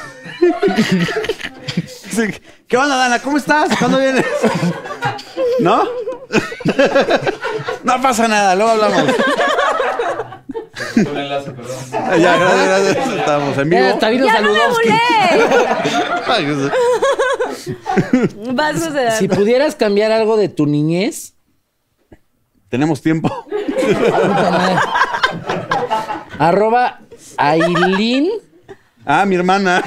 E: Sí, ¿Qué onda, Dana? ¿Cómo estás? ¿Cuándo vienes? ¿No? No pasa nada, luego hablamos. Ah, Ya, gracias, gracias. Estamos en vivo.
D: Ya, Tavino
C: ¡Ya no me
D: Saludowski.
C: volé!
E: Ay, o sea,
C: Vas, José.
D: Si pudieras cambiar algo de tu niñez,
E: Tenemos tiempo.
D: arroba Aileen.
E: Ah, mi hermana.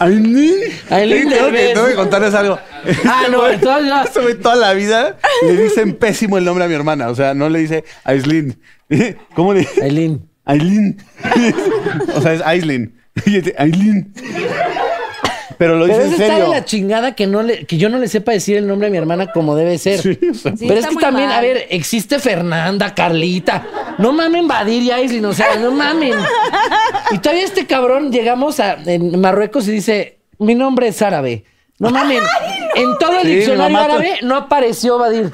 E: Aileen.
D: Aileen
E: Tengo que,
D: Derbez.
E: tengo que contarles algo.
D: Ah, no, entonces no.
E: Este güey toda la vida le dicen pésimo el nombre a mi hermana. O sea, no le dice Aislin. ¿Cómo le dice?
D: Aileen.
E: Aislin. O sea, es Aislin. Y este, Aislin. Pero lo
D: Pero
E: dice
D: eso
E: en
D: está de
E: serio.
D: la chingada que, no le, que yo no le sepa decir el nombre a mi hermana como debe ser.
E: Sí, o sea,
D: Pero es
C: está
D: que
C: muy
D: también,
C: mal.
D: a ver, existe Fernanda, Carlita. No mamen Badir y Aislin, o sea, no mamen. Y todavía este cabrón, llegamos a en Marruecos y dice, mi nombre es árabe. No mamen. En todo el
E: Sí, mi
D: diccionario
E: mamá-
D: árabe no apareció Badir.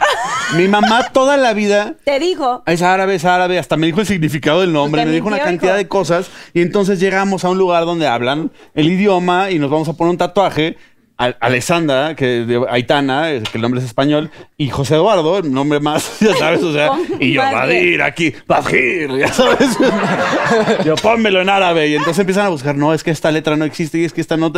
E: Mi mamá toda la vida
C: Te dijo.
E: es árabe, es árabe. Hasta me dijo el significado del nombre,
C: Pues te
E: me dijo una
C: mintió,
E: cantidad
C: hijo.
E: de cosas. Y entonces llegamos a un lugar donde hablan el idioma y nos vamos a poner un tatuaje Al- Alessandra, que de Aitana, eh, que el nombre es español, y José Eduardo, el nombre más, ya sabes, o sea, y yo,
C: Más bien.
E: Badir, aquí, Bajir, ya sabes. yo, pónmelo en árabe. Y entonces empiezan a buscar, no, es que esta letra no existe y es que esta no.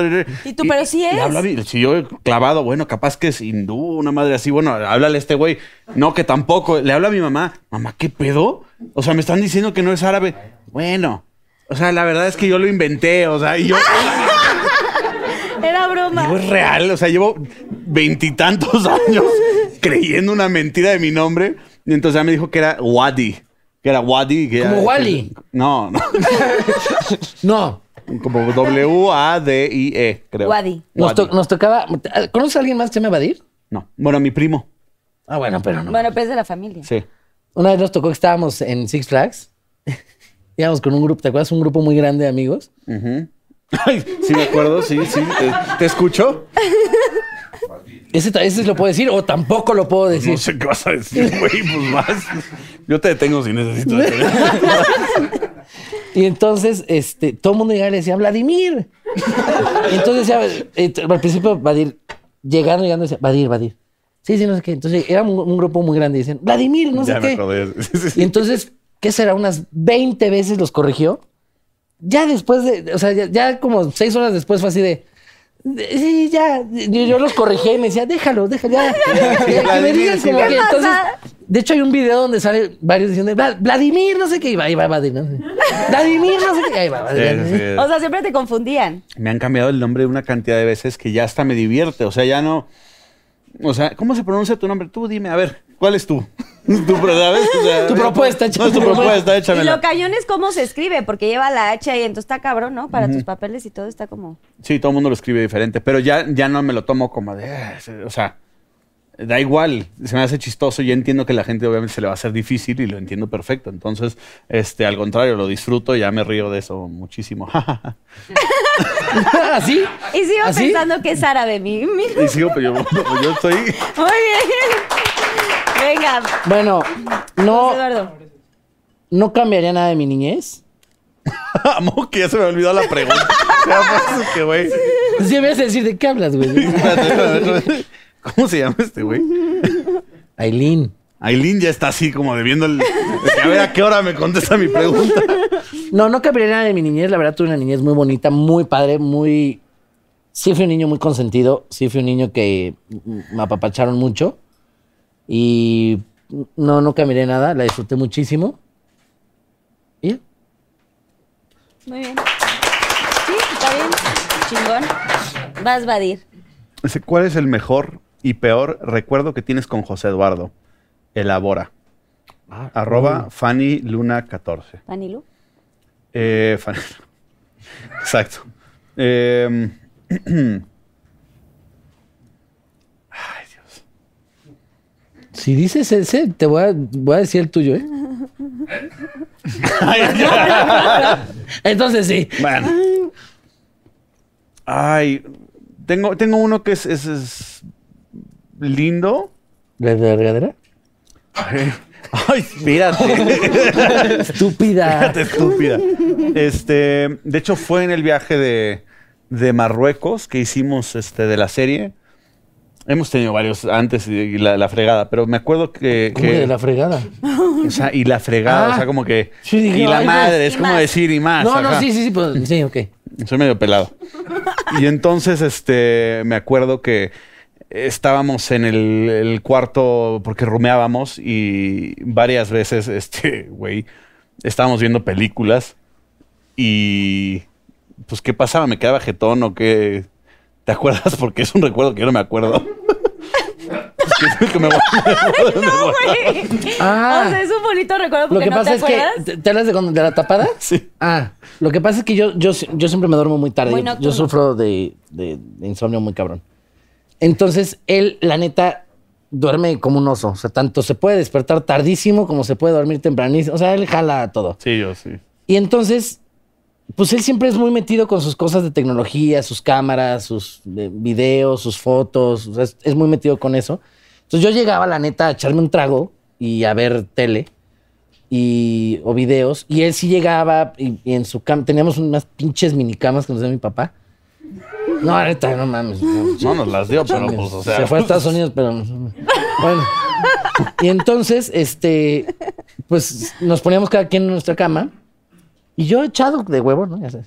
C: Y tú, pero sí
E: Y
C: es.
E: habla bien, si yo clavado, bueno, capaz que es hindú, una madre así, bueno, háblale a este güey. No, que tampoco. Le habla a mi mamá, mamá, ¿qué pedo? O sea, me están diciendo que no es árabe. Bueno, o sea, la verdad es que yo lo inventé, o sea, y yo.
C: ¡Ah! Era broma.
E: Digo, es real, o sea, llevo veintitantos años creyendo una mentira de mi nombre. Y entonces ya me dijo que era Wadi. Que era Wadi. Que era-
D: ¿Como Wally?
E: no, no.
D: No,
E: Como W-A-D-I-E, E, creo.
C: Wadi.
D: nos, to- nos tocaba. ¿Conoces a alguien más que se llama Badir?
E: No. Bueno, mi primo.
D: Ah, bueno, pero no.
C: Bueno, pues es de la familia.
E: Sí.
D: Una vez nos tocó que estábamos en Six Flags. Íbamos con un grupo, ¿te acuerdas? Un grupo muy grande de amigos.
E: Ujú. Ay, sí, me acuerdo, sí, sí. ¿Te, te escucho?
D: Ese, ta- ese lo puedo decir o tampoco lo puedo decir.
E: No sé qué vas a decir, güey, pues más. Yo te detengo si necesito.
D: Y entonces, este, todo el mundo llegaba y le decía, Vladimir. Y entonces ya, eh, al principio, Vadir, llegando, llegando, decía, Vadir, Vadir. Sí, sí, no sé qué. Entonces, era un, un grupo muy grande y decían, Vladimir, no
E: ya
D: sé
E: me
D: qué.
E: acordé. Sí, sí,
D: Y
E: sí.
D: entonces, ¿qué será? Unas 20 veces los corrigió. Ya después de, o sea, ya, ya como seis horas después fue así de, de- sí, ya. Yo, yo los corrigí y me decía, déjalo, déjalo, ya. Que me
E: Vladimir,
D: digan
E: sí,
D: como que,
E: Vladimir.
D: entonces,
B: pasa?
D: de hecho, hay un video donde sale varios diciendo, "Vla- Vladimir, no sé qué, y va, y va, Vladimir, no sé. Vladimir, no sé qué, ahí va, Vladimir.
E: Sí, sí, sí.
C: O sea, siempre te confundían.
E: me han cambiado el nombre una cantidad de veces que ya hasta me divierte. O sea, ya no. O sea, ¿cómo se pronuncia tu nombre? Tú dime, a ver, ¿cuál es tú? tu, pro- ¿sabes? O sea,
D: Tu
E: no,
D: propuesta,
E: No, es tu propuesta, échame.
C: Y lo cañón es cómo se escribe, porque lleva la H ahí, entonces está cabrón, ¿no? Para tus papeles y todo está como.
E: Sí, todo el mundo lo escribe diferente, pero ya, ya no me lo tomo como de. "Ah", O sea, da igual, se me hace chistoso. Yo entiendo que la gente obviamente se le va a hacer difícil y lo entiendo perfecto. Entonces, este, al contrario, lo disfruto, ya me río de eso muchísimo.
D: ¿Así?
C: Y sigo
D: ¿Así?
C: pensando que es árabe, mi. mi- Muy
E: y sigo, pero yo, yo estoy.
C: bien. Venga,
D: Bueno, no,
C: Eduardo.
D: no cambiaría nada de mi niñez.
E: Amo que ya se me olvidó la pregunta. O sea, por eso que, güey.
D: Sí, me vas a decir, ¿de qué hablas, güey?
E: Espérate, espérate, espérate. ¿Cómo se llama este güey?
D: Aileen.
E: Aileen ya está así como debiendo el- de que a ver a qué hora me contesta mi pregunta.
D: No, no cambiaría nada de mi niñez. La verdad, tuve una niñez muy bonita, muy padre, muy. Sí, fui un niño muy consentido. Sí, fui un niño que mm, me apapacharon mucho. Y no, no cambiaría nada. La disfruté muchísimo. Y ya.
C: Muy bien. Sí, está bien. Chingón. Vas, Vadir.
E: Dice, ¿cuál es el mejor y peor recuerdo que tienes con José Eduardo? Elabora. Arroba Fanny Luna 14.
C: Vanilo.
E: Eh, Fanny- Exacto. Eh, Ay, Dios.
D: Si dices ese, te voy a, voy a decir el tuyo, ¿eh?
E: Ay, ya.
D: Entonces sí.
E: Bueno. Ay, tengo, tengo uno que es, es- es lindo.
D: ¿La verdadera?
E: Ay, espérate.
D: Estúpida.
E: Espérate, estúpida. Este, de hecho, fue en el viaje de, de Marruecos que hicimos este, de la serie. Hemos tenido varios antes y, y la, la fregada, pero me acuerdo que.
D: ¿Cómo
E: que-
D: que de la fregada?
E: o sea, y la fregada,
D: Ah.
E: o sea, como que.
D: Sí, dije,
E: y la
D: ay, más,
E: madre,
C: y
E: es como
C: más.
E: decir y más.
D: No, no,
E: ajá.
D: sí, sí, sí. Pues, sí, ok.
E: Soy medio pelado. Y entonces, este, me acuerdo que estábamos en el, el cuarto porque rumeábamos y varias veces, este, güey, estábamos viendo películas y, pues, ¿qué pasaba? ¿Me quedaba jetón o qué? ¿Te acuerdas? Porque es un recuerdo que yo no me acuerdo. Es que- que me-
C: No, güey.
D: Ah.
C: O sea, es un bonito recuerdo
D: Lo
C: porque
D: que
C: no
D: pasa
C: te
D: es que.
C: acuerdas.
D: ¿Te, te hablas de, cuando- de la tapada?
E: Sí.
D: Ah, lo que pasa es que yo, yo, yo siempre me duermo muy tarde.
C: Muy
D: Yo- yo,
C: nocturno.
D: sufro de, de- de insomnio muy cabrón. Entonces, él, la neta, duerme como un oso. O sea, tanto se puede despertar tardísimo como se puede dormir tempranísimo. O sea, él jala todo.
E: Sí, yo sí.
D: Y entonces, pues él siempre es muy metido con sus cosas de tecnología, sus cámaras, sus eh, videos, sus fotos. O sea, es, es muy metido con eso. Entonces yo llegaba, la neta, a echarme un trago y a ver tele y, o videos. Y él sí llegaba y, y en su cama, teníamos unas pinches minicamas que nos dio mi papá. No, neta, no mames. no,
E: No nos las dio, pero pues, o sea.
D: se fue a Estados Unidos, pero. Bueno. Y entonces, este. Pues nos poníamos cada quien en nuestra cama. Y yo echado de huevo, ¿no? Ya sabes.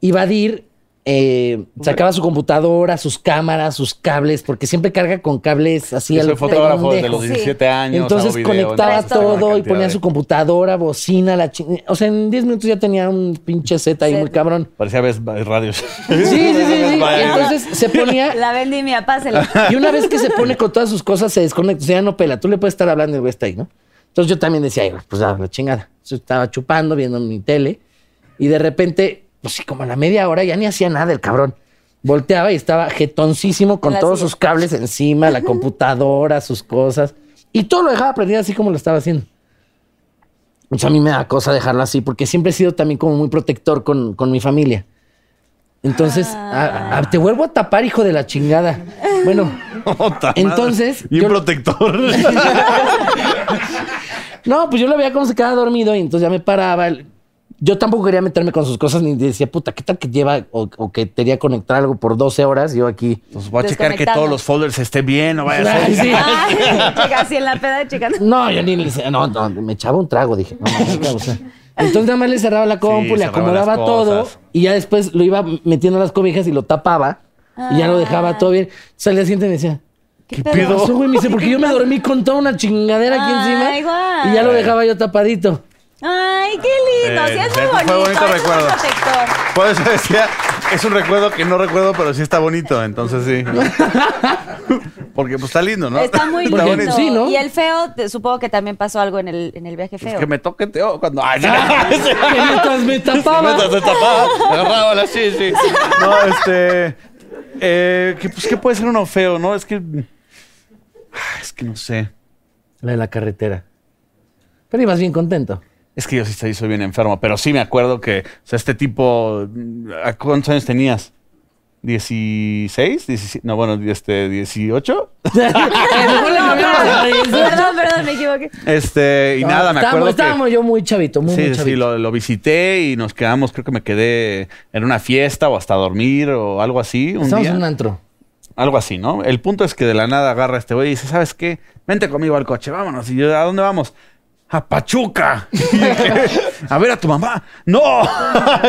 D: Y Badir eh, sacaba su computadora, sus cámaras, sus cables, porque siempre carga con cables así a
E: Yo soy
D: lo
E: fotógrafo desde
D: pendejo.
E: los 17 años.
D: Entonces
E: hago video,
D: conectaba
E: entonces tengo una
D: todo y
E: cantidad
D: ponía
E: de-
D: su computadora, bocina, la chingada. O sea, en 10 minutos ya tenía un pinche set ahí muy cabrón.
E: Parecía Best Buy Radio. Sí,
D: Sí, sí, sí. sí. Y entonces se ponía
B: La vendimia, pásela.
D: y una vez que se pone con todas sus cosas, se desconecta. O sea, ya no pela. Tú le puedes estar hablando y el güey está ahí, ¿no? Entonces yo también decía, "Ay, pues a la chingada. Yo estaba chupando, viendo mi tele. Y de repente, pues sí, como a la media hora ya ni hacía nada el cabrón. Volteaba y estaba jetoncísimo con
C: La
D: todos
C: silla.
D: sus cables encima, la computadora, sus cosas. Y todo lo dejaba prendido así como lo estaba haciendo. O sea, a mí me da cosa dejarlo así, porque siempre he sido también como muy protector con, con mi familia. Entonces, a-
C: Ah.
D: a- te vuelvo a tapar, hijo de la chingada. Bueno,
E: Puta madre.
D: Entonces,
E: Y un
D: yo-
E: protector.
D: no, pues yo lo veía como se quedaba dormido y entonces ya me paraba. El- Yo tampoco quería meterme con sus cosas ni decía, puta, ¿qué tal que lleva o, o que quería conectar algo por 12 horas? Yo aquí.
E: Pues voy a checar que todos los folders estén bien, no vaya a
D: Ay,
E: ser.
D: sí.
C: Ay, chica, así en la peda, chica.
D: No, yo ni le decía, no, no, me echaba un trago, dije. No, no, no, o sea. Entonces nada más le cerraba la compu, le
E: cerraba
D: acomodaba
E: las
D: todo
E: cosas.
D: y ya después lo iba metiendo en las cobijas y lo tapaba y ya lo dejaba todo bien. Entonces al día siguiente me decía,
C: ¿Qué
D: ¿Qué pasó, güey? Me dice, porque yo me dormí con toda una chingadera aquí
C: Ay,
D: encima
C: guau.
D: y ya lo dejaba yo tapadito.
C: Ay, qué lindo. Sí, es muy
E: Eh, fue
C: bonito.
E: bonito
C: es muy
E: recuerdo.
C: protector.
E: Por eso decía, es un recuerdo que no recuerdo, pero sí está bonito, entonces sí. Porque pues está lindo, ¿no?
C: Está muy
D: Porque-
C: lindo.
D: Sí, ¿no?
C: Y el feo, te- supongo que también pasó algo en el, en el viaje
E: Pues
C: feo.
E: que me toque Teo cuando. Ay,
D: Que mientras me tapaba.
E: Se tapaba, agarraba la- sí, sí. No, este. eh, que, pues, ¿qué puede ser uno feo, no? Es que. Ah, Es que no sé.
D: La de la carretera. Pero ibas bien contento.
E: Es que yo sí soy, soy bien enfermo, pero sí me acuerdo que, o sea, este tipo, ¿a cuántos años tenías? ¿16? ¿17? No, bueno, este, ¿18?
C: Perdón, perdón, me equivoqué.
E: Este, y nada, me
D: Estábamos-
E: acuerdo que...
D: Estábamos yo muy chavito, muy, muy
E: Sí, sí,
D: chavito.
E: lo, lo visité y nos quedamos, creo que me quedé en una fiesta o hasta dormir o algo así. Un
D: Estábamos
E: día.
D: en un antro.
E: Algo así, ¿no? El punto es que de la nada agarra este güey y dice, ¿sabes qué? Vente conmigo al coche, vámonos. Y yo, ¿a dónde vamos? A Pachuca. Y dije, a ver a tu mamá. ¡No!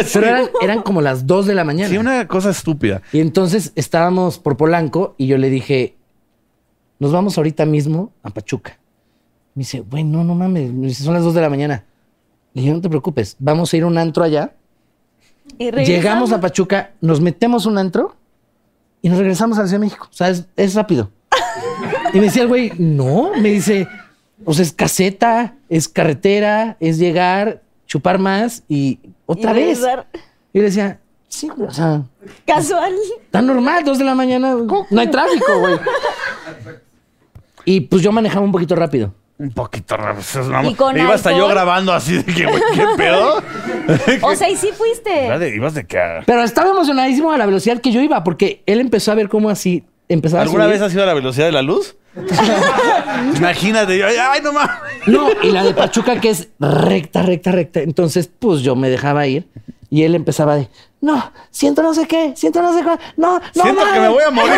E: Sí,
D: Pero eran, eran como las 2 de la mañana.
E: sí, una cosa estúpida.
D: Y entonces estábamos por Polanco y yo le dije, nos vamos ahorita mismo a Pachuca. Me dice, güey, no, no mames, me dice, son las 2 de la mañana. Le dije, no te preocupes, vamos a ir a un antro allá.
C: Y regresamos.
D: Llegamos a Pachuca, nos metemos un antro y nos regresamos a la Ciudad de México. O sea, es, es rápido. Y me decía el güey, no, me dice, o sea, es caseta, es carretera, es llegar, chupar más y otra
C: Y
D: vez.
C: regresar.
D: Y le decía, sí, güey, o sea,
C: Casual.
D: Está normal, dos de la mañana. No hay tráfico, güey. Y pues yo manejaba un poquito rápido.
E: Un poquito raro. eso es una-
C: ¿Y con
E: Iba hasta yo
C: alcohol?
E: grabando así de que, güey, ¿qué pedo?
C: O sea, y sí fuiste.
E: Ibas de- Ibas de que... a-
D: Pero estaba emocionadísimo a la velocidad que yo iba, porque él empezó a ver cómo así empezaba
E: ¿Alguna
D: a
E: vez
D: subir.
E: has ido a la velocidad de la luz? Imagínate, yo, ay, no mames.
D: No, y la de Pachuca que es recta, recta, recta. Entonces, pues yo me dejaba ir y él empezaba de, no, siento no sé qué, siento no sé cuál, no, no
E: Siento que
D: mames".
E: me voy a morir.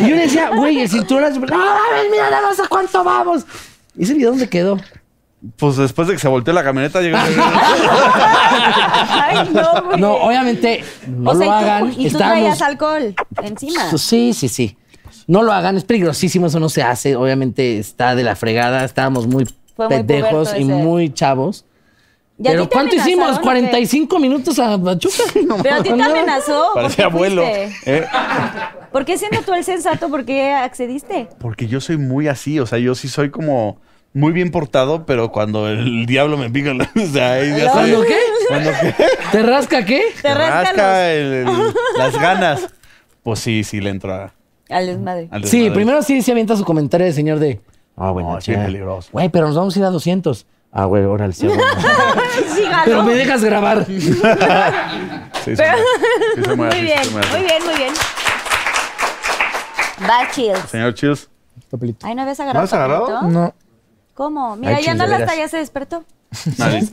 D: Y yo le decía, güey, el cinturón, es- no mames, mira nada más a cuánto vamos. ¿Y ese video dónde quedó?
E: Pues después de que se volteó la camioneta, llegó.
C: Ay, no, güey.
D: No, obviamente, no
C: o sea,
D: lo
C: y tú-
D: hagan.
C: y tú
D: Estábamos-
C: traías alcohol encima.
D: Pues Sí, sí, sí. No lo hagan, es peligrosísimo, eso no se hace. Obviamente está de la fregada, estábamos muy
C: Fue muy
D: pendejos
C: puberto
D: y
C: ese.
D: muy chavos.
C: ¿Y a ti
D: Pero
C: te
D: ¿cuánto hicimos?
C: amenazaron o qué?
D: 45 minutos a Pachuca.
C: Pero a ti te
D: No.
C: amenazó. ¿Por qué
E: Parecía abuelo.
C: fuiste?
E: ¿eh?
C: ¿Por qué siendo tú el sensato? ¿Por qué accediste?
E: Porque yo soy muy así, o sea, yo sí soy como muy bien portado, pero cuando el diablo me pica, la- o sea, ahí ya
D: ¿Cuándo
E: sabes.
D: qué?
E: Cuando
D: ¿Te rasca qué?
C: Te rasca
E: rasca el- el- las ganas, pues sí, sí le entra
C: los- al desmadre.
E: al
D: Sí,
E: desmadre.
D: primero sí se avienta su comentario de señor de. Ah, bueno,
E: No, es bien peligroso.
D: Güey, pero nos vamos a ir a 200. Ah, güey, órale, sí, vamos.
C: Sí, ganó.
D: Pero me dejas grabar.
E: Sí, soy muy- sí, soy muy
C: Muy
E: así,
C: bien,
E: soy muy así.
C: muy bien, muy bien. Va, chills.
E: Señor Chills,
F: Papelito.
C: Ay, ¿no habías agarrado?
E: ¿No has agarrado?
C: papelito?
F: No.
C: ¿Cómo? Mira,
D: Ay,
C: ya
D: chills,
C: no
D: de
C: la
D: veras.
C: ya se despertó.
E: nadie.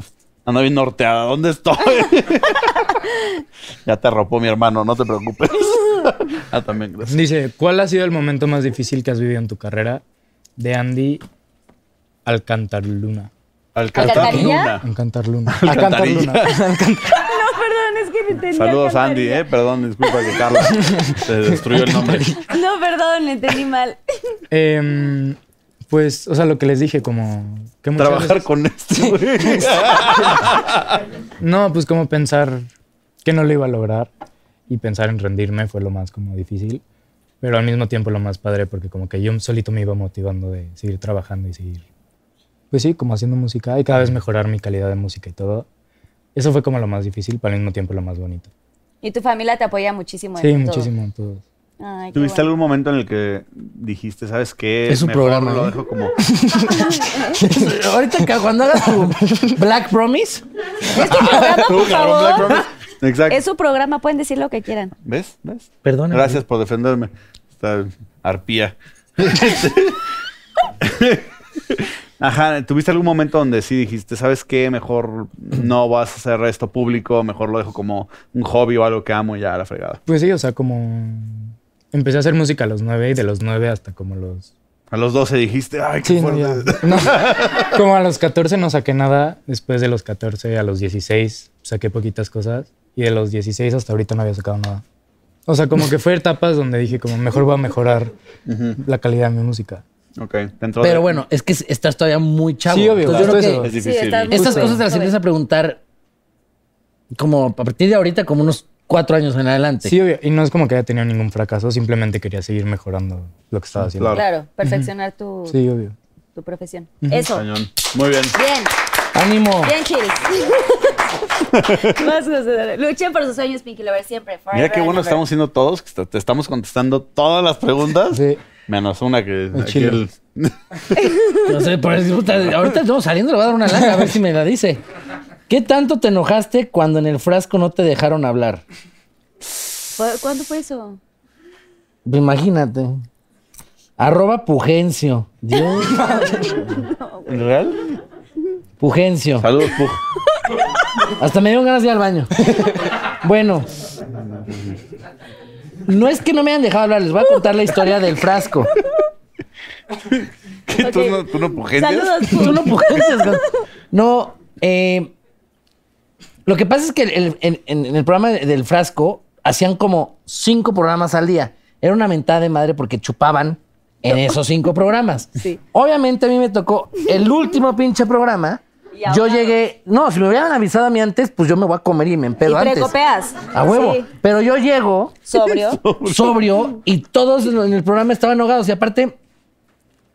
E: Anda bien norteada. ¿Dónde estoy? ya te arropó mi hermano, no te preocupes. ah, también, gracias.
F: Dice, ¿cuál ha sido el momento más difícil que has vivido en tu carrera? De Andy Alcantarluna.
C: ¿Alcantarilla?
F: Alcantarluna.
E: Alcantarilla.
C: No, perdón, es que me entendí.
E: Saludos,
C: alcantarilla.
E: Andy, ¿eh? Perdón, disculpa que Carlos se destruyó el nombre.
C: No, perdón, le entendí mal.
F: Em, pues, o sea, lo que les dije, como... que muchas
E: Trabajar
F: veces-
E: con este, güey.
F: No, pues como pensar que no lo iba a lograr y pensar en rendirme fue lo más como difícil, pero al mismo tiempo lo más padre porque como que yo solito me iba motivando de seguir trabajando y seguir, pues sí, como haciendo música y cada vez mejorar mi calidad de música y todo. Eso fue como lo más difícil, pero al mismo tiempo lo más bonito.
C: Y tu familia te apoya muchísimo.
F: sí,
C: en todo.
F: muchísimo. Todo.
C: Ay, qué
E: ¿Tuviste
C: bueno.
E: algún momento en el que dijiste, ¿sabes qué?
D: Es un
E: Mejor
D: programa,
E: Lo
D: ¿eh?
E: dejo como.
D: Ahorita que cuando hagas tu Black Promise,
C: Es tu programa, por favor.
E: Exacto.
C: Es su programa, pueden decir lo que quieran.
E: ¿Ves? ¿Ves?
D: Perdóname.
E: Gracias por defenderme. Esta arpía. Ajá, ¿tuviste algún momento donde sí dijiste, ¿sabes qué? Mejor no vas a hacer esto público, mejor lo dejo como un hobby o algo que amo y ya a la fregada.
F: Pues sí, o sea, como empecé a hacer música a los nueve y de los nueve hasta como los
E: A los 12 dijiste, ay, qué
F: Sí, no,
E: fuerte.
F: ya. No. Como a los 14 no saqué nada, después de los 14 a los 16 saqué poquitas cosas y de los 16 hasta ahorita no había sacado nada. O sea, como que fue etapas donde dije como mejor voy a mejorar la calidad de mi música.
E: Ok, dentro de-
D: Pero bueno, es que estás todavía muy chavo.
F: Sí, obvio,
D: Entonces, yo
F: claro.
D: creo
F: Todo
D: que
E: es difícil.
C: estás muy
D: estas
C: joven,
D: cosas te las
C: joven.
D: empiezas a preguntar como a partir de ahorita, como unos cuatro años en adelante.
F: Sí, obvio. Y no es como que haya tenido ningún fracaso, simplemente quería seguir mejorando lo que estaba haciendo.
E: Claro.
C: Claro, perfeccionar tu,
F: Sí, obvio.
C: tu profesión. Eso.
E: Cañón. Muy bien.
C: Bien,
D: Ánimo.
C: bien, Chills. Más José Daniel. Luchen por sus sueños, Pinky Lover, siempre.
E: Mira qué bueno
C: forever and
E: estamos siendo todos, que está- te estamos contestando todas las preguntas.
F: Sí.
E: Menos una que
F: El
E: aquí
F: chile.
E: el-
D: No sé, por eso, puta, ahorita estamos saliendo, le voy a dar una lana a ver si me la dice. ¿Qué tanto te enojaste cuando en el frasco no te dejaron hablar?
C: ever. ¿Cu- ¿Cuándo fue eso?
D: Imagínate. Arroba Pugencio. Dios.
E: ¿En real?
D: Pugencio.
E: Saludos, Pug.
D: Hasta me dieron ganas de ir al baño. Bueno. No es que no me hayan dejado hablar, les voy a contar la historia del frasco.
E: ¿Qué? ¿Tú
C: Ok.
E: no, tú no pujencias?
C: Saludos,
D: Tú
C: Pug.
D: no pugencias, güey. No, eh, lo que pasa es que el- en, en- en el programa de- del frasco hacían como cinco programas al día. Era una mentada de madre porque chupaban en esos cinco programas.
C: Sí.
D: Obviamente a mí me tocó el último pinche programa.
C: Y ahora-
D: Yo llegué, no, si me hubieran avisado a mí antes, pues yo me voy a comer y me empedo
C: Y
D: antes.
C: precopeas.
D: A huevo.
C: Sí.
D: Pero yo llego
C: Sobrio.
D: sobrio y todos en el programa estaban ahogados. Y aparte,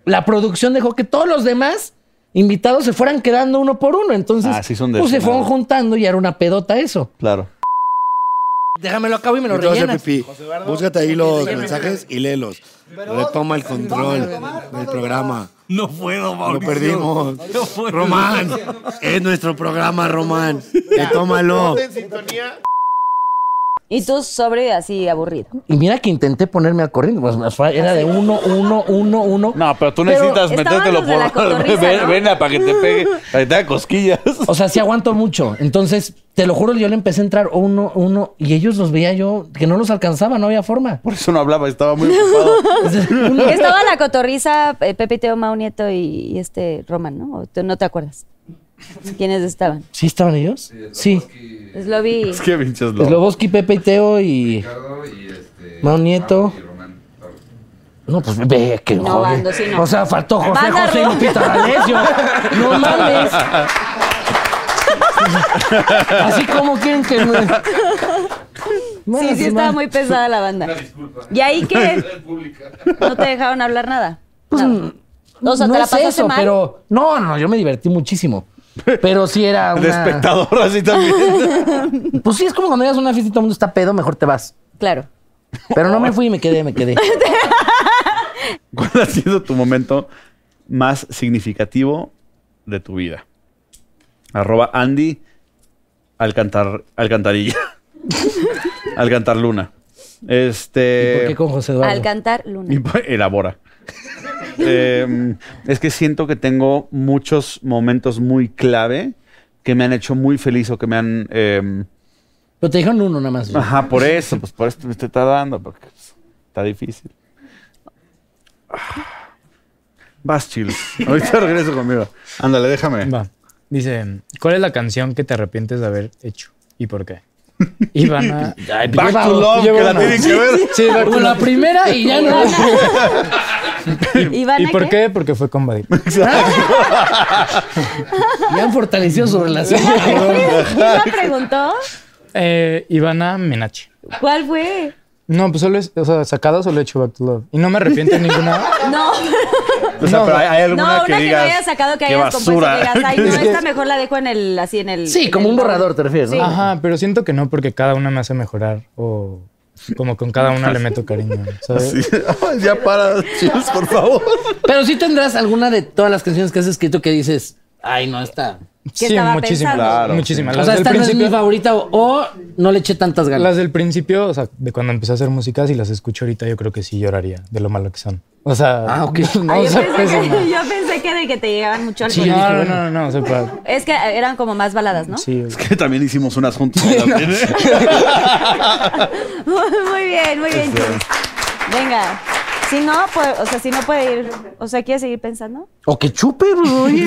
D: la producción dejó que todos los demás invitados se fueran quedando uno por uno. Entonces,
E: Ah, sí son de
D: pues se
E: esos,
D: fueron
E: ¿no?
D: juntando y era una pedota eso.
E: Claro.
D: Déjamelo acabo y me lo
G: Yo te voy a hacer
D: rellenas.
G: pipí. Búscate ahí los mensajes y léelos. Retoma el control del programa.
H: No puedo,
G: Lo
H: Mauricio.
G: perdimos.
H: puedo.
G: Román, es nuestro programa, Román. Retómalo.
C: Y tú sobrio y así aburrido.
D: Y mira que intenté ponerme al corriente. pues, me fue- era de uno, uno, uno, uno.
E: No, pero tú
D: Pero
E: necesitas
C: estaban
E: metértelo
C: los de la
E: por.
C: cotorriza,
E: Ven-
C: ¿no?
E: Vena para que te pegue, para que te haga cosquillas.
D: O sea, sí aguanto mucho. Entonces, te lo juro, yo le empecé a entrar uno, uno, y ellos los veía yo, que no los alcanzaba, no había forma.
E: Por eso no hablaba, estaba muy ocupado.
D: Entonces, uno-
C: Estaba la cotorriza, eh, Pepe Teo Mau Nieto y, y este Roman, ¿no? ¿O tú no te acuerdas? ¿Quiénes estaban?
D: ¿Sí estaban ellos? Sí.
C: Pues lo vi.
E: Es que pinches
D: Pues
E: loco.
D: Sloboski, Pepe y Teo y. este, Mau Nieto. No, pues ve que
C: No,
D: joder.
C: Bando, sí, no.
D: O sea, faltó José
C: Banda
D: José y
C: Ro-
D: Lupita D'Alessio. No mames. Así como quieren que. me- Bueno,
C: Sí, sí,
D: se
C: estaba
D: va.
C: muy pesada la banda. ¿Y ahí qué? No te dejaron hablar nada. Nada. O sea,
D: Pues no
C: te la
D: es
C: pasaste
D: eso,
C: mal.
D: pero. No, no, yo me divertí muchísimo. Pero sí era
E: De
D: una.
E: espectador así también.
D: Pues sí, es como cuando llegas a una fiesta y todo el mundo está pedo, mejor te vas.
C: Claro.
D: Pero no me fui y me quedé, me quedé.
E: ¿Cuál ha sido tu momento más significativo de tu vida? Arroba Andy Alcantar, Alcantarilla. Alcantarluna. Este.
D: ¿Por qué con José Eduardo?
C: Al cantar
E: Y
C: Luna.
E: pa- Elabora. Em, Eh, es que siento que tengo muchos momentos muy clave que me han hecho muy feliz o que me han... eh,
D: Pero te dijeron uno nada más. güey.
E: ajá, por eso, pues por esto me está dando, porque pues, está difícil. Ah. Vas, chill. Ahorita regreso conmigo. Ándale, déjame.
F: Va. Dice, ¿cuál es la canción que te arrepientes de haber hecho y por qué? Y van a...
D: Ay,
E: Back
D: lleva-
E: to Love,
D: lleva
E: que la
D: uno.
E: tienen que ver.
D: Sí, con la primera y ya no.
C: Ivana,
F: ¿Y por
C: ¿qué?
F: qué? Porque fue con Vadim.
C: Ah.
D: Ya han fortalecido su relación. cabrón.
C: ¿Quién la preguntó?
F: Eh, Ivana Menache.
C: ¿Cuál fue?
F: No, pues solo es, o sea, sacada solo he hecho Back to Love. Y no me arrepiento de ninguna.
C: No,
E: O sea, pero hay, hay
C: no,
E: alguna
C: una que,
E: que digas.
C: no hayas sacado que
E: "Qué
C: hayas compuesto que
E: basura".
C: digas, ay, no, esta mejor la dejo en el, así en el.
D: Sí,
C: en
D: como
C: el
D: un
C: baúl".
D: borrador, te refieres, ¿no?
F: Ajá, pero siento que no, porque cada una me hace mejorar. O como con cada una le meto cariño. ¿sabes?
E: Sí. Ay, ya para, chicos, por favor.
D: Pero sí tendrás alguna de todas las canciones que has escrito que dices, ay, no, esta.
C: ¿Qué estaba
F: muchísimas.
C: pensando?
E: Claro,
F: muchísimas.
D: o
F: Las
D: sea,
F: del
D: esta no es mi
F: principio.
D: favorita o, o no le eché tantas ganas.
F: Las del principio, o sea, de cuando empecé a hacer música, si las escucho ahorita, yo creo que sí lloraría de lo malo que son. O sea,
D: Ah, ok.
F: no,
C: Ay,
F: o sea,
C: yo, pensé
F: pésimo.
C: que, yo pensé que de que te llegaban mucho al
F: Sí,
C: corazón.
F: Ah, no, no, no, no, o sea, pa-
C: Es que eran como más baladas, ¿no?
F: sí, o-
E: Que también hicimos unas juntas.
C: muy bien, muy bien. chicos. Venga. Si no, pues, o sea, si no puede ir, o sea, ¿quieres seguir pensando?
D: O que chupe, pues, oye.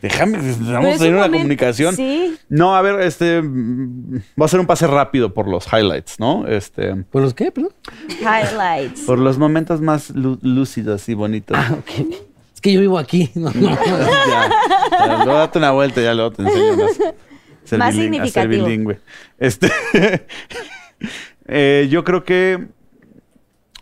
E: Déjame,
C: Pero
E: vamos a
C: es
E: tener
C: un
E: una
C: momento-
E: comunicación.
C: Sí.
E: No, a ver, este. mm, Va a ser un pase rápido por los highlights, ¿no? Este.
D: ¿Por los qué, perdón?
C: Highlights.
E: Por los momentos más lú- lúcidos y bonitos.
D: Ah, Ok. Es que yo vivo aquí. No, no.
E: ya, ya, luego date una vuelta, ya luego te enseño más. Ser
C: Más
E: bilingüe- a ser
C: significativo.
E: bilingüe. Este, eh, yo creo que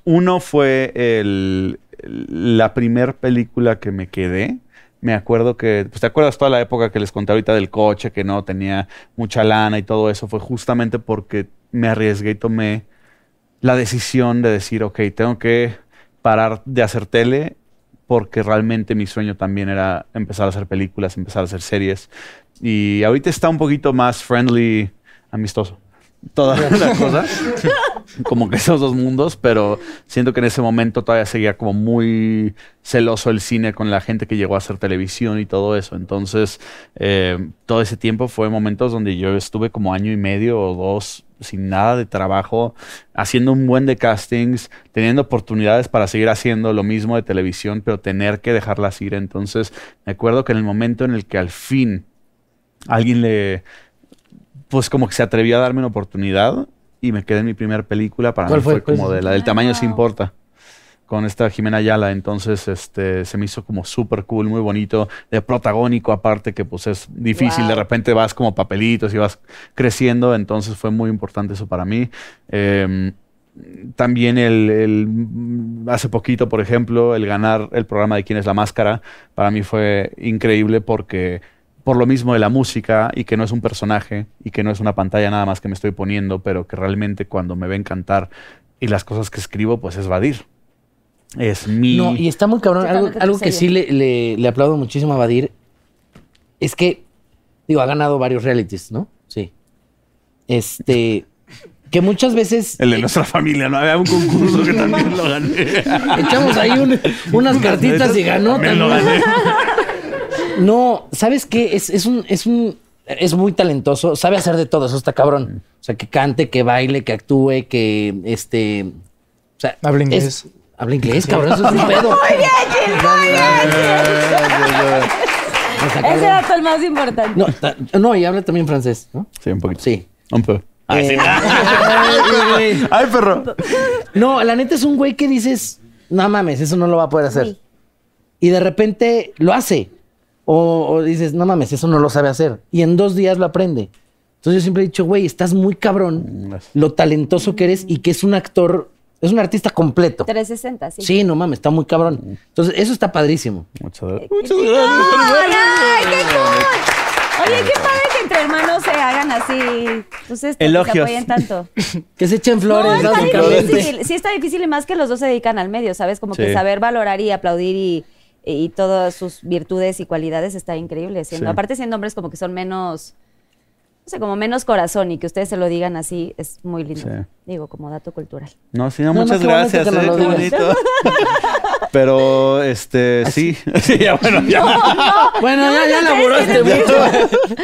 E: uno fue el- la primer película que me quedé. Me acuerdo que, pues te acuerdas toda la época que les conté ahorita del coche, que no tenía mucha lana y todo eso, fue justamente porque me arriesgué y tomé la decisión de decir, ok, tengo que parar de hacer tele porque realmente mi sueño también era empezar a hacer películas, empezar a hacer series. Y ahorita está un poquito más friendly, amistoso. Toda la cosa. como que esos dos mundos, pero siento que en ese momento todavía seguía como muy celoso el cine con la gente que llegó a hacer televisión y todo eso. Entonces, eh, todo ese tiempo fue momentos donde yo estuve como año y medio o dos sin nada de trabajo, haciendo un buen de castings, teniendo oportunidades para seguir haciendo lo mismo de televisión, pero tener que dejarlas ir. Entonces, me acuerdo que en el momento en el que al fin alguien le, pues como que se atrevió a darme una oportunidad y me quedé en mi primera película, para
D: ¿Cuál
E: mí
D: fue?
E: fue, como
D: Pues-
E: de la del tamaño se importa con esta Jimena Ayala, entonces este, se me hizo como súper cool, muy bonito, de protagónico aparte, que pues es difícil,
C: Wow.
E: de repente vas como papelitos y vas creciendo, entonces fue muy importante eso para mí. Em, también el, el- hace poquito, por ejemplo, el ganar el programa de Quién es la Máscara, para mí fue increíble porque por lo mismo de la música y que no es un personaje y que no es una pantalla nada más que me estoy poniendo, pero que realmente cuando me ven cantar y las cosas que escribo, pues es Vadir. Es mi...
D: No, y está muy cabrón. Algo,
C: Totalmente
D: algo que sí le, le- le aplaudo muchísimo a Badir es que, digo, ha ganado varios realities, ¿no? Sí. Este, que muchas veces
E: El de nuestra familia, ¿no? Había un concurso que también lo gané.
D: echamos ahí un- unas cartitas y ganó.
E: También lo
D: también.
E: gané.
D: No, ¿sabes qué? Es, es un, es un, es muy talentoso, sabe hacer de todo, eso está cabrón. O sea, que cante, que baile, que actúe, que este. O sea,
F: Habla
D: es-
F: inglés.
D: habla inglés, cabrón, eso es un pedo. Muy bien,
C: Ese era todo el más importante.
D: No, ta- no, y habla también francés, ¿no?
E: Sí, un poquito.
D: Sí.
E: Un poco. Ay, sí.
D: Eh, ay, güey.
E: Ay, perro.
D: no, la neta es un güey que dices, no mames, eso no lo va a poder hacer. Y de repente lo hace. O, o dices, no mames, eso no lo sabe hacer. Y en dos días lo aprende. Entonces yo siempre he dicho, güey, estás muy cabrón
E: Gracias.
D: lo talentoso que eres y que es un actor, es un artista completo.
C: 360, sí.
D: Sí, no mames, está muy cabrón. Entonces eso está padrísimo.
E: Muchas gracias.
C: ¡Ay, qué cool! Oye, qué padre que entre hermanos se hagan así. Entonces, que se
E: Elogios.
C: apoyen tanto.
D: Que se echen
C: No,
D: flores,
C: está
D: básicamente.
C: difícil. Sí, está difícil y más que los dos se dedican al medio, ¿sabes? Como que
E: Sí.
C: saber valorar y aplaudir y, y todas sus virtudes y cualidades está increíble. siendo-
E: Sí.
C: Aparte, siendo hombres, como que son menos. no sé, como menos corazón y que ustedes se lo digan así es muy lindo.
E: Sí.
C: Digo, como dato cultural.
E: No, sí, no,
D: No, no,
E: muchas
D: qué bonito
E: gracias.
D: que nos
E: eh,
D: lo
E: qué
D: digas.
E: bonito. Pero, este, sí. Sí, ya, bueno, ya.
D: Bueno, ya, ya laburó este mucho.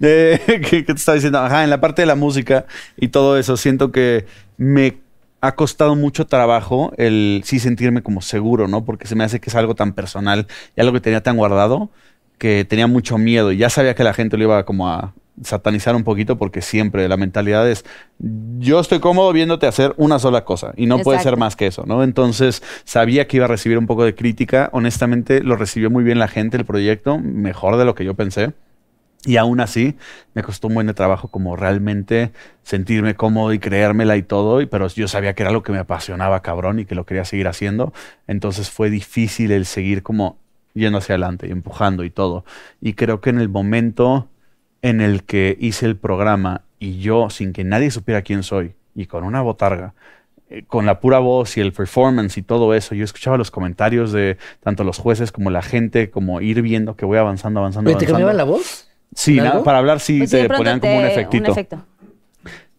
E: Eh, ¿qué, qué te estaba diciendo? Ajá, en la parte de la música y todo eso, siento que me ha costado mucho trabajo el sí sentirme como seguro, ¿no? Porque se me hace que es algo tan personal y algo que tenía tan guardado que tenía mucho miedo y ya sabía que la gente lo iba como a satanizar un poquito porque siempre la mentalidad es yo estoy cómodo viéndote hacer una sola cosa y no puede ser
C: Exacto.
E: más que eso, ¿no? Entonces sabía que iba a recibir un poco de crítica, honestamente lo recibió muy bien la gente, el proyecto, mejor de lo que yo pensé. Y aún así, me costó un buen de trabajo como realmente sentirme cómodo y creérmela y todo, y- pero yo sabía que era lo que me apasionaba, cabrón, y que lo quería seguir haciendo. Entonces fue difícil el seguir como yendo hacia adelante y empujando y todo. Y creo que en el momento en el que hice el programa y yo, sin que nadie supiera quién soy, y con una botarga, eh, con la pura voz y el performance y todo eso, yo escuchaba los comentarios de tanto los jueces como la gente, como ir viendo que voy avanzando, avanzando.
D: ¿Te
E: avanzando.
D: cambiaba la voz?
E: Sí,
D: ¿Algo?
E: na- para hablar sí
C: Pues sí, de
E: te
C: pronto
E: ponían como un
C: te-
E: efectito.
C: Un efecto.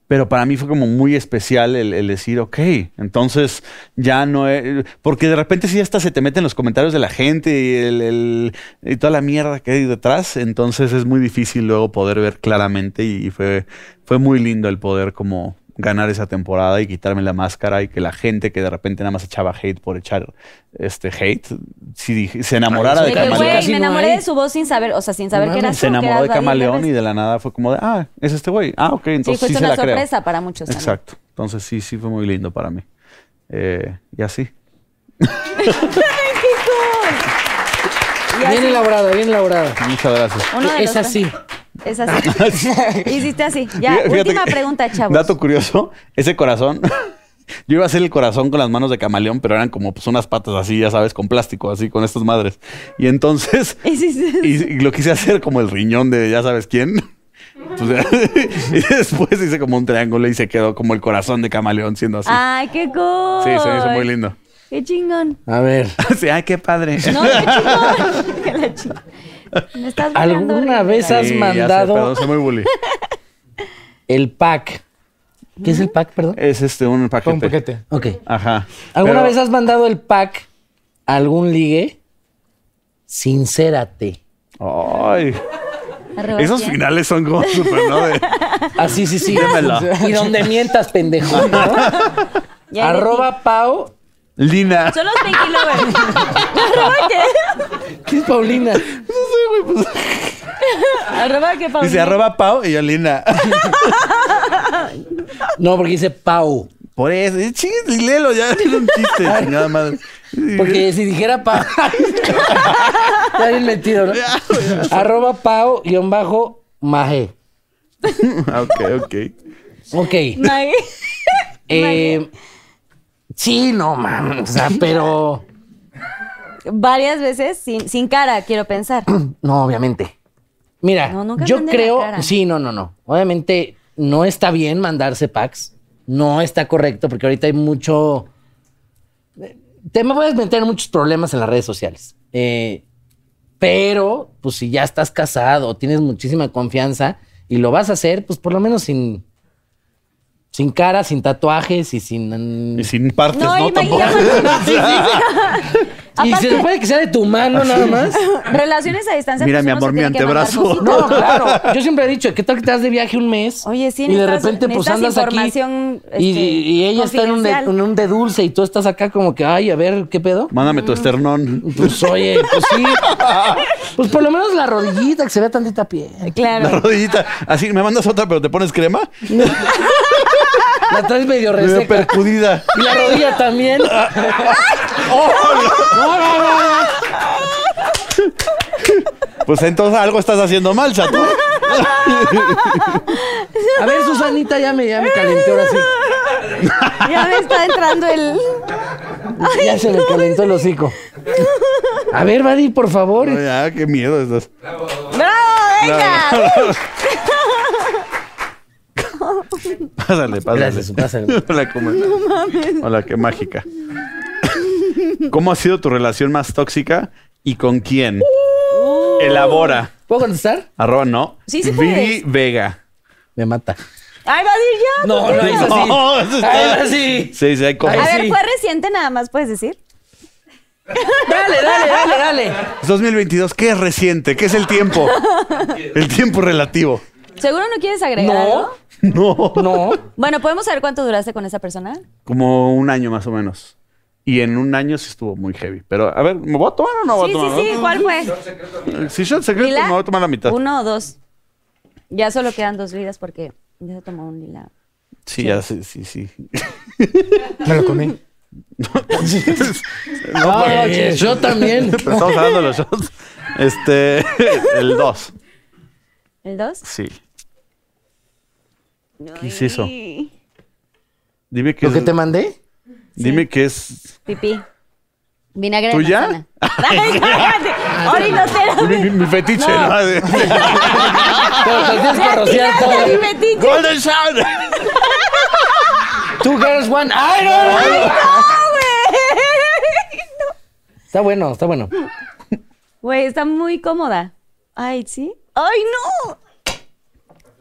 E: Pero para mí fue como muy especial el, el decir, ok, entonces ya no es. Porque de repente sí hasta se te meten los comentarios de la gente y, el- el- y toda la mierda que hay detrás. Entonces es muy difícil luego poder ver claramente y, y fue, fue muy lindo el poder como ganar esa temporada y quitarme la máscara y que la gente que de repente nada más echaba hate por echar este hate, sí dije- se enamorara Ah,
D: Ay,
E: de
C: De que,
D: Camaleón.
C: güey,
D: Casi
C: me
D: no
C: enamoré
D: hay.
C: de su voz sin saber, o sea, sin saber
D: No
C: que era
D: mames,
C: tú,
E: se
C: que
E: enamoró
C: eras
E: de
C: Daddy
E: Camaleón y
C: López.
E: de la nada fue como de, ah, es este güey. Ah, ok,
C: Sí,
E: entonces sí,
C: fuiste
E: se
C: una
E: la creo.
C: sorpresa para muchos también.
E: Exacto. Entonces sí, sí fue muy lindo para mí. Eh, y así.
C: Y así,
D: Bien elaborado, bien elaborado.
E: Muchas gracias.
C: uno de
D: Es
C: los-
D: así.
C: Es así. Hiciste así. Ya,
E: Fíjate
C: última
E: que-
C: pregunta, chavos.
E: Dato curioso, ese corazón. Yo iba a hacer el corazón con las manos de camaleón, pero eran como pues, unas patas así, ya sabes, con plástico, así, con estas madres. Y entonces,
C: Hiciste-
E: y, y lo quise hacer como el riñón de ya sabes quién. Pues, y después hice como un triángulo y se quedó como el corazón de camaleón siendo así.
C: Ay, qué cool.
E: sí, se me hizo muy lindo.
C: Qué chingón.
D: A ver,
E: Sí, ay, qué padre.
C: No, qué chingón. Que la chingón. Me estás burlando,
D: ¿Alguna
C: Ricky.
D: vez has
E: Sí, ya sé,
D: mandado
E: perdón, soy muy bully.
D: el pack? ¿Qué es el pack, perdón?
E: Es este, un paquete.
F: Con un paquete.
D: Ok.
E: Ajá.
D: ¿Alguna
E: Pero-
D: vez has mandado el pack a algún ligue? Sincérate.
E: Ay,
C: Arroba
E: esos
C: quién.
E: finales son como súper, ¿no? De-
D: Ah, sí, sí, sí.
E: Dímelo.
D: Y donde mientas, pendejo. ¿no?
C: Ya, Leti.
D: Arroba Pau.
E: Lina.
C: Son los Pinky Lovers. ¿Arroba qué?
D: ¿Qué es Paulina?
C: ¿Arroba qué, Paulina?
E: Dice arroba Pau y yo Lina.
D: No, porque dice Pau.
E: Por eso, eh, chingues, y léelo, ya es un chiste, chingada madre.
D: Porque si dijera Pau. Está bien metido, ¿no? Arroba Pau guión bajo Maje.
E: Ah, ok, ok.
D: Ok.
C: Maggie.
D: eh, sí, no, mames. O sea, pero.
C: Varias veces sin, sin cara, quiero pensar.
E: Pues
D: No, obviamente. Mira,
C: No, nunca
D: yo
C: manden la
D: creo,
C: cara.
D: sí, no, no, no. Obviamente no está bien mandarse packs. No está correcto porque ahorita hay mucho... eh, Te me puedes meter en muchos problemas en las redes sociales. Eh, pero, pues si ya estás casado, tienes muchísima confianza y lo vas a hacer, pues por lo menos sin... Sin cara, sin tatuajes y sin...
E: Y sin partes,
C: No,
E: ¿no? Tampoco.
D: Y
C: Aparte-
D: se supone que sea de tu mano nada más.
C: Relaciones a distancia.
E: Mira,
C: pues
E: mi
C: uno
E: amor,
C: se
E: mi
C: tiene que mandar
E: antebrazo.
C: cositas.
D: No, claro. Yo siempre he dicho, ¿qué tal que te das de viaje un mes?
C: Oye, sí,
D: Y de
C: necesitas-
D: repente, pues
C: necesitas
D: andas aquí.
C: información,
D: y,
C: este,
D: y ella está en un, de,
C: confidencial.
D: en un de dulce y tú estás acá como que, ay, a ver, ¿qué pedo?
E: Mándame tu esternón.
D: Pues oye, pues sí. Pues por lo menos la rodillita, que se vea tantita piel.
E: La
C: Claro.
E: rodillita. Así, me mandas otra, pero te pones crema.
D: La traes medio
E: Medio
D: reseca.
E: percudida.
D: Y la rodilla también. Oh, no, no, no, no.
E: Pues entonces algo estás haciendo mal, chato.
D: A ver, Susanita ya me, ya me calentó ahora sí.
C: Ya me está entrando el.
D: Ya se me calentó el hocico. A ver, Vadi, por favor.
E: No, ya, ah, qué miedo estás.
C: ¡Bravo, venga!
E: Pásale, pásale.
D: Gracias, pásale.
E: Hola, ¿cómo estás? Hola, qué mágica. ¿Cómo ha sido tu relación más tóxica y con quién? Elabora.
D: ¿Puedo contestar?
E: Arroba no.
C: Uh. Sí, sí
E: Vivi
C: puedes.
E: Vega.
D: Me mata.
C: Ay, va a decir ya.
D: No, no,
C: ¿por qué
D: es así.
E: No, eso está-
D: Ah, es así.
E: Sí, sí, hay cosas.
C: A
D: Ay,
C: ver,
D: sí.
C: fue reciente nada más, puedes decir.
D: Dale, dale, dale, dale.
E: 2022, ¿qué es reciente? ¿Qué es el tiempo? el tiempo relativo.
C: ¿Seguro no quieres agregar?
D: No.
C: algo?
E: No.
D: No.
C: Bueno, ¿podemos saber cuánto duraste con esa persona?
E: Como un año más o menos. Y en un año sí estuvo muy heavy. Pero, a ver, ¿me voy a tomar o no voy
C: sí,
E: a
C: sí,
E: tomar?
C: sí. ¿Cuál fue?
E: Si yo secreto,
C: ¿Lila?
E: me voy a tomar la mitad.
C: Uno o dos. Ya solo quedan dos vidas porque ya se tomó un lila.
E: Sí, ya, sí, sí, sí.
F: Me lo comí.
E: No,
D: Ah, yo también.
E: pero Estamos hablando de los shots. Este, el 2.
C: ¿El dos?
E: Sí. ¿Qué es eso?
C: Ay,
E: Dime que
D: ¿Lo
E: es,
D: que te mandé?
E: dime que es
C: Pipí. Vinagre de
E: tuya.
C: manzana. Ay,
D: Ah,
C: cállate. Orinotera.
E: Mi, mi- mi fetiche, ¿no?
D: Pero te tienes que rociar
C: Tírate, mi
D: todo.
C: metiche.
E: Golden Shower.
D: Two girls, one. ¡Ay, no, no, no!
C: güey.
D: Está bueno, está bueno.
C: Güey, está muy cómoda. Ay, ¿sí? ¡Ay, no!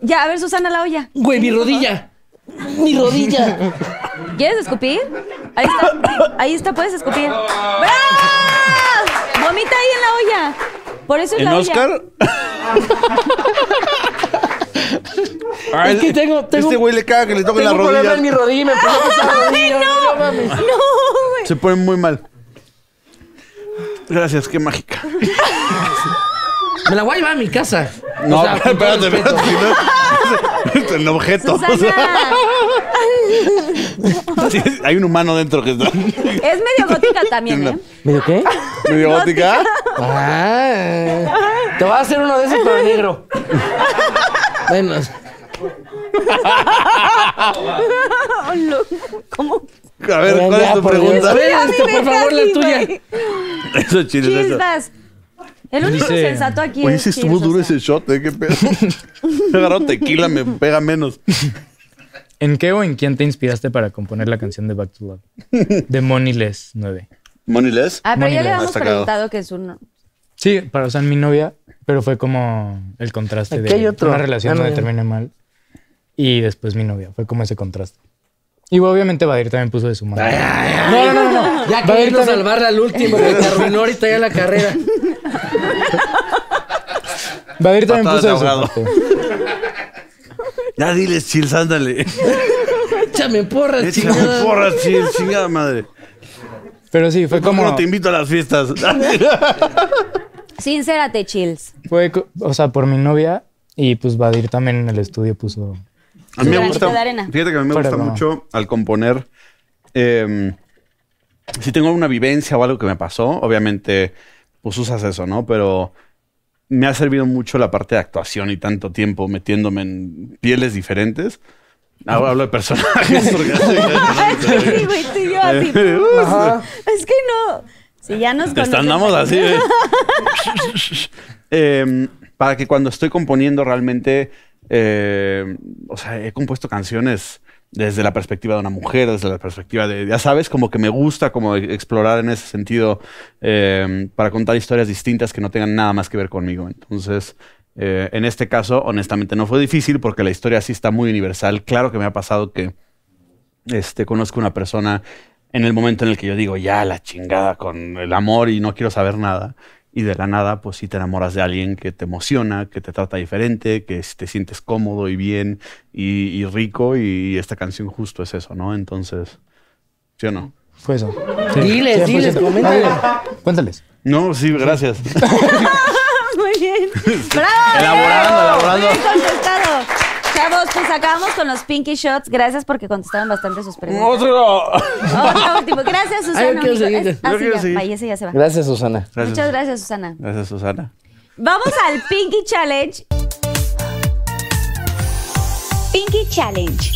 C: Ya, a ver, Susana la olla.
D: Güey, mi rodilla. Mi rodilla.
C: ¿Quieres escupir? Ahí está, ahí está, puedes escupir. ¡Bravo! Vomita ahí en la olla. Por eso es
E: En
C: la olla.
E: Oscar. Ah,
D: Es que tengo- tengo-
E: Este güey le caga que le toque
D: Tengo
E: la
D: un problema en mi
E: rodilla.
D: rodilla y me empezó a pesar la rodilla. No, no mames.
C: No, güey.
E: Se pone muy mal. Gracias, qué mágica.
D: Me la voy a llevar a mi casa.
E: No,
D: O sea, con todo
E: espérate,
D: respeto.
E: espérate. si no- El objeto. o sea,
C: Susana,
E: sí, hay un humano dentro que está.
C: es medio gótica también, ¿eh?
D: ¿Medio qué?
E: Medio gótica.
D: Ah, te voy a hacer uno de esos, pero negro. Bueno,
E: A ver, ¿cuál es
D: ya,
E: tu
D: por Dios.
E: pregunta?
D: A ver,
C: A mí
D: esto,
C: me
D: por favor,
C: casi,
D: la tuya.
C: güey.
E: Eso es chile. eso.
C: Chispas. El único
F: Dice-
C: sensato aquí
E: Oye,
C: es
E: sí estuvo
C: Chils,
E: duro
C: o sea.
E: ese shot, ¿eh? Qué pedo. Me agarró tequila, me pega menos.
F: ¿En qué o en quién te inspiraste para componer la canción de Back to Love? De Moniless 9.
E: ¿Moniless?
C: Ah, pero ya le
F: Mónica.
C: habíamos
E: Está cagado.
C: preguntado que es un...
F: Sí, para, o sea, mi novia, pero fue como el contraste
D: Aquí hay
F: de
D: otro.
F: una relación
D: Ah, no,
F: donde
D: ya no.
F: terminé mal y después mi novia. Fue como ese contraste. Y obviamente Badir también puso de su mano.
D: No, no, no, no. Ya que irnos a salvarla al último, que te arruinó ahorita ya la carrera.
F: Badir también
E: Patada
F: puso de
E: de
F: su
E: ahogado.
F: parte.
E: Ya diles, Chils, ándale.
D: Échame porras,
E: Échame
D: chingada.
E: porras, Chils, chingada madre.
F: Pero sí, fue
E: ¿Cómo
F: como...
E: no te invito a las fiestas?
C: Sincérate, Chills.
F: Fue, co- o sea, por mi novia y pues Badir también en el estudio puso...
E: A mí me
C: Granito
E: gusta.
C: de arena.
E: Fíjate que a mí me
F: Fuera
E: gusta
F: de broma.
E: mucho al componer. eh, si tengo una vivencia o algo que me pasó, obviamente, pues usas eso, ¿no? Pero me ha servido mucho la parte de actuación y tanto tiempo metiéndome en pieles diferentes. Ahora hablo de personajes. porque-
C: Sí, güey, tú y yo así. pues. Es que no. Si ya nos
E: Te
C: conocen.
E: está- andamos así. ¿eh? Em, para que cuando estoy componiendo realmente, eh, o sea, he compuesto canciones desde la perspectiva de una mujer, desde la perspectiva de, ya sabes, como que me gusta como e- explorar en ese sentido em, para contar historias distintas que no tengan nada más que ver conmigo. Entonces, eh, en este caso, honestamente, no fue difícil porque la historia sí está muy universal. Claro que me ha pasado que este, conozco una persona en el momento en el que yo digo, ya la chingada con el amor y no quiero saber nada. Y de la nada, pues sí te enamoras de alguien que te emociona, que te trata diferente, que s- te sientes cómodo y bien y, y rico. Y esta canción justo es eso, ¿no? Entonces, ¿sí o no?
F: Fue eso. Sí.
D: Diles, diles,
F: 100%.
D: coméntale.
F: Cuéntales.
E: No, sí, gracias.
C: Muy bien. ¡Bravo!
E: Elaborando,
C: Diego!
E: elaborando.
C: Bien contestado. Chavos, pues acabamos con los Pinky Shots. Gracias porque contestaron bastante sus preguntas.
E: ¡Otro!
C: Otro último. Gracias, Susana.
D: Ay, yo quiero
C: amigo.
D: seguir.
C: Es- ah,
E: Yo
C: sí,
E: quiero
C: ya.
E: seguir.
C: Ahí ese ya se va.
D: Gracias, Susana.
E: Gracias.
C: Muchas gracias, Susana.
E: Gracias, Susana.
C: Vamos al Pinky Challenge. Pinky Challenge.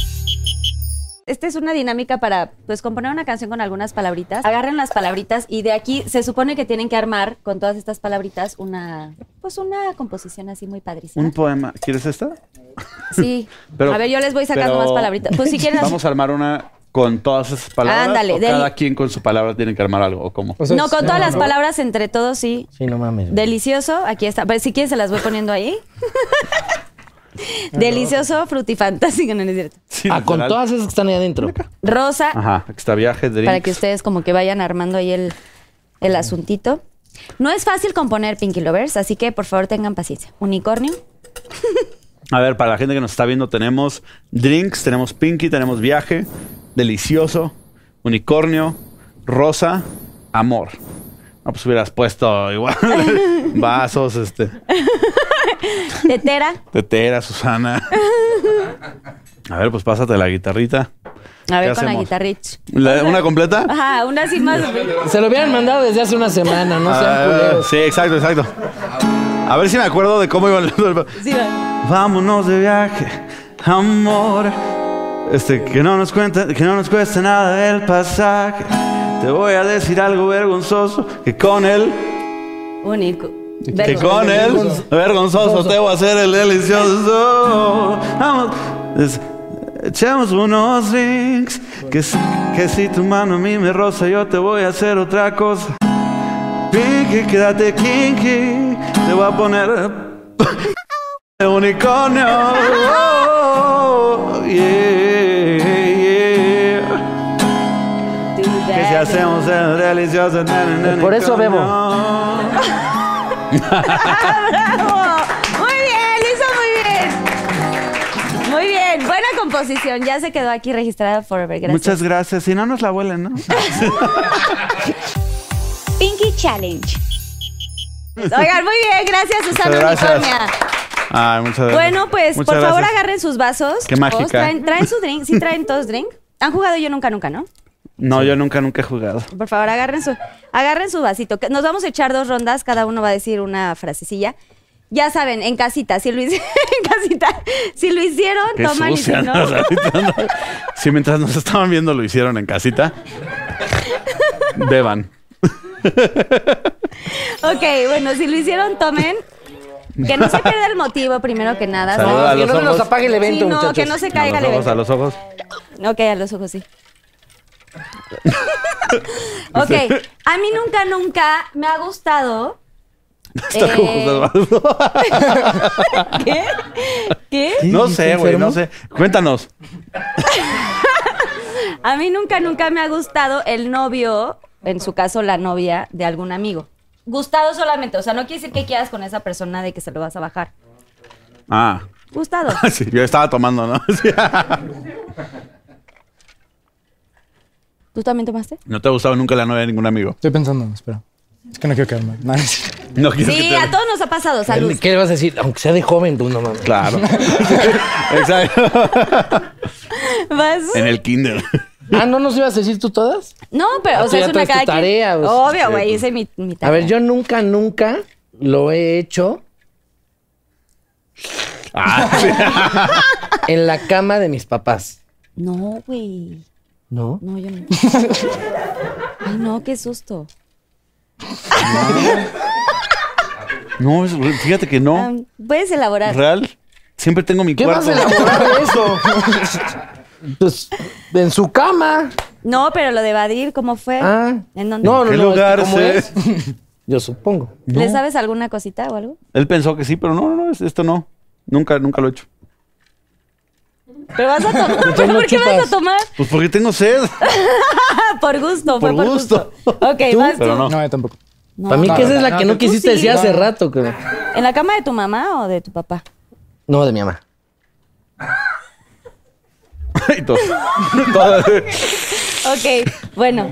C: Esta es una dinámica para pues componer una canción con algunas palabritas. Agarren las palabritas y de aquí se supone que tienen que armar con todas estas palabritas una pues una composición así muy padrísima.
E: Un poema. ¿Quieres esta?
C: Sí.
E: Pero-
C: a ver, yo les voy sacando
E: pero-
C: más palabritas. Pues si quieren
E: Vamos a armar una con todas esas palabras.
C: Ándale,
E: o
C: del-
E: cada quien con su palabra tiene que armar algo, o cómo.
D: Ah,
F: O sea,
C: no,
F: es-
C: con todas las palabras entre todos, sí.
D: Sí, no mames. güey.
C: Delicioso, aquí está. Pero si quieren se las voy poniendo ahí. Delicioso, frutifantástico, no, no es cierto.
E: Sí,
D: ah, con
E: literal.
D: todas esas que están ahí adentro.
C: Rosa,
E: Ajá, aquí está viaje, drinks.
C: para que ustedes como que vayan armando ahí el, el asuntito. No es fácil componer Pinky Lovers, así que por favor tengan paciencia. Unicornio,
E: A ver, para la gente que nos está viendo, tenemos drinks, tenemos pinky, tenemos viaje, delicioso, unicornio, rosa, amor. No, pues hubieras puesto igual vasos, este,
C: tetera.
E: tetera, Susana. A ver, pues pásate la guitarrita.
C: A ver
E: ¿Qué
C: con la
E: hacemos?
C: guitarrich.
E: ¿La- ¿Una completa?
C: Ajá, una así más.
D: Se lo hubieran mandado desde hace una semana, no
E: Ah,
D: sean culeros.
E: sí, exacto, exacto. A ver si me acuerdo de cómo iba el...
C: Sí, va.
E: Vámonos de viaje, amor. Este, que no nos cuenta, que no nos cueste nada el pasaje. Te voy a decir algo vergonzoso, que con él,
C: Único.
E: que con él, vergonzoso, te voy a hacer el delicioso. Vamos, es- echemos unos drinks, que, si- que si tu mano a mí me roza, yo te voy a hacer otra cosa. Pinky, quédate kinky, te voy a poner de unicornio. Oh, yeah, yeah. Que si hacemos el delicioso. na, na, na,
D: Por eso
E: unicornio.
C: ¡Bravo! Muy bien, lo hizo muy bien. Muy bien, buena composición. Ya se quedó aquí registrada Forever. Gracias.
E: Muchas gracias. Si no nos la vuelen, ¿no?
B: Pinky Challenge.
C: Oigan, muy bien, gracias Susana
E: Muchas gracias.
C: Unicornia.
E: Ay, muchas gracias.
C: Bueno, pues
E: Muchas
C: por favor
E: gracias.
C: agarren sus vasos.
E: Qué
C: chicos.
E: mágica.
C: Traen, traen su drink, sí traen todos drink. Han jugado yo nunca, nunca, ¿no?
E: No, yo nunca, nunca he jugado.
C: Por favor, agarren su, agarren su vasito. Que Nos vamos a echar dos rondas, cada uno va a decir una frasecilla. Ya saben, en casita, si lo hicieron, en casita, si lo hicieron,
E: Qué
C: toman
E: sucia,
C: y si no.
E: ¿no? Ahorita no. Sí, mientras nos estaban viendo lo hicieron en casita. Beban.
C: Ok, bueno, si lo hicieron, tomen. Que no se pierda el motivo, primero que nada.
E: Saluda a
D: que
E: los
D: no se nos
E: ojos.
D: apague el evento,
C: Sí, no,
D: muchachos.
C: que no se caiga
E: a
C: el
E: los ojos,
C: evento.
E: a los ojos.
C: Ok, a los ojos, sí. ok, a mí nunca, nunca me ha gustado.
E: Está como
C: Eh.
E: Osvaldo.
C: ¿Qué? ¿Qué?
E: No sé, güey, no sé. Cuéntanos.
C: A mí nunca, nunca me ha gustado el novio, en su caso la novia de algún amigo. Gustado solamente, o sea, no quiere decir que quieras con esa persona de que se lo vas a bajar.
E: Ah.
C: Gustado.
E: Sí, yo estaba tomando, ¿no? Sí.
C: ¿Tú también tomaste?
E: No te ha gustado nunca la novia de ningún amigo.
F: Estoy pensando, espera. Es que no quiero quedarme. No, es-
E: No quieres que
C: Sí,
E: te-
C: a todos nos ha pasado, salud.
D: ¿Qué le vas a decir? Aunque sea de joven, tú no mames.
E: Claro. Exacto.
C: ¿Vas?
D: Eh,
E: En el kinder.
D: Ah, ¿no nos ibas a decir tú todas?
C: No, pero,
D: Ah,
C: o
D: tú
C: sea,
D: ya
C: es una
D: traes tu
C: cada quien-
D: tarea, pues.
C: Obvio, güey, hice mi, mi
D: A
C: tarea.
D: ver, yo nunca, nunca lo he hecho
C: Ah.
D: en la cama de mis papás.
C: No, güey.
D: ¿No?
C: No, yo no. Ay, no, qué susto.
E: No, es re- fíjate que no.
C: Am, Puedes elaborar.
E: Real. Siempre tengo mi
D: ¿Qué
E: cuarto.
D: vas a elaborar de eso? Pues, en su cama.
C: No, pero lo de Badir, ¿cómo fue?
D: Ah.
C: ¿En dónde?
D: No, no,
E: ¿Qué
D: no.
E: lugar
D: ¿Cómo
E: se-
D: es? Yo supongo.
E: No.
C: ¿Le sabes alguna cosita o algo?
E: Él pensó que sí, pero no, no, no, es- esto no. Nunca, nunca lo he hecho.
C: Pero vas a tomar.
D: Entonces no
C: ¿Por qué vas
D: chupas.
C: a tomar?
E: Pues porque tengo sed.
C: Ah, por gusto, fue
E: Por gusto.
C: Ok, vas tú.
E: Pero no.
F: no, yo tampoco.
C: No.
D: Para mí que esa es la
F: no,
D: que
F: no,
D: no,
E: pues
F: tú
D: quisiste
C: sí,
D: decir
C: no.
D: hace rato. creo.
C: ¿En la cama de tu mamá o de tu papá?
D: No, de mi mamá.
E: Y todo. Todo.
C: Ok, bueno.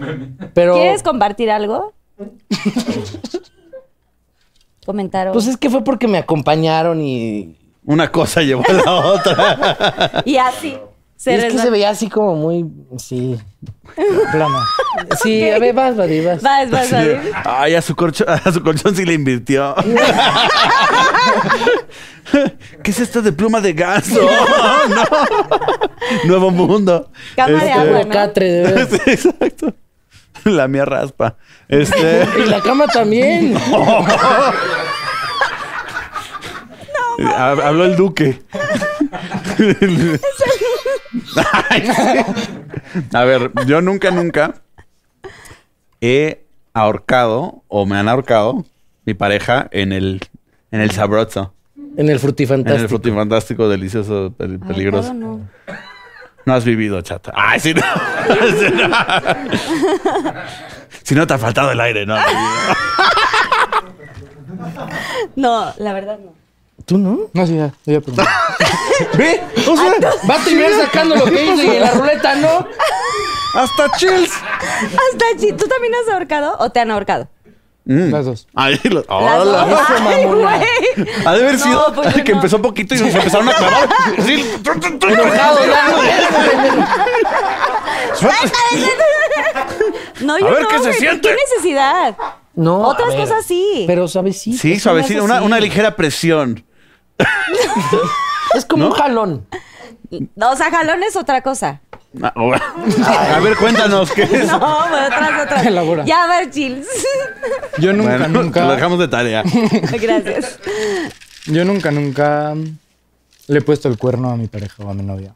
D: Pero,
C: ¿Quieres compartir algo? Comentar. o-
D: pues es que fue porque me acompañaron y...
E: Una cosa llevó a la otra.
C: Y así.
D: y
C: Se
D: es que
C: resbala.
D: se veía así como muy... Sí.
F: Plano.
D: Sí, a ver, vas, Vadi, vas.
C: Vas, vas, vas.
E: Ay, a su, corcho- a su colchón sí le invirtió. ¿Qué es esto de pluma de ganso? No. Nuevo mundo. Este,
C: Cama de agua,
D: Puro
C: ¿no?
D: catre, de verdad.
E: Sí, exacto. La mía raspa. Este.
D: Y la cama también.
E: hab- Habló el duque. Ay, sí. A ver, yo nunca, nunca he ahorcado o me han ahorcado mi pareja en el, en el sabroso.
D: En el
E: En el
D: frutifantástico.
E: frutifantástico, delicioso, pel-
C: Ay,
E: peligroso.
C: todo Ah, no.
E: No has vivido, chata. Ay, si no. si no. Si no te ha faltado el aire, no.
C: No, la verdad no.
D: ¿Tú no?
F: No, sí, ya, ya, perdón.
D: ¿Ve? O sea, va a terminar sacando lo que hizo y en la ruleta no.
E: Hasta chills.
C: Hasta si tú también has ahorcado o te han ahorcado.
F: Las dos.
E: Ay, lo-
C: Las dos.
E: hola.
C: Ay, güey.
E: Ha de haber
C: No,
E: sido
C: pues yo
E: que
C: no.
E: empezó poquito y nos empezaron a clavar. Sí.
C: No,
E: A
C: yo
E: ver
C: no,
E: qué se
C: güey,
E: siente.
C: ¿Qué necesidad?
D: No. a
C: Otras
D: ver,
C: cosas sí.
D: Pero suavecito.
E: Sí,
D: es
E: suavecito, una,
D: así.
E: una ligera presión.
D: Es como un jalón.
C: No, o sea, jalón es otra cosa.
E: Ah, bueno. A ver, cuéntanos qué es.
C: No, pues, bueno, otras, otras.
F: Elabora.
C: Ya, a ver, chills.
F: Yo nunca,
E: Bueno,
F: nunca.
E: Te lo dejamos de tarea.
C: Gracias.
F: Yo nunca, nunca mm, le he puesto el cuerno a mi pareja o a mi novia.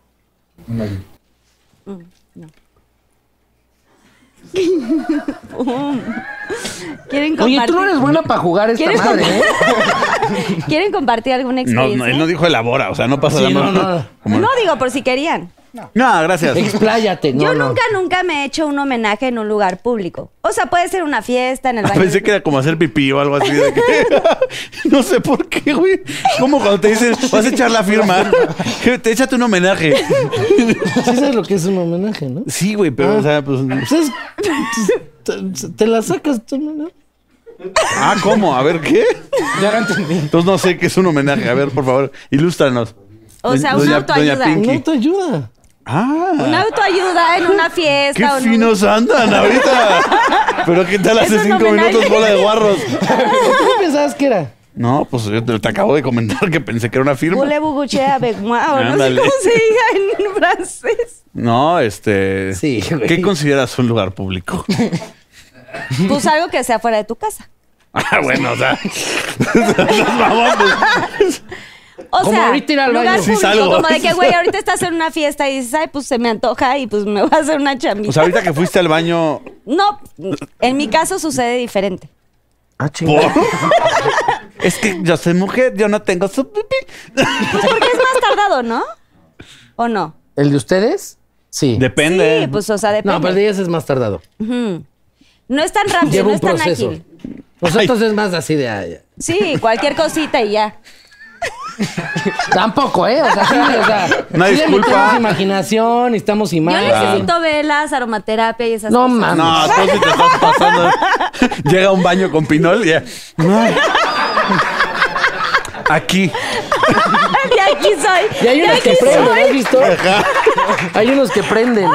C: ¿Quieren compartir,
D: Oye, tú no eres buena para jugar esta
C: ¿Quieres
D: madre, ¿eh?
C: ¿Quieren compartir alguna
E: No,
C: experiencia?
E: no, él no dijo elabora, o sea, no pasa
D: Sí,
E: nada.
D: no, no.
E: Como-
C: No, digo por si querían.
E: No, gracias.
D: Expláyate, no,
C: Yo
D: no.
C: nunca, nunca me he hecho un homenaje en un lugar público. O sea, puede ser una fiesta, en el
E: Ah,
C: baño.
E: Pensé que era como hacer pipí o algo así. de que- no sé por qué, güey. Como cuando te dicen, vas a echar la firma. Que Te échate un homenaje.
D: Sí sabes lo que es un homenaje, ¿no?
E: Sí, güey, pero, o sea, pues.
D: Pues es- pues, te, te la sacas tú, ¿no?
E: Ah, ¿cómo? A ver, ¿qué?
F: Ya lo entendí.
E: Entonces no sé qué es un homenaje. A ver, por favor, ilústranos.
C: O sea,
E: Doña-
C: una autoayuda.
E: Doña Pinky.
D: No te ayuda.
E: Ah.
C: Una autoayuda en una
E: ¡Qué
C: fiesta. o en un-
E: finos andan ahorita! Pero ¿qué tal hace
C: Eso es
E: cinco
C: homenaje.
E: minutos bola de guarros?
D: ¿Tú qué pensabas que era?
E: No, pues yo te, te acabo de comentar que pensé que era una firma.
C: Boule bouguche avec moi, o no sé
E: Ándale.
C: cómo se diga en francés.
E: No, este.
D: Sí, güey.
E: ¿Qué consideras un lugar público?
C: Pues algo que sea fuera de tu casa.
E: Ah, bueno, o sea. nos vamos, pues.
C: O
D: Como
C: sea,
D: ahorita ir al
C: lugar
D: baño.
E: Sí,
C: público,
E: salgo.
C: como de que, güey, ahorita estás en una fiesta y dices, ay, pues se me antoja y pues me voy a hacer una chambita.
E: O sea, ahorita que fuiste al baño.
C: No, en mi caso sucede diferente.
D: Ah,
E: ¿por? Es que yo soy mujer, yo no tengo su pipí.
C: Pues porque es más tardado, ¿no? ¿O no?
D: ¿El de ustedes? Sí.
E: Depende.
C: Sí, pues, o sea, depende.
D: No,
C: No,
D: pero el de ellas es más tardado.
C: es tan rápido, Ah, no
D: Lleva un
C: es tan
D: proceso.
C: ágil.
D: Nosotros es más así de... ay, ay.
C: Sí, cualquier cosita y ya.
D: Tampoco, ¿eh? O sea, sí, o sea,
E: Una
D: sí le
E: disculpa.
D: metemos imaginación, necesitamos
C: Yo
D: imagen.
C: necesito velas, aromaterapia y esas
D: No
C: cosas.
D: mames.
E: No, tú sí te estás pasando. Llega a un baño con pinol y ya. Ay. Aquí.
C: De aquí soy.
D: Y hay
C: de
D: unos
C: aquí
D: que prenden,
C: soy.
D: ¿has visto? Hay unos que prenden.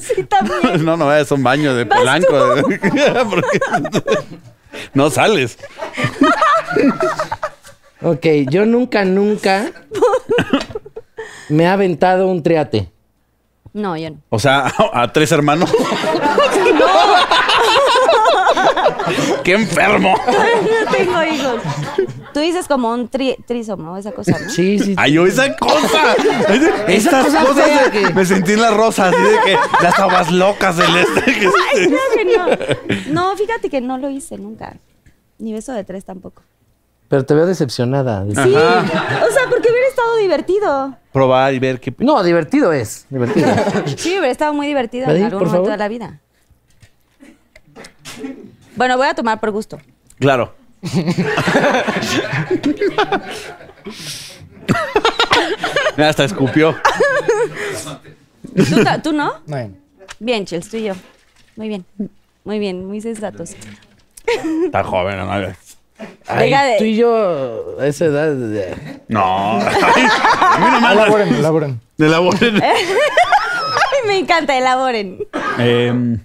C: Sí, también.
E: No, no, es un baño de
C: Vas
E: Polanco.
C: tú.
E: Porque no sales.
D: Ok, yo nunca, nunca me ha aventado un triate.
C: No, yo no.
E: O sea, a, a tres hermanos. ¡Qué enfermo!
C: No tengo hijos. Tú dices como un tri trisomo, esa cosa, ¿no?
D: Sí, sí.
E: ¡Ay, yo esa cosa! Estas
D: cosa
E: cosas
D: fea
E: de-
D: que-
E: me sentí en la rosa, así de que las aguas locas del este. que-
C: Ay, claro que no. No, fíjate que no lo hice nunca. Ni beso de tres tampoco.
D: Pero te veo decepcionada.
C: Sí. O sea, porque hubiera estado divertido.
E: Probar y ver qué. pe-
D: No, divertido es. Divertido.
C: Sí, hubiera estado muy divertido
D: Maddy,
C: en algún
D: por
C: momento
D: favor.
C: de la vida. Bueno, voy a tomar por gusto.
E: Claro. Mira, Hasta escupió.
C: ¿Tú, ta- tú no?
F: Bueno.
C: Bien, Chels, tú y yo. Muy bien. Muy bien, muy sensatos.
E: Está joven, no mames.
D: Ay,
C: Deja de-
D: Tú y yo, a esa edad. eh,
E: No. Ay, a mí no me hablas.
F: Elaboren, elaboren.
E: Elaboren.
C: Ay, me encanta, elaboren.
E: Em,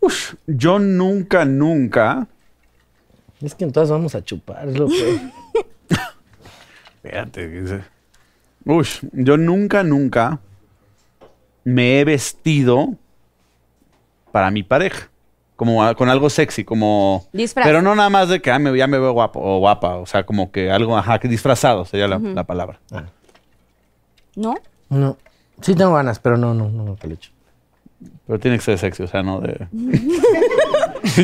E: ush, yo nunca, nunca.
D: Es que entonces vamos a chupar, es lo que.
E: Espérate. que se- Ush, yo nunca, nunca me he vestido para mi pareja. Como a- con algo sexy, como.
C: Disfraz.
E: Pero no nada más de que ah, me- ya me veo guapo o guapa. O sea, como que algo, ajá, que disfrazado sería la, la palabra.
C: ¿No?
D: No. Sí tengo ganas, pero no, no, no, nunca lo he hecho.
E: Pero tiene que ser sexy, o sea, no de.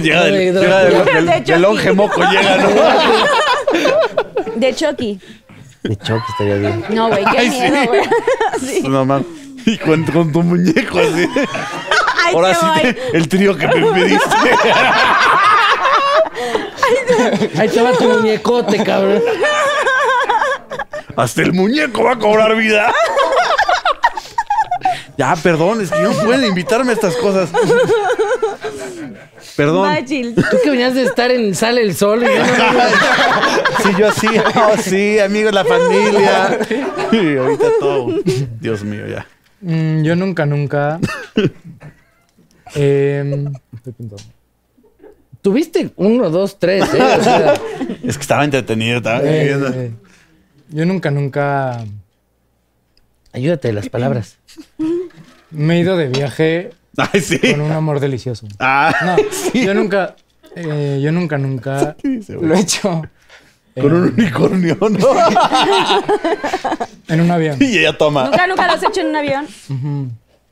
E: llega
D: No, de
E: del, llega
D: droga.
E: del,
C: De
E: del- del
C: Chucky.
E: longe moco, llega, ¿no?
C: De Chucky.
D: De choque estaría bien.
C: No, güey, qué
E: Ay, sí.
C: miedo, güey.
E: No mames. Pues Y con, con tu muñeco así.
C: Ay,
E: Ahora
C: te
E: sí,
C: voy.
E: te- el trío que me pediste.
D: Ahí te va tu muñecote, cabrón.
E: Hasta el muñeco va a cobrar vida. Ya, perdón, es que no pueden invitarme a estas cosas. Perdón.
C: Magic.
D: Tú que venías de estar en Sale el Sol y ya no-
E: Sí, yo así, oh, sí, amigos, la familia. Y ahorita todo. Dios mío, ya.
F: Mm, yo nunca, nunca. Em, estoy pensando.
D: Tuviste uno, dos, tres, ¿eh? O sea,
E: Es que estaba entretenido, estaba viviendo.
F: Eh, yo nunca, nunca
D: ayúdate de las palabras.
F: me he ido de viaje
E: Ay, sí.
F: con un amor delicioso.
E: Ah,
F: No, yo nunca, eh, yo nunca, nunca lo he hecho
E: con
F: Eh.
E: un unicornio, ¿no?
F: en un avión.
E: Y ella toma.
C: Nunca, nunca lo has hecho en un avión.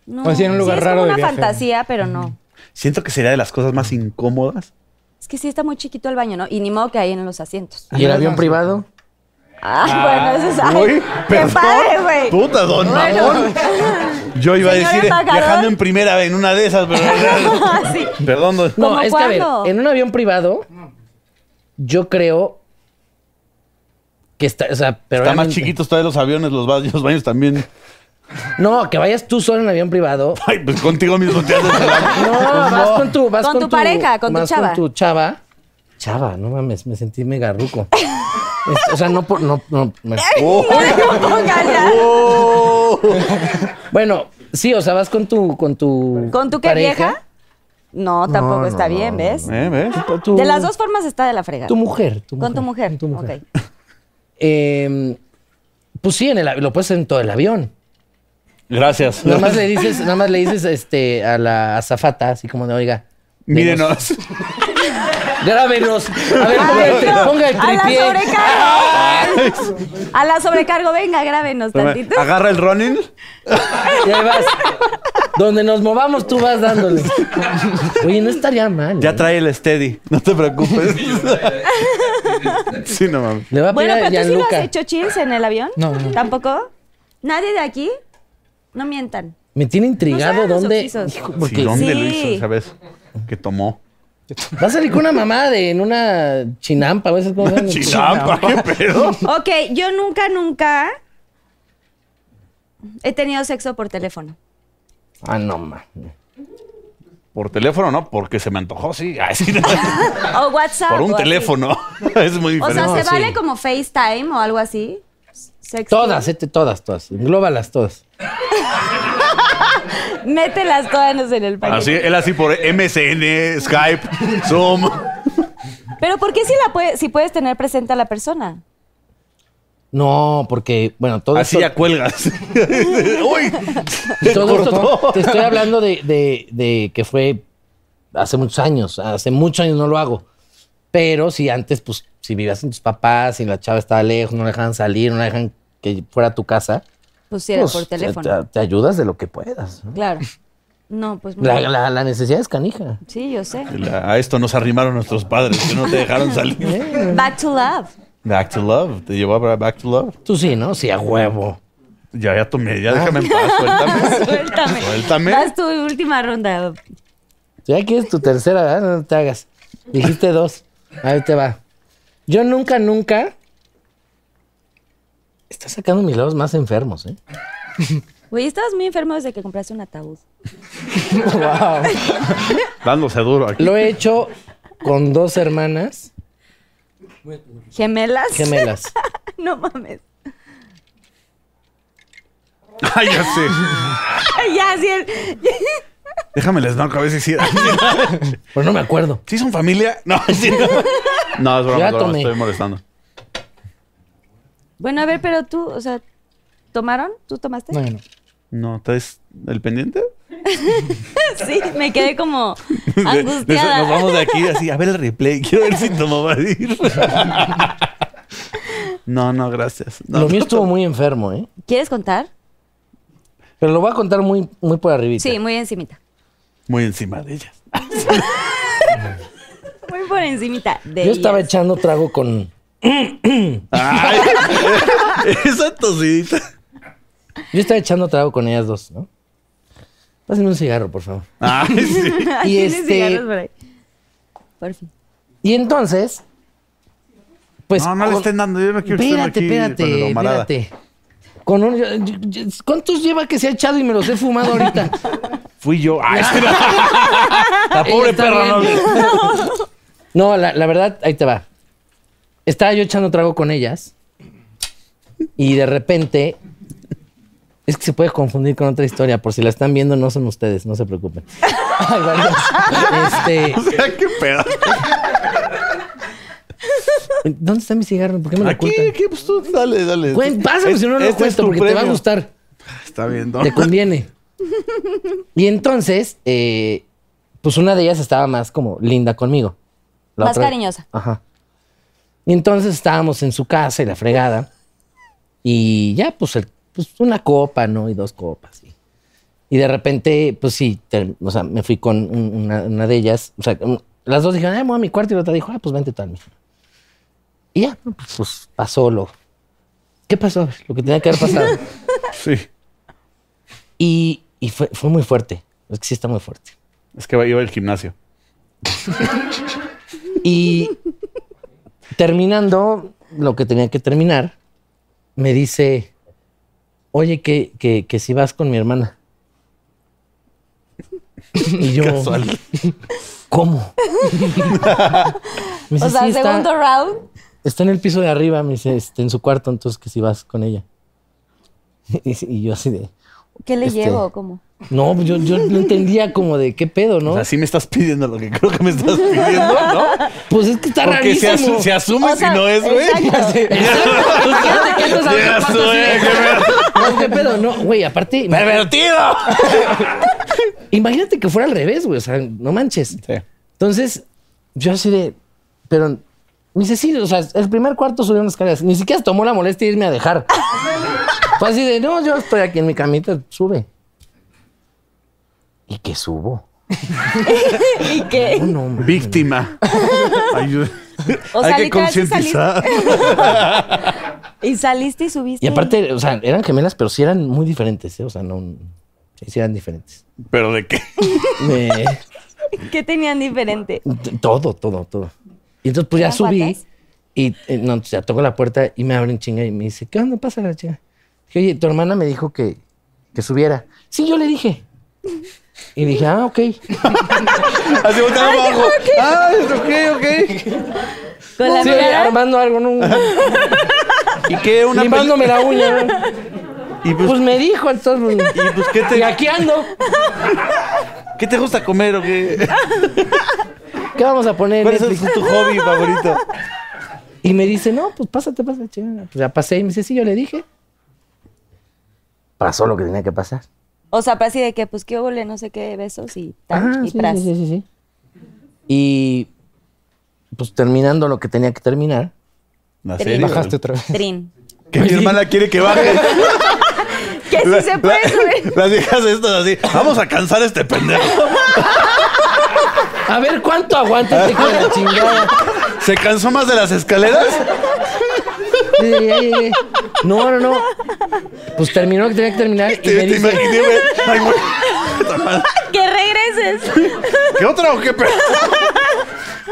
C: No.
F: O así en un lugar
C: sí,
F: raro
C: Es
F: de
C: como una
F: viaje.
C: fantasía, pero no.
E: Siento que sería de las cosas más incómodas.
C: Es que sí está muy chiquito el baño, ¿no? Y ni modo que hay en los asientos.
D: ¿Y el avión privado?
C: Ah, bueno, eso es. ay,
E: Uy,
C: ¡Qué
E: perdón.
C: padre, güey!
E: Puta, don
C: Bueno.
E: Mamón. Yo iba a
C: Señor
E: decir
C: embajador.
E: viajando en primera en una de esas, pero.
C: Sí.
E: Perdón, don.
D: No,
C: ¿Cómo
D: es que a ver,
C: cuándo?
D: en un avión privado, yo creo que está, o sea, pero.
E: Están más
D: obviamente-
E: chiquitos todavía los aviones, los baños, los baños también.
D: No, que vayas tú solo en avión privado.
E: Ay, pues contigo mismo te haces el amor.
D: Pues No, vas con tu, vas
C: Con
D: con
C: tu pareja, con tu
D: vas
C: chava.
D: Con tu chava. Chava, no mames, me sentí mega ruco. Es- o sea, no por, no, no, me-
E: Oh,
C: No pongas ya.
E: oh.
D: Bueno, sí, o sea, vas con tu, con tu.
C: ¿Con tu qué vieja? No, tampoco está bien, ¿ves?
E: ¿Eh, ¿Ves?
D: Con tu-
C: De las dos formas está de la fregada.
D: Tu mujer, tu
C: Con tu mujer.
D: con
C: Ok.
D: Eh, pues sí, en el, av- lo puedes hacer en todo el avión.
E: Gracias.
D: Nada más le dices, nada más le dices este, a la azafata, así como de, oiga. denos-
E: Mírenos.
D: Grábenos. A ver, ponga el, tri- ponga el
C: a la
D: tripié.
C: sobrecargo. A la sobrecargo, venga, grábenos tantito.
E: Agarra el running.
D: Y ahí vas. Donde nos movamos, tú vas dándole. Oye, no estaría mal.
E: Ya
D: ¿eh?
E: trae el steady. No te preocupes. Sí, no mames.
D: Le va a pedir
C: Bueno,
D: Ah,
C: pero tú
D: a
C: sí lo
D: Gianluca.
C: has hecho chills en el avión.
F: No, no.
C: ¿Tampoco? ¿Nadie de aquí? No mientan.
D: Me tiene
C: No
D: intrigado
C: sean los
D: dónde.
C: oxisos.
D: Hijo,
E: Sí,
D: porque
E: ¿Dónde
C: Sí.
E: lo hizo? ¿Sabes? Que tomó.
D: va a salir con una mamá de en una chinampa, a veces como
E: Chinampa, qué pedo.
C: Ok, yo nunca, nunca he tenido sexo por teléfono.
D: Ah, no, ma.
E: Por teléfono, ¿no? Porque se me antojó, sí. Ay, sí.
C: O WhatsApp.
E: Por un
C: o así.
E: teléfono. Es muy
C: O sea,
E: diferente.
C: ¿se
D: sí.
C: vale como FaceTime o algo así? Sexting.
D: Todas, este, todas, todas. Englóbalas todas. ¿eh?
C: Mételas todas en el paquete.
E: Así, él así por MSN, Skype, Zoom.
C: Pero ¿por qué si, la puede- si puedes tener presente a la persona?
D: No, porque, bueno, todo
E: Así
D: esto-
E: ya cuelgas. Uy,
D: Y todo esto-
E: cortó.
D: te estoy hablando de, de- de que fue hace muchos años. Hace muchos años no lo hago. Pero si antes, pues, si vivías con tus papás, si la chava estaba lejos, no la dejaban salir, no la dejan que fuera a tu casa,
C: Pues si era
D: pues,
C: por
D: te-
C: teléfono.
D: Te, te ayudas de lo que puedas. ¿no?
C: Claro. No, pues muy
D: La,
C: bien.
D: la- la necesidad es canija.
C: Sí, yo sé.
E: La- A esto nos arrimaron nuestros padres, que no te dejaron
D: ¿Eh?
E: salir.
C: Back to love.
E: Back to love, te llevó a Back to love.
D: Tú sí, ¿no? Sí, a huevo.
E: Ya, ya tomé, ya déjame en paz, suéltame.
C: Suéltame.
E: Suéltame.
C: Vas tu última ronda.
D: Ya que es tu tercera, ¿verdad? No te hagas. Dijiste dos. Ahí te va. Yo nunca, nunca. Está sacando mis lados más enfermos, ¿eh?
C: Güey, estabas muy enfermo desde que compraste un ataúd.
E: Dándose duro aquí.
D: Lo he hecho con dos hermanas
C: ¿Gemelas?
D: gemelas.
C: no mames.
E: Ay, ya sé.
C: ya, sí. el-
E: Déjame les narco a veces sí.
D: Pero no me acuerdo.
E: ¿Sí son familia? No, sí. No, es broma,
D: Ya
E: es broma,
D: tomé.
E: estoy molestando.
C: Bueno, a ver, pero tú, o sea, ¿tomaron? ¿Tú tomaste?
F: No, yo no.
E: No, ¿traes el pendiente?
C: Sí, me quedé como
E: De- de-
C: angustiada.
E: nos vamos de aquí así, a ver el replay, quiero ver si Tomo va a ir. No, no, gracias. No,
D: Lo mío
E: no,
D: estuvo muy enfermo, ¿eh?
C: ¿Quieres contar?
D: Pero lo voy a contar muy, muy por arribita.
C: Sí, muy encimita.
E: Muy encima de ellas.
C: Muy por encimita de
D: Yo estaba
C: ellas.
D: echando trago con.
E: Ay, esa tosidita.
D: Yo estaba echando trago con ellas dos, ¿no? Pásenme un cigarro, por favor.
E: Ay, sí.
D: Y
C: ¿Tienes cigarros
D: este.
C: por ahí? Por fin.
D: Y entonces. Pues.
E: No, no le
D: con-
E: estén dando. Yo no quiero estar
D: Espérate,
E: aquí con el
D: espérate,
E: homarada.
D: espérate. Con un- yo- yo- yo- ¿Cuántos lleva que se ha echado y me los he fumado ahorita?
E: Fui yo. Ay, la pobre
D: Ah. Está
E: perra no
D: bien. No, la, la verdad, ahí te va. Estaba yo echando trago con ellas y de repente... Es que se puede confundir con otra historia. Por si la están viendo, no son ustedes, no se preocupen. Ay, gracias. Este,
E: ¿Qué pedo?
D: ¿Dónde está mi cigarro? ¿Por qué me lo
E: Aquí,
D: ocultan?
E: aquí, pues tú dale, dale.
D: Güey, pásame
E: Es-
D: si no no lo
E: este es
D: cuento,
E: tu
D: porque te va a
E: premio.
D: gustar.
E: Está bien, ¿no?
D: Te conviene. Y entonces, eh, pues una de ellas estaba más como linda conmigo. La
C: Más
D: otra-
C: cariñosa.
D: Ajá. Y entonces estábamos en su casa y la fregada. Y ya, pues, el- pues, una copa, ¿no? Y dos copas. Y, y de repente, pues sí, ter- o sea, me fui con un- una, una de ellas. O sea, un- las dos dijeron, ay, me voy a mi cuarto. Y la otra dijo, ah, pues vente tú al mío. Y ya, pues, pues, pasó lo. ¿Qué pasó? Lo que tenía que haber pasado.
E: Sí.
D: Y, y fue, fue muy fuerte. Es que sí está muy fuerte.
E: Es que iba al gimnasio.
D: Oh. Y terminando lo que tenía que terminar, me dice, oye, que, que, que si vas con mi hermana. Y yo,
E: Casual.
D: ¿cómo? Me dice,
C: O sea,
D: "Sí, está-
C: segundo round.
D: Está en el piso de arriba, me dice, este, en su cuarto, entonces que si vas con ella. Y, y yo así de,
C: ¿Qué le
D: Este-
C: llevo? ¿Cómo?
D: no, pues yo, yo lo entendía como de, ¿qué pedo, no?
E: O sea, sí me estás pidiendo lo que creo que me estás pidiendo, ¿no?
D: Pues es que está
E: Porque se,
D: rarísimo.
E: asu- se asume
C: O sea,
E: si no es, güey.
C: exacto.
D: Fíjate que estos
E: Ya
D: zapatos
E: sé,
D: sí.
E: qué
D: No, qué pedo, no, güey, aparte,
E: ¡Pervertido!
D: imagínate que fuera al revés, güey, o sea, no manches.
E: Sí.
D: Entonces, yo así de, pero, me dice, sí, o sea, el primer cuarto subió unas escaleras, ni siquiera se tomó la molestia de irme a dejar. Fue así de, no, yo estoy aquí en mi camita, sube. ¿Y que subo?
C: ¿Y qué?
D: No, no, man.
E: Víctima. Ayuda.
C: O sea,
E: Hay que
C: literal, sí
E: concientizar.
C: Y saliste y subiste.
D: Y aparte, o sea, eran gemelas, pero sí eran muy diferentes, ¿eh? o sea, no, sí, sí eran diferentes.
E: ¿Pero de qué?
D: Me-
C: ¿Qué tenían diferente?
D: T- Todo, todo, todo. Y entonces pues ya
C: ¿Eran
D: subí
C: cuates?
D: y eh, no, entonces, ya toco la puerta y me abren chinga y me dice, ¿qué onda? Pasa la chinga. Dije, oye, tu hermana me dijo que, que subiera. Sí, yo le dije. Y dije, ah, ok.
E: Así volteando abajo. Ah, ok, ok.
C: Con la
D: Sí,
C: mirada.
D: armando algo, no,
E: ¿Y qué? Una peli-
D: limándome la uña.
E: ¿Y pues,
D: Pues me dijo, entonces, pues,
E: y pues, ¿qué,
D: y
E: te,
D: aquí ando.
E: ¿qué te gusta comer o qué?
D: ¿Qué vamos a poner? en
E: ¿Cuál es
D: Netflix?
E: tu hobby favorito?
D: Y me dice, no, pues pásate, pásate, chinga. Pues ya pasé y me dice, sí, yo le dije. Pasó lo que tenía que pasar.
C: O sea, para así de que, pues, qué huele, no sé qué, besos y
D: Ah,
C: tal. y
D: sí,
C: tras.
D: sí, sí, sí, sí. Y pues terminando lo que tenía que terminar,
E: No
C: Trin.
F: Bajaste otra vez.
C: Trin.
E: Que mi hermana quiere que baje.
C: Que sí se puede subir.
E: Las viejas estas así. Vamos a cansar a este pendejo.
D: A ver cuánto aguanta este hijo de la chingada.
E: ¿Se cansó más de las escaleras?
D: Sí, ya llegué. No, no, no. Pues terminó lo que tenía que terminar y
E: Te,
D: me
E: te
D: dice,
E: imaginé, güey. Ay, güey.
C: Que regreses.
E: ¿Qué otra o qué pedo?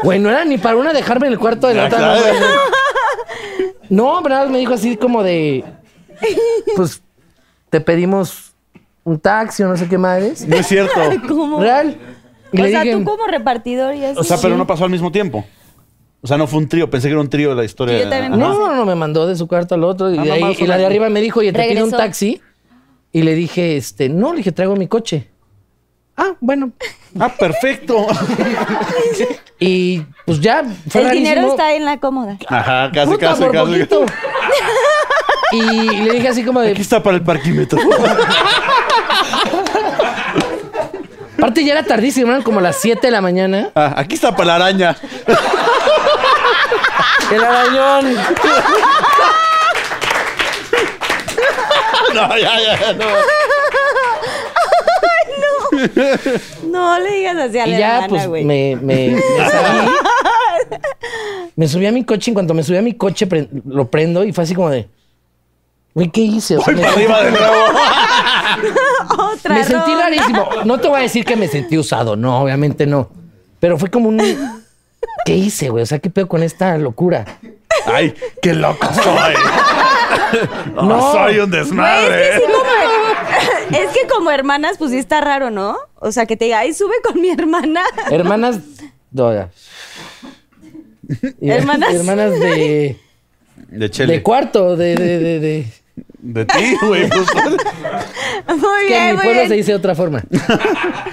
D: güey, no era ni para una dejarme en el cuarto de la otra. No, güey. No, verdad, me dijo así como de, pues te pedimos un taxi o no sé qué madres.
E: No es cierto.
C: ¿Cómo?
D: Real. Y
C: o
D: le
C: sea,
D: dije,
C: tú como repartidor y así.
E: O sea, pero no pasó al mismo tiempo. O sea, no fue un trío. Pensé que era un trío la historia.
C: Sí, yo también
D: No, no, no, me mandó de su cuarto al otro. Y,
E: Ah,
D: de ahí-
E: nomás
D: y la de
E: una-
D: arriba me dijo, oye, te pido un
C: Regresó.
D: taxi. Y le dije, este, no, le dije, traigo mi coche. Ah, bueno.
E: Ah, perfecto.
D: Y pues ya fue
C: El
D: rarísimo.
C: dinero está en la cómoda.
E: Ajá, casi,
D: Puta,
E: casi,
D: por
E: casi.
D: poquito. y le dije así como
E: Aquí
D: de...
E: está para el parquímetro.
D: Aparte ya era tardísimo, eran como las 7 de la mañana.
E: Ah, aquí está para la araña.
D: El arañón.
E: No, ya, ya, ya, no.
C: No le digas así a la
D: Y ya,
C: hermana,
D: pues,
C: güey.
D: me, me, me salí. Me subí a mi coche. En cuanto me subí a mi coche, pre- lo prendo y fue así como de... Güey, ¿qué hice? O sea, me-
E: Arriba de nuevo.
C: Otra
D: me sentí
C: ronda.
D: rarísimo. No te voy a decir que me sentí usado, no, obviamente no. Pero fue como un. ¿Qué hice, güey? O sea, ¿qué pedo con esta locura?
E: Ay, qué loco soy. Ah,
D: No.
E: Soy un
C: Güey, es que sí,
E: desmadre.
C: como, es que como hermanas, pues sí está raro, ¿no? O sea, que te diga, ay, sube con mi hermana.
D: Hermanas. no, ya. Y-
C: Hermanas.
D: Hermanas de.
E: De
D: De
E: Chele.
D: cuarto, de. de, de, de- Es
E: De ti, güey. pues.
C: Muy
D: que en
C: bien,
D: mi
C: muy
D: pueblo
C: bien.
D: se dice de otra forma.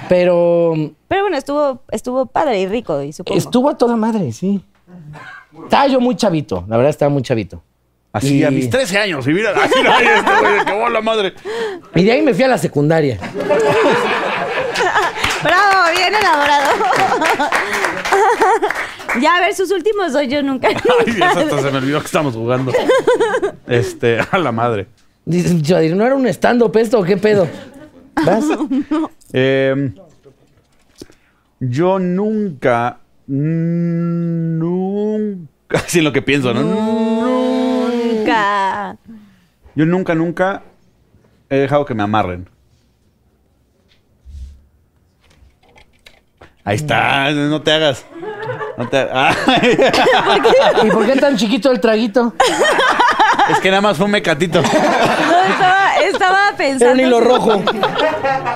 D: Pero.
C: Pero bueno, estuvo, estuvo padre y rico, y supongo.
D: Estuvo a toda madre, sí. Estaba yo muy chavito, la verdad estaba muy chavito.
E: Así
D: Y-
E: a mis 13 años. Y mira, así no hay este, güey. Que bola madre.
D: Y de ahí me fui a la secundaria.
C: Bravo, bien elaborado. ya, a ver, sus últimos dos yo nunca.
E: Ay, Dios, hasta se me olvidó que estamos jugando. Este, a la madre.
D: Dice, Chadir, ¿no era un stand-up esto o qué pedo? ¿Vas?
E: Eh, yo nunca. Nunca. Así es lo que pienso, ¿no?
C: nunca.
E: Yo nunca, nunca he dejado que me amarren. Ahí está, no te hagas. No te ha- Ay,
D: ¿Y por qué tan chiquito el traguito?
E: es que nada más fue un mecatito.
C: No, estaba, estaba pensando.
D: Era un hilo rojo.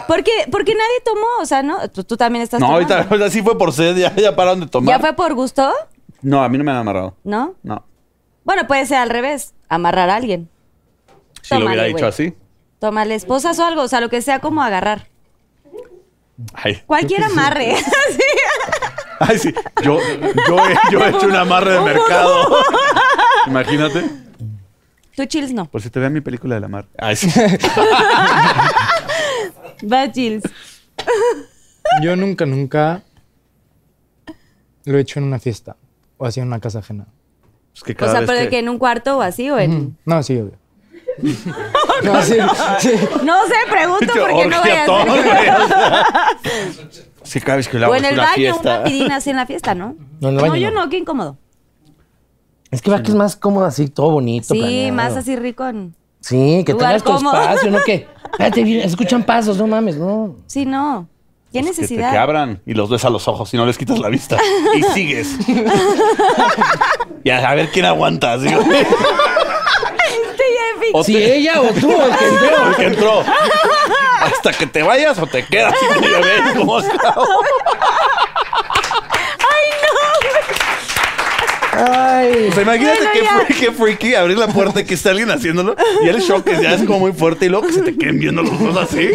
C: Porque, porque nadie tomó, o sea, ¿no? Tú, tú también estás
E: No,
C: tomando.
E: ahorita ahorita sí fue por sed, ya, ya pararon de tomar.
C: ¿Ya fue por gusto?
E: No, a mí no me han amarrado.
C: ¿No?
E: No.
C: Bueno, puede ser al revés. Amarrar a alguien.
E: Si lo
C: Tómale,
E: hubiera dicho
C: güey.
E: así.
C: Tomarle esposas o algo, o sea, lo que sea como agarrar.
E: Ay.
C: Cualquier amarre.
E: Ay, sí. Yo, yo, he- yo he hecho un amarre de mercado. Imagínate.
C: Tú chills no.
E: Por si te vean mi película del amarre. Ay, sí.
C: Va chills.
F: Yo nunca, nunca lo he hecho en una fiesta o así en una casa ajena.
E: Es que
C: O
E: cada
C: sea,
E: vez
C: pero de
E: que-
C: que en un cuarto o así o en.
F: No, sí, obvio. No, sí, sí.
C: No sé, pregunto
E: Yo,
C: porque no voy
E: orgia
C: a
E: todo,
C: hacer.
E: güey, o sea. Sí, cada vez que lo hago
C: O en
E: es
C: el
E: pues, una
C: baño,
E: fiesta.
C: una pidina así en la fiesta, ¿no?
D: No, en el baño
C: yo
D: no.
C: no, qué incómodo.
D: Es que va que es más cómodo así, todo bonito.
C: Sí,
D: planeado.
C: más así rico en-
D: Sí, que
C: Lugar
D: tengas tu
C: cómodo.
D: espacio, ¿no? Que, espérate, escuchan pasos, no mames, no.
C: Sí, no. ¿Qué
E: Pues, Que te que
C: necesidad?
E: abran y los ves a los ojos y no les quitas la vista. Y sigues. y a, a ver quién aguanta. así, güey.
C: Este ya es
E: O
D: Si
E: te-
D: ella o tú, el que entró.
E: el que entró. Hasta que te vayas o te quedas y te ves como
D: Ay,
E: O sea, imagínate
C: Bueno,
E: qué,
C: ya.
E: fre- qué freaky abrir la puerta y que está alguien haciéndolo y el shock que ya es como muy fuerte y luego que se te queden viendo los dos así,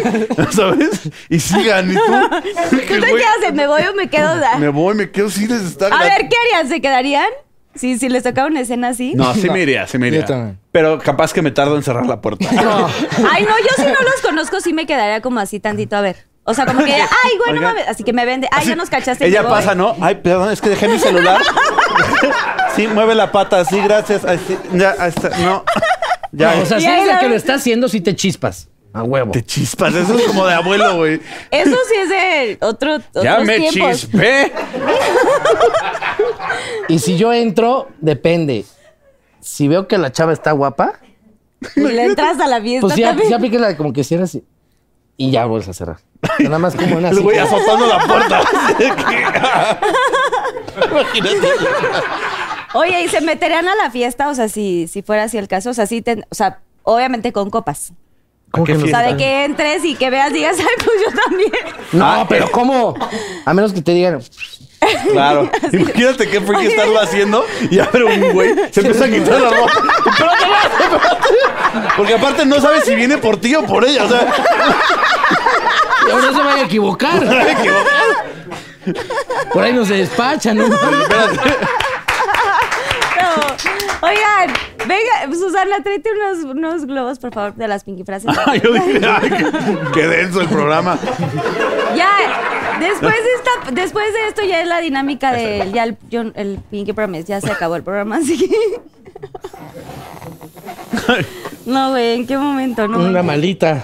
E: ¿sabes? Y sigan y tú.
C: fin- ¿Tú te quedas de me voy o me quedo?
E: Me voy, me quedo sí les está
C: A ver, ¿qué harían? ¿Se quedarían? Sí, si les tocaba una escena así.
E: No, sí me iría, sí me
F: Yo
E: iría.
F: también.
E: Pero capaz que me tardo en cerrar la puerta.
C: Ay, no, yo si no los conozco, sí me quedaría como así tantito, a ver. O sea, como que, ay, güey, no
E: Oiga.
C: mames. Así que me vende. Ay,
E: Así,
C: ya nos cachaste.
E: Ella
C: me voy.
E: pasa, ¿no? Ay, perdón, es que dejé mi celular. sí, mueve la pata, así, gracias. Ay, sí, ya, ahí está, no. Ya,
D: o sea,
C: Y
D: si
C: ahí
D: eres
C: la
D: el que
C: ves.
D: lo está haciendo, sí te chispas. A huevo.
E: te chispas, eso es como de abuelo, güey.
C: Eso sí es de otro, otros
E: Ya me
C: tiempos.
E: chispé.
D: Y si yo entro, depende. Si veo que la chava está guapa,
C: Y le entras a la fiesta
D: pues ya,
C: también.
D: ya apliques la de como que cierras y, y ya vuelves a cerrar. Nada más como una
E: El
D: así.
E: güey azotando la puerta. Imagínate.
C: Oye, ¿y se meterían a la fiesta? O sea, si, si fuera así el caso. O sea, sí, ten- o sea, obviamente con copas.
D: ¿Cómo
E: ¿Qué
D: que no?
C: O sea, de
E: Fiesta.
C: que entres y que veas, digas, ay, pues yo también.
D: No, pero ¿cómo? A menos que te digan,
E: Claro. Imagínate qué freaky estarlo haciendo y abre un güey, se empieza a quitar la ropa. Espérate, espérate. Porque aparte no sabes si viene por ti o por ella. O sea,
D: ahora se vaya a equivocar.
E: me equivoqué.
D: Por ahí no se despachan, ¿no?
C: No. Oigan, venga, Susana, tráete unos, unos globos, por favor, de las Pinky Frases.
E: Ay, yo dije, "Ah". ay, qué, qué denso el programa.
C: Ya, después de, esta, después de esto ya es la dinámica del ya el, yo- el Pinky Promise. Ya se acabó el programa, así que... No, güey, ¿en qué momento? No,
D: Una malita.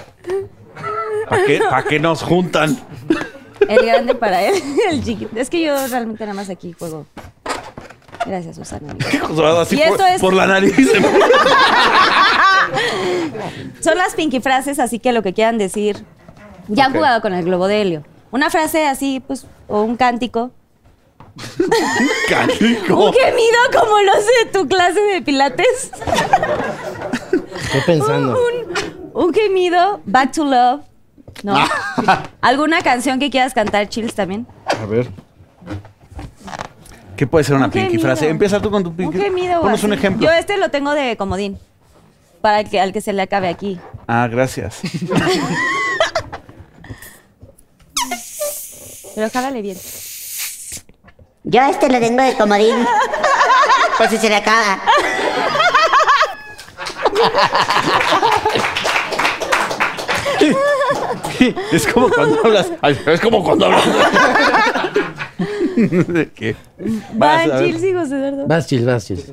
E: ¿Para qué, pa' qué nos juntan?
C: El grande para él, el chiquito. Es que yo realmente nada más aquí juego. Gracias, Susana. amiga.
H: así
C: Y esto
H: por,
C: es-
H: por la nariz.
C: Son las pinky frases, así que lo que quieran decir. Ya han
E: Ok.
C: jugado con el globo de helio. Una frase así, pues, o un cántico. Un
E: Canico.
C: gemido como los de tu clase de pilates.
D: Estoy pensando.
C: Un, un gemido, Back to Love. No.
E: Ah.
C: ¿Alguna canción que quieras cantar, Chills, también?
E: A ver. ¿Qué puede ser una
C: Un
E: pinky
C: gemido.
E: frase? Empieza tú con tu
C: Un
E: pinky.
C: gemido. o
E: Ponos un
C: así.
E: ejemplo.
C: Yo este lo tengo de comodín. Para el que, al que se le acabe aquí.
E: Ah, gracias.
C: Pero jálale bien.
I: Yo a este lo tengo de comodín. Por si se le acaba.
E: es como cuando hablas. ay, es como cuando hablas. ¿De qué? Vas, a
C: Van,
E: ver.
C: Chills y José Eduardo.
D: Vas, Chil, vas, Chil.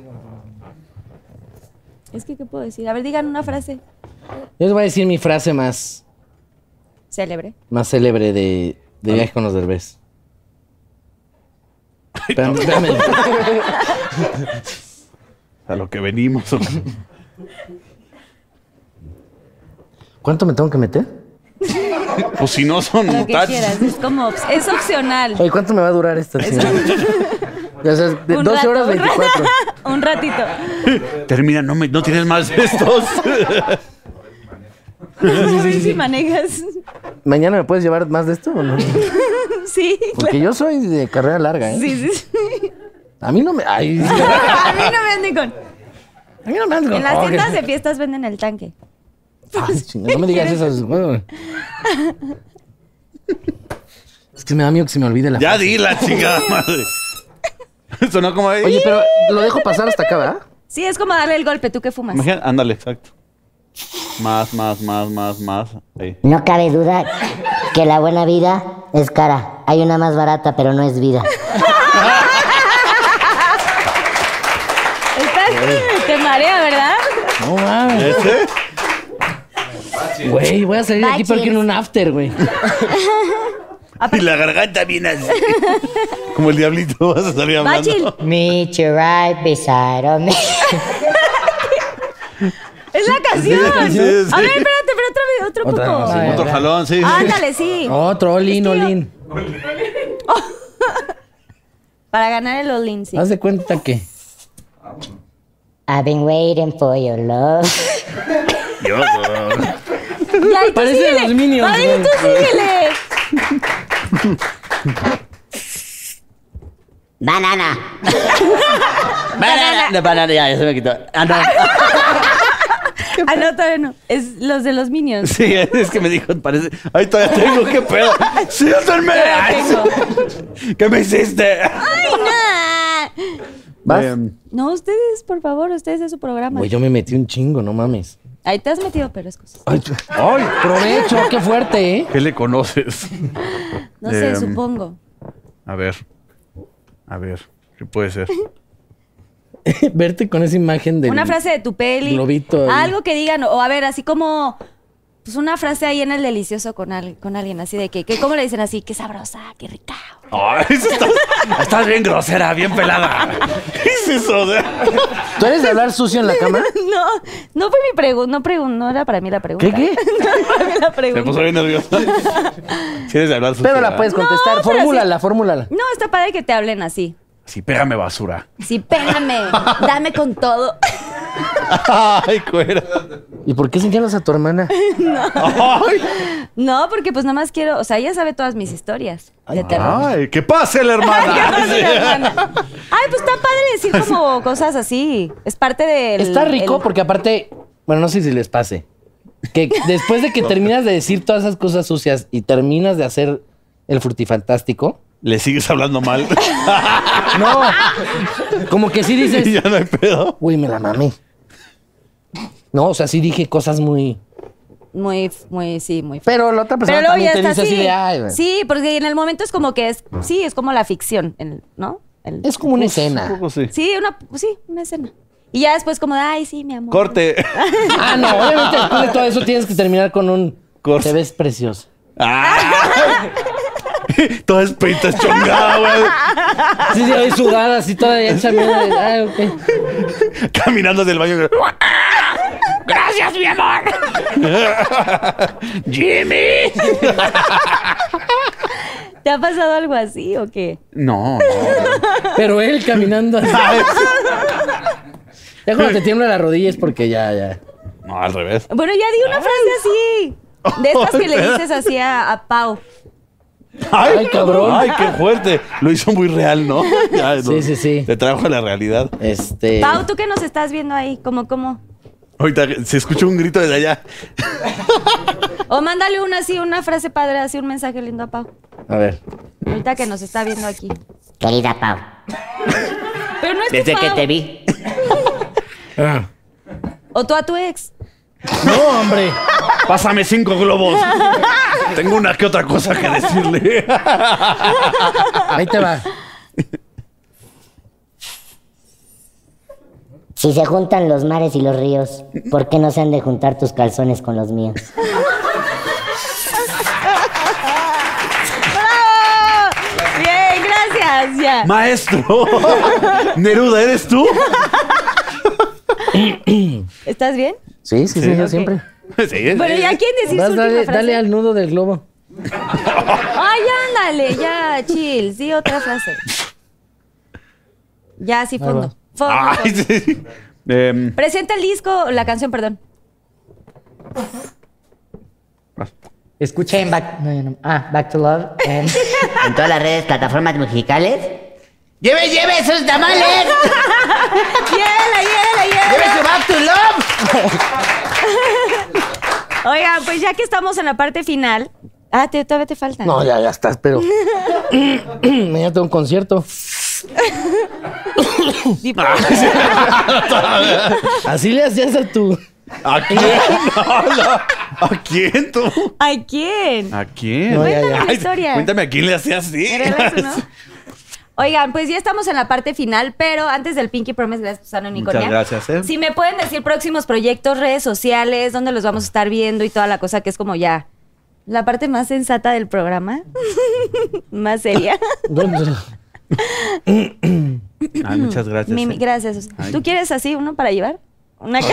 C: Es que, ¿qué puedo decir? A ver, digan una frase
D: Yo les voy a decir mi frase más,
C: célebre.
D: más célebre de, de viaje con los derbés. Espérame, espérame.
E: A lo que venimos. o-
D: ¿Cuánto me tengo que meter?
E: Pues si no son
C: Lo que
E: mutantes.
C: quieras. Es como, op- es opcional.
D: Oye, ¿cuánto me va a durar esta? señora? O sea, de
C: Un
D: 12
C: rato,
D: horas
C: un rato.
D: 24.
C: Un ratito.
E: Termina, no, me, no tienes más de estos.
C: A ver si manejas.
D: ¿Mañana me puedes llevar más de esto o no?
C: Sí,
D: Porque yo soy de carrera larga, ¿eh?
C: sí, sí, sí.
D: A mí no me... Ay,
C: A mí no me anden con.
D: a mí no me andes con
C: En las
D: coges.
C: tiendas de fiestas venden el tanque.
D: Ay, Ah, chinga, no me digas eso. güey. Es que me da miedo que se me olvide la...
E: ya di la chingada madre. Sonó como ahí.
D: Oye, pero lo dejo pasar hasta acá, ¿verdad?
C: Sí, es como darle el golpe, tú que fumas.
E: Imagina- ándale, exacto. Más, más, más, más, más. Ahí.
I: No cabe duda que la buena vida es cara. Hay una más barata, pero no es vida.
C: Estás, te marea, ¿verdad?
D: No mames.
E: ¿Ese?
D: Güey, voy a salir de aquí porque en un after, güey.
C: Ah,
E: Y la garganta viene así. Como el diablito vas a salir hablando.
C: Bachil,
I: Meet you right beside me.
C: es la canción.
E: Sí, sí, sí.
C: A ver, espérate, pero otra vez, otro
D: Otra,
C: poco.
D: sí.
E: Otro jalón, sí. sí.
C: Ándale, sí.
D: Otro, Olin, Oh, Olin.
C: Para ganar el Olin, sí.
E: Ah,
D: Haz de cuenta que.
I: I've been waiting for your love.
E: Yo, güey.
C: Ya, y tú
D: Parece de
C: síguele.
D: los Minions,
C: Ay, y tú síguele.
I: Banana.
D: Banana, banana, ya, ya se me quitó. Ah, no.
C: Ah, no, todavía no. Es los de los Minions.
H: Sí, es que me dijo, parece.
E: Ahí todavía tengo, qué pedo. Sí, hazme. Ay,
C: Tengo.
E: ¿Qué me hiciste?
C: Ay, no.
D: ¿Vas?
E: Em,
C: No, ustedes, por favor, ustedes es su programa.
D: Güey, yo me metí un chingo, no mames.
C: Ahí te has metido, pero es cosa.
D: Ay, provecho, qué fuerte, ¿eh?
E: ¿Qué le conoces?
C: No sé,
E: Em.
C: supongo.
E: A ver. A ver. ¿Qué puede ser?
D: Verte con esa imagen de.
C: Una frase de tu peli.
D: globito ahí.
C: Algo que digan, o a ver, así como. Pues una frase ahí en el delicioso con, al- con alguien, así de que, que, ¿cómo le dicen así? Qué sabrosa, qué rica.
E: Ay, eso estás, estás bien grosera, bien pelada. ¿Qué es eso?
D: ¿Tú eres de hablar sucio en la cama?
C: No, no fue mi pregunta, no, pregun- no era para mí la pregunta.
D: ¿Qué, qué?
C: no era para mí la
E: Se
C: pregunta.
E: puso bien nerviosa. ¿Quieres hablar sucio?
D: Pero la puedes contestar.
C: No, pero
D: formúlala, formúlala.
C: No, está padre que te hablen así.
E: Sí, pégame basura.
C: Sí, pégame, dame con todo.
E: Ay, cuera.
D: ¿Y por qué señalas a tu hermana?
E: Ay,
C: No, porque pues nada más quiero, o sea, ella sabe todas mis historias de terror.
D: ah.
E: ay, que pase la
C: Ay,
E: hermana.
C: qué padre, hermana. Ay, pues está padre decir como cosas así. Es parte del.
D: Está rico
C: el-
D: porque, aparte, bueno, no sé si les pase. Que después de que terminas de decir todas esas cosas sucias y terminas de hacer el frutifantástico,
E: ¿Le sigues hablando mal?
D: no. Como que sí dices,
E: Y ya no hay pedo.
D: Uy, me la mamé. No, o sea, sí dije cosas muy.
C: Muy, muy, sí, muy.
D: Pero la otra persona también te
C: está
D: dice así de ay, güey.
C: Sí, porque en el momento es como que es. Sí, es como la ficción, el- ¿no? El-
D: Es como una escena.
E: Poco sí.
C: Sí, una, sí, una escena. Y ya después, como de, ay, sí, mi amor.
E: Corte.
D: Ah, no, obviamente después de todo eso tienes que terminar con un.
E: Corte.
D: Te ves precioso.
E: Ah, Toda espinta chongada, güey.
D: Sí, sí, hoy sudada, así toda hecha mierda. de- Ah, ok.
E: Caminando desde el baño. ¡Gracias, mi amor! ¡Jimmy!
C: ¿Te ha pasado algo así o qué?
E: No, no.
D: Pero él caminando así. Ya cuando te tiembla la rodilla es porque ya, ya.
E: No, al revés.
C: Bueno, ya di una frase así. De estas que le dices así a, a Pau.
E: ¡Ay,
D: cabrón.
E: ¡Ay, qué fuerte! Lo hizo muy real, ¿no? Ya,
D: Sí,
E: no.
D: sí, sí.
E: Te trajo a la realidad.
D: Este.
C: Pau, tú que nos estás viendo ahí, como, como.
E: Ahorita se escuchó un grito desde allá.
C: O mándale una así, una frase padre, así un mensaje lindo a Pau.
D: A ver.
C: Ahorita que nos está viendo aquí.
I: Querida Pau,
C: Pero no es tu
I: desde que
C: Pau.
I: te vi,
C: O tú a tu ex.
D: No, hombre.
E: Pásame cinco globos. Tengo una que otra cosa que decirle.
D: Ahí te va.
I: si se juntan los mares y los ríos, ¿por qué no se han de juntar tus calzones con los míos?
C: ¡Bravo! ¡Oh! Bien, gracias. Ya.
E: Maestro. Neruda, ¿eres tú?
C: ¿Estás bien?
D: Sí, sí, sí, yo siempre.
E: Sí, es.
C: Bueno, ¿ya quién decís
D: Vas,
C: su última
D: dale,
C: frase?
D: dale al nudo del globo.
C: Ay, ándale, ya, chill. Di otra frase. Ya, así fondo. Fondo,
E: Ay,
C: fondo.
E: sí. Em,
C: Presenta el disco, la canción, perdón.
I: Escuchen Back, ah, back to Love en, todas las redes, plataformas musicales. ¡Lleve, lleve sus tamales!
C: ¡Hiela, hiela, hiela!
I: ¡Lleve su Back to Love!
C: Oigan, pues ya que estamos en la parte final. Ah, te- todavía te faltan.
D: No, ya, ya estás, pero. Mañana tengo un concierto.
C: Di-
D: Así le hacías a tu.
E: ¿A quién? No, no. ¿A quién tú?
C: ¿A quién?
E: ¿A quién?
D: No, ya,
C: Cuéntame
D: ya.
C: la historia.
I: Pues
E: Cuéntame a quién le hacía así.
C: ¿Era eso, no? Oigan, pues ya estamos en la parte final, pero antes del Pinky Promise, gracias, Susana Unicornia.
E: Muchas gracias, ¿eh?
C: Si me pueden decir próximos proyectos, redes sociales, dónde los vamos a estar viendo y toda la cosa que es como ya la parte más sensata del programa, más seria.
E: Ay, muchas gracias.
C: Mimi,
E: eh.
C: gracias. Susana. ¿Tú quieres así uno para llevar? Una ca-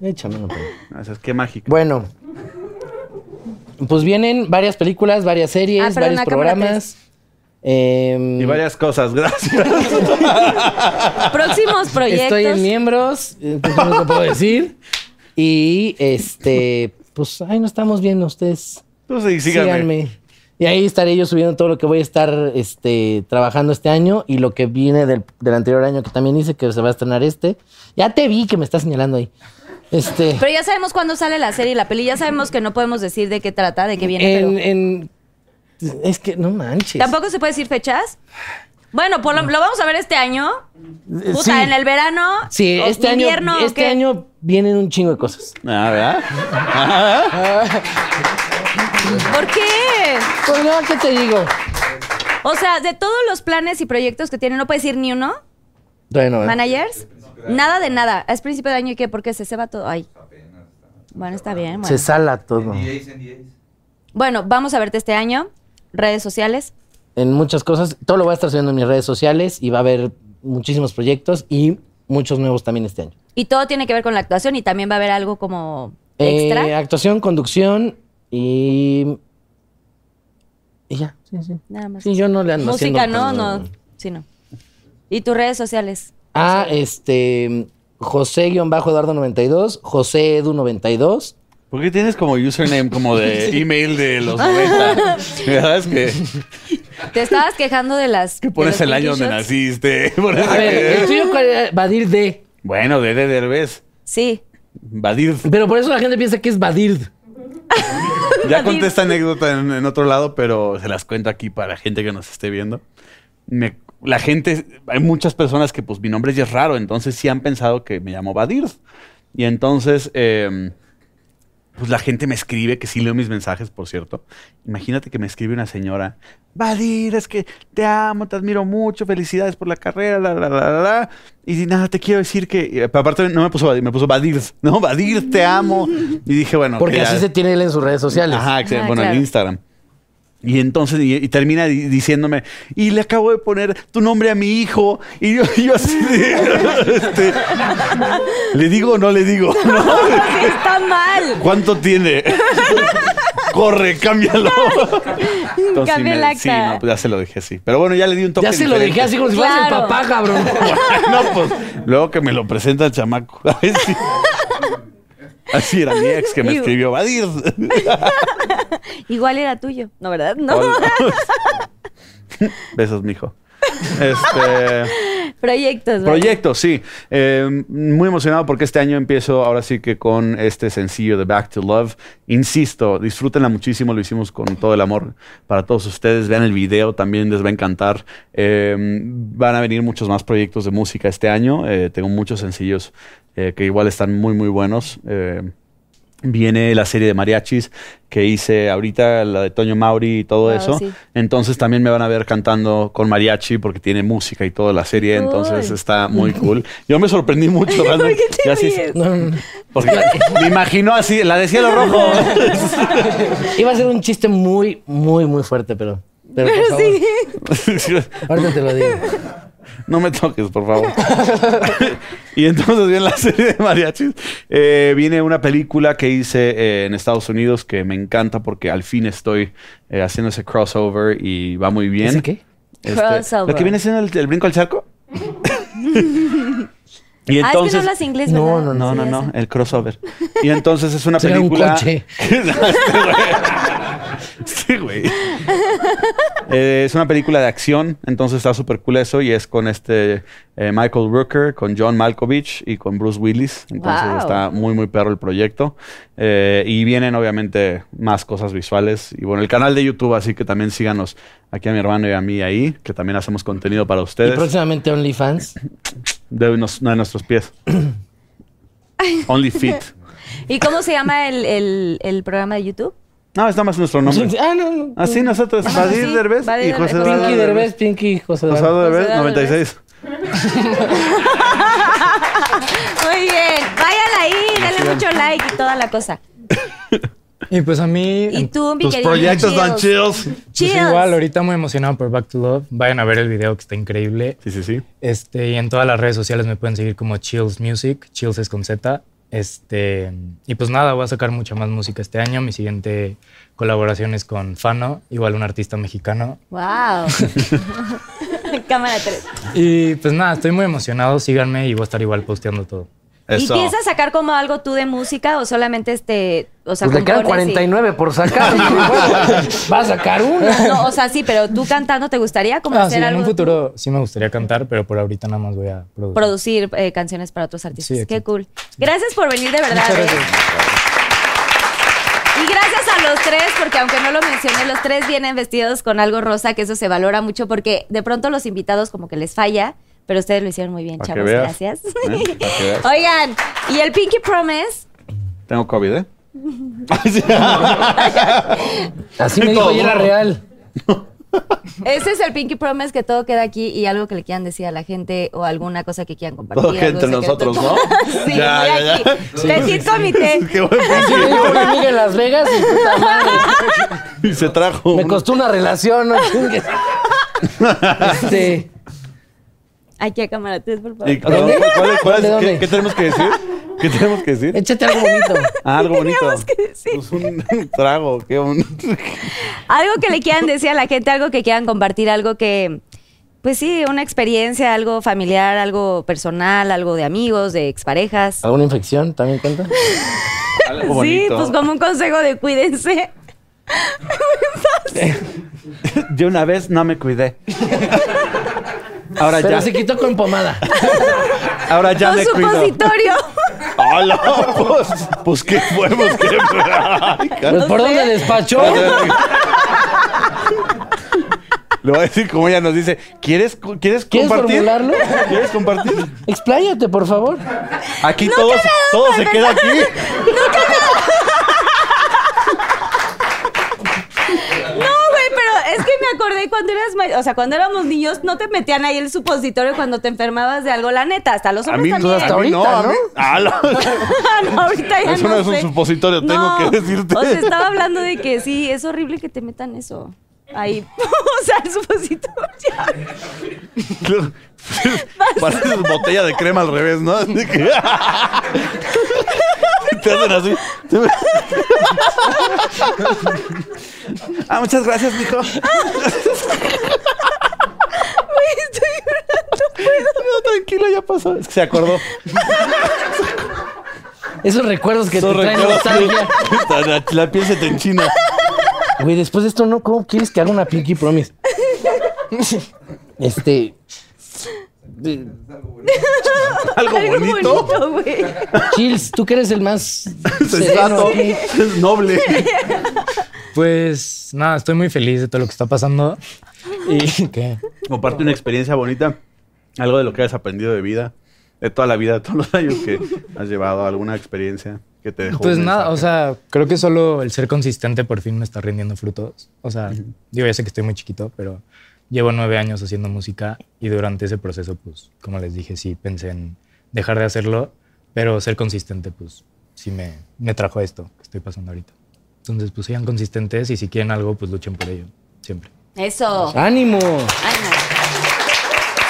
D: Échame una pregunta.
E: Gracias, qué mágico.
D: Bueno. Pues vienen varias películas, varias series,
C: Ah, perdón,
D: varios
C: la cámara
D: programas. Em,
E: Y varias cosas, gracias.
C: próximos proyectos.
D: estoy en miembros, eh, pues, no lo puedo decir. Y este, pues ahí nos estamos viendo ustedes.
E: Tú sí, síganme.
D: Y ahí estaré yo subiendo todo lo que voy a estar este, trabajando este año y lo que viene del, del anterior año que también hice, que se va a estrenar este. Ya te vi que me está señalando ahí. Este,
C: Pero ya sabemos cuándo sale la serie y la peli, ya sabemos que no podemos decir de qué trata, de qué viene.
D: en,
C: pero-
D: en- es que no manches.
C: Tampoco se puede decir fechas. Bueno, por lo, lo vamos a ver este año.
D: Eh,
C: Puta,
D: sí.
C: en el verano.
D: Sí,
C: o
D: este año,
C: invierno, ¿o
D: este
C: qué?
D: año vienen un chingo de cosas.
E: Ah, ¿verdad? Ah,
C: ¿Por qué?
D: Pues no, ¿qué te digo?
C: O sea, de todos los planes y proyectos que tienen, no puedes ir ni uno.
D: Bueno, eh.
C: Managers, nada de nada. Es principio de año y qué, porque se ceba todo. Ay. Bueno, está bien.
D: se
C: Bueno.
D: sala todo.
C: Bueno, vamos a verte este año. Redes sociales.
D: en muchas cosas. Todo lo voy a estar subiendo en mis redes sociales y va a haber muchísimos proyectos y muchos nuevos también este año.
C: Y todo tiene que ver con la actuación y también va a haber algo como
D: Eh,
C: extra.
D: actuación, conducción y. Y ya. Sí, sí.
C: nada más.
D: ah, Sí, yo no le ando
C: Música,
D: haciendo,
C: no,
D: pues,
C: no. Sí, no. Y tus redes sociales.
D: Ah, este. José-Eduardo92, José Edu92.
E: ¿Por qué tienes como username como de email de los 90? ¿Sabes que,
C: Te estabas quejando de las.
E: que
C: de
E: pones
C: los
E: el
C: pinky
E: año donde
C: shots?
E: naciste? Pones-
D: A ver, el tuyo cuál era? Badir D.
E: Bueno, de Derbez.
C: Sí.
E: Badir.
D: Pero por eso la gente piensa que es Badir.
E: Ya conté esta anécdota en, en otro lado, pero se las cuento aquí para la gente que nos esté viendo. Me- la gente, hay muchas personas que pues mi nombre ya es raro, entonces sí han pensado que me llamo Badir. Y entonces, eh, pues la gente me escribe, que sí leo mis mensajes, por cierto. Imagínate que me escribe una señora, Badir, es que te amo, te admiro mucho, felicidades por la carrera, la, la, la, la, la. Y nada, te quiero decir que, y aparte no me puso Badir, me puso Badir, no, Badir, te amo. Y dije, bueno,
D: Porque
E: que ya-
D: así se tiene él en sus redes sociales.
E: Ajá, que-
C: Ah,
E: bueno,
C: claro.
E: en Instagram. Y entonces, y, y termina di- diciéndome, y le acabo de poner tu nombre a mi hijo. Y yo, y yo así de, este, ¿Le digo o no le digo? ¿No?
C: Sí, está mal.
E: ¿Cuánto tiene? Corre, cámbialo. Entonces,
C: Cambia el acta.
E: sí, no, pues ya se lo dije así. Pero bueno, ya le di un toque.
D: Ya se lo
E: diferente.
D: dejé así como si fueras el
C: Claro.
D: papá, cabrón.
E: No, pues luego que me lo presenta el chamaco. Ay, sí. Así era mi ex que me
C: Digo.
E: escribió, Vadir.
C: Igual era tuyo. No, ¿verdad? No.
E: Besos, mijo. Este.
C: Proyectos. ¿verdad?
E: Proyectos, sí. Eh, muy emocionado porque este año empiezo ahora sí que con este sencillo de Back to Love. Insisto, disfrútenla muchísimo, lo hicimos con todo el amor para todos ustedes. Vean el video, también les va a encantar. Eh, van a venir muchos más proyectos de música este año. Eh, tengo muchos sencillos eh, que igual están muy, muy buenos. Eh, Viene la serie de mariachis que hice ahorita, la de Toño Mauri y todo
C: Wow,
E: eso.
C: sí.
E: Entonces también me van a ver cantando con mariachi porque tiene música y toda la serie. Entonces
C: Cool.
E: está muy cool. Yo me sorprendí mucho. realmente.
C: ¿Por qué te
E: Ya sí-
C: ríes?
D: No, no, no.
E: porque me imagino así, la de cielo rojo.
D: Iba a ser un chiste muy, muy, muy fuerte, pero. Pero, por favor,
C: Sí.
D: ahorita te lo digo.
E: No me toques, por favor. y entonces viene la serie de mariachis. Eh, viene una película que hice eh, en Estados Unidos que me encanta porque al fin estoy eh, haciendo ese crossover y va muy bien.
D: ¿Ese qué?
E: Este,
C: Crossover.
E: Lo que viene siendo el, el brinco al charco. y
C: Ah, es que no
E: entonces.
C: hablas inglés,
D: No,
C: ¿verdad?
D: no,
E: no, no,
C: Sí,
E: no,
C: ya sé.
E: el crossover. Y entonces es una
D: Será un
E: película. este
D: coche.
E: Sí, güey. Eh, es una película de acción, entonces está súper cool eso. Y es con este eh, Michael Rooker, con John Malkovich y con Bruce Willis. Entonces
C: Wow.
E: está muy, muy perro el proyecto. Eh, y vienen, obviamente, más cosas visuales. Y bueno, el canal de YouTube, así que también síganos aquí a mi hermano y a mí ahí, que también hacemos contenido para
D: Y
E: ustedes.
D: próximamente OnlyFans.
E: De, nos- de nuestros pies. Only Fit.
C: ¿Y cómo se llama el, el, el programa de YouTube?
E: No, es nada más nuestro nombre.
D: Ah, no, no.
E: Así nosotros,
C: Ah,
E: Vadir
C: sí,
E: Derbez
C: Vadir
E: y José
C: Derbez.
E: Eduardo
D: Pinky Derbez, Pinky José
E: José
D: Eduardo.
E: Eduardo Derbez,
C: Eduardo
E: 96.
C: Muy bien. Vayan ahí, denle mucho like y toda la cosa.
F: Y pues a mí,
C: Y tú, mi
E: Tus
C: querido
E: proyectos
C: Chills.
E: dan chills.
F: pues
C: Chills.
F: igual, ahorita muy emocionado por Back to Love. Vayan a ver el video que está increíble.
E: Sí, sí, sí.
F: Este, y en todas las redes sociales me pueden seguir como Chills Music, Chills es con Z. Este, y pues nada, voy a sacar mucha más música este año. Mi siguiente colaboración es con Fano, igual un artista mexicano.
C: Wow. Cámara 3.
F: Y pues nada, estoy muy emocionado, síganme y voy a estar igual posteando todo.
E: Eso.
C: ¿Y piensas sacar como algo tú de música o solamente este, o sea,
D: Pues le quedan
C: compones y-
D: 49 por sacar. y bueno, va a sacar una.
C: No, o sea, sí, pero tú cantando te gustaría como
F: Ah, sí,
C: hacer
F: en
C: algo
F: un
C: tú?
F: futuro sí me gustaría cantar, pero por ahorita nada más voy a producir.
C: producir eh, canciones para otros artistas.
F: Sí,
C: Qué
F: exacto.
C: cool. Gracias por venir de verdad.
F: Muchas
C: ¿eh?
F: gracias.
C: Y gracias a los tres, porque aunque no lo mencioné, los tres vienen vestidos con algo rosa, que eso se valora mucho, porque de pronto los invitados como que les falla, pero ustedes lo hicieron muy bien,
E: Pa' que
C: chavos.
E: veas.
C: Gracias.
E: ¿Eh? Pa' que veas.
C: Oigan, y el Pinky Promise,
E: Tengo COVID, ¿eh?
D: Así me dijo ayer la real.
C: ese es el Pinky Promise que todo queda aquí y algo que le quieran decir a la gente o alguna cosa que quieran compartir.
E: Todo que
C: algo
E: entre
C: secreto.
E: nosotros, ¿no?
C: sí,
E: Ya,
C: muy
E: ya, ya.
C: aquí. Petit comité.
E: Qué buen
D: Así me dijo una amiga en Las Vegas y puta madre.
E: Y se trajo.
D: Me
E: un-
D: costó una relación. ¿no? chingues. Este.
C: Aquí a cámara 3, por favor.
E: Y- ¿Cuál es- cuál es-
D: ¿Dónde, dónde?
E: ¿Qué, qué tenemos que decir? ¿Qué tenemos que decir?
D: Échate algo bonito.
E: Ah, algo bonito.
C: teníamos que decir?
E: Pues un, un trago. Qué un...
C: Algo que le quieran decir a la gente, algo que quieran compartir, algo que, pues sí, una experiencia, algo familiar, algo personal, algo de amigos, de exparejas.
D: ¿Alguna infección también cuenta?
E: Algo
C: Sí,
E: bonito.
C: pues como un consejo de cuídense.
E: Yo una vez no me cuidé. Ahora
D: Pero
E: Ah, ya.
D: se quitó con pomada.
E: Ahora ya
C: Con
E: me cuido.
C: supositorio.
E: ¡Hola! Pues, pues qué fuimos, qué. Ay,
D: Pues,
E: cara.
D: ¿Por dónde despachó?
E: Le voy a decir como ella nos dice, ¿quieres, co- ¿quieres
D: ¿Quieres
E: compartir?
D: formularlo?
E: ¿Quieres compartir?
D: Expláyate, por favor.
E: Aquí todos, todo se queda aquí.
C: No, güey, pero es que me acordé cuando eras, ma- o sea, cuando éramos niños, no te metían ahí el supositorio cuando te enfermabas de algo, la neta, hasta los hombres
E: no,
C: también.
D: hasta
E: a mí no,
D: ahorita,
E: a mí- ¡Ala!
C: No, ahorita ya
E: Eso no es un
C: sé.
E: supositorio, tengo que decirte.
C: O sea, estaba hablando de que sí, es horrible que te metan eso. Ahí, o sea, el supositorio.
E: Parece botella de crema al revés, ¿no? Así que- Te hacen así. ah, muchas gracias, mijo. No, tranquilo, ya pasó. Es que se acordó.
D: Esos recuerdos que
E: Son
D: te traen
E: recuerdos.
D: nostalgia.
E: La, la piel se te enchina.
D: Güey, después de esto, no, ¿cómo quieres que haga una pinky promise? Este. de-
E: Algo
C: Algo
E: bonito.
C: bonito, güey.
D: Chills, tú que eres el más.
E: Sensato.
D: sereno aquí.
E: Es noble.
F: Pues nada, estoy muy feliz de todo lo que está pasando. ¿Y qué?
E: Comparte una experiencia bonita. Algo de lo que has aprendido de vida. De toda la vida, de todos los años que has llevado. Alguna experiencia que te dejó.
F: Pues
E: un
F: nada,
E: mensaje.
F: o sea, creo que solo el ser consistente por fin me está rindiendo frutos. O sea, digo, ya sé que estoy muy chiquito, pero llevo nueve años haciendo música y durante ese proceso, pues, como les dije, sí pensé en dejar de hacerlo, pero ser consistente, pues, sí me, me trajo esto que estoy pasando ahorita. Entonces, pues, sean consistentes y si quieren algo, pues, luchen por ello, siempre.
C: Eso.
D: ¡Ánimo!
C: Ay, no.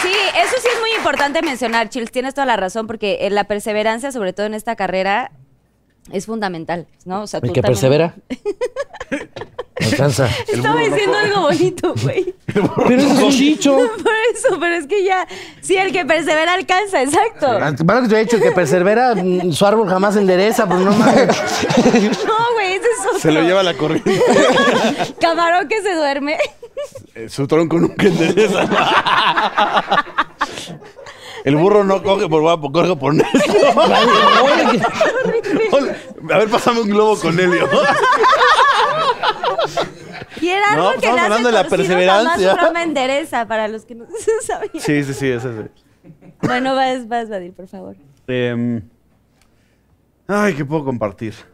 C: Sí, eso sí es muy importante mencionar, Chills. Tienes toda la razón, porque eh, la perseverancia, sobre todo en esta carrera, es fundamental, ¿no? O sea,
D: El
C: tú
D: que
C: también-
D: persevera. Alcanza.
C: Estaba diciendo algo bonito, güey.
D: Pero eso es un dicho.
C: Por eso, pero es que ya. Sí, el que persevera alcanza, exacto.
D: Para que te he dicho, el que persevera, mm, su árbol jamás se endereza, pues no mames.
C: No, güey, ese es otro.
E: Se lo lleva la corriente.
C: Camarón que se duerme.
E: Eh, Su tronco nunca endereza. El burro no coge por guapo, coge por necio.
D: Oye,
E: Hola. A ver, pasame un globo con Helio.
C: Y era
E: No,
C: algo
E: pues
C: que
E: estamos
C: nace
E: hablando de la
C: torcido,
E: perseverancia.
C: jamás broma endereza, para los que no sabían.
E: Sí, sí, sí, ese es.
C: Bueno, vas, vas, Vadir, por favor.
E: Em, ay, ¿qué puedo compartir?
D: que-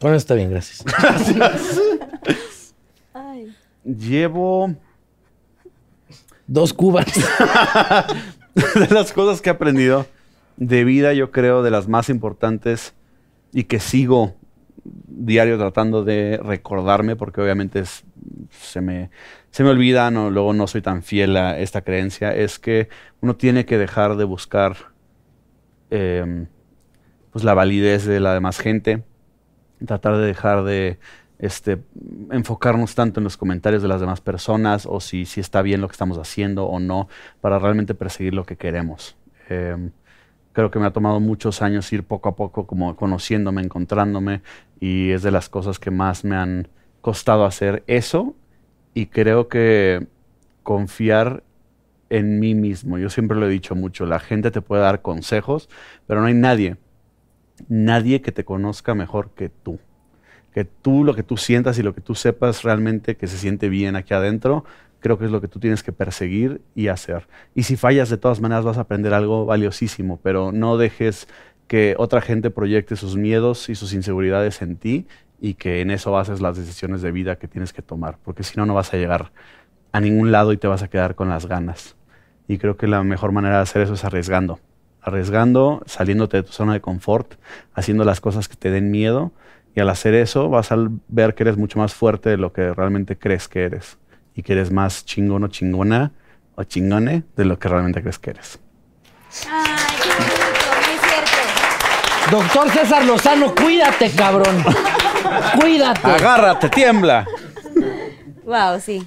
D: Bueno, está bien, gracias.
C: Ay.
E: Llevo
D: Dos cubas.
E: de las cosas que he aprendido de vida, yo creo, de las más importantes y que sigo diario tratando de recordarme, porque obviamente es- se, me, se me olvida, no, luego no soy tan fiel a esta creencia, es que uno tiene que dejar de buscar em, pues la validez de la demás gente, tratar de dejar de este, enfocarnos tanto en los comentarios de las demás personas o si, si está bien lo que estamos haciendo o no, para realmente perseguir lo que queremos. Em, creo que me ha tomado muchos años ir poco a poco como conociéndome, encontrándome y es de las cosas que más me han costado hacer eso y creo que confiar en mí mismo. Yo siempre lo he dicho mucho, la gente te puede dar consejos, pero no hay nadie, nadie que te conozca mejor que tú. Que tú, lo que tú sientas y lo que tú sepas realmente que se siente bien aquí adentro, creo que es lo que tú tienes que perseguir y hacer. Y si fallas, de todas maneras vas a aprender algo valiosísimo, pero no dejes que otra gente proyecte sus miedos y sus inseguridades en ti y que en eso bases las decisiones de vida que tienes que tomar, porque si no, no vas a llegar a ningún lado y te vas a quedar con las ganas. Y creo que la mejor manera de hacer eso es arriesgando. Arriesgando, saliéndote de tu zona de confort, haciendo las cosas que te den miedo. Y al hacer eso vas a ver que eres mucho más fuerte de lo que realmente crees que eres. Y que eres más chingón o chingona o chingone de lo que realmente crees que eres.
C: Ay, qué bonito, muy cierto.
D: Doctor César Lozano, cuídate, cabrón. Cuídate.
C: Ah.
E: Agárrate, tiembla.
C: Wow, sí.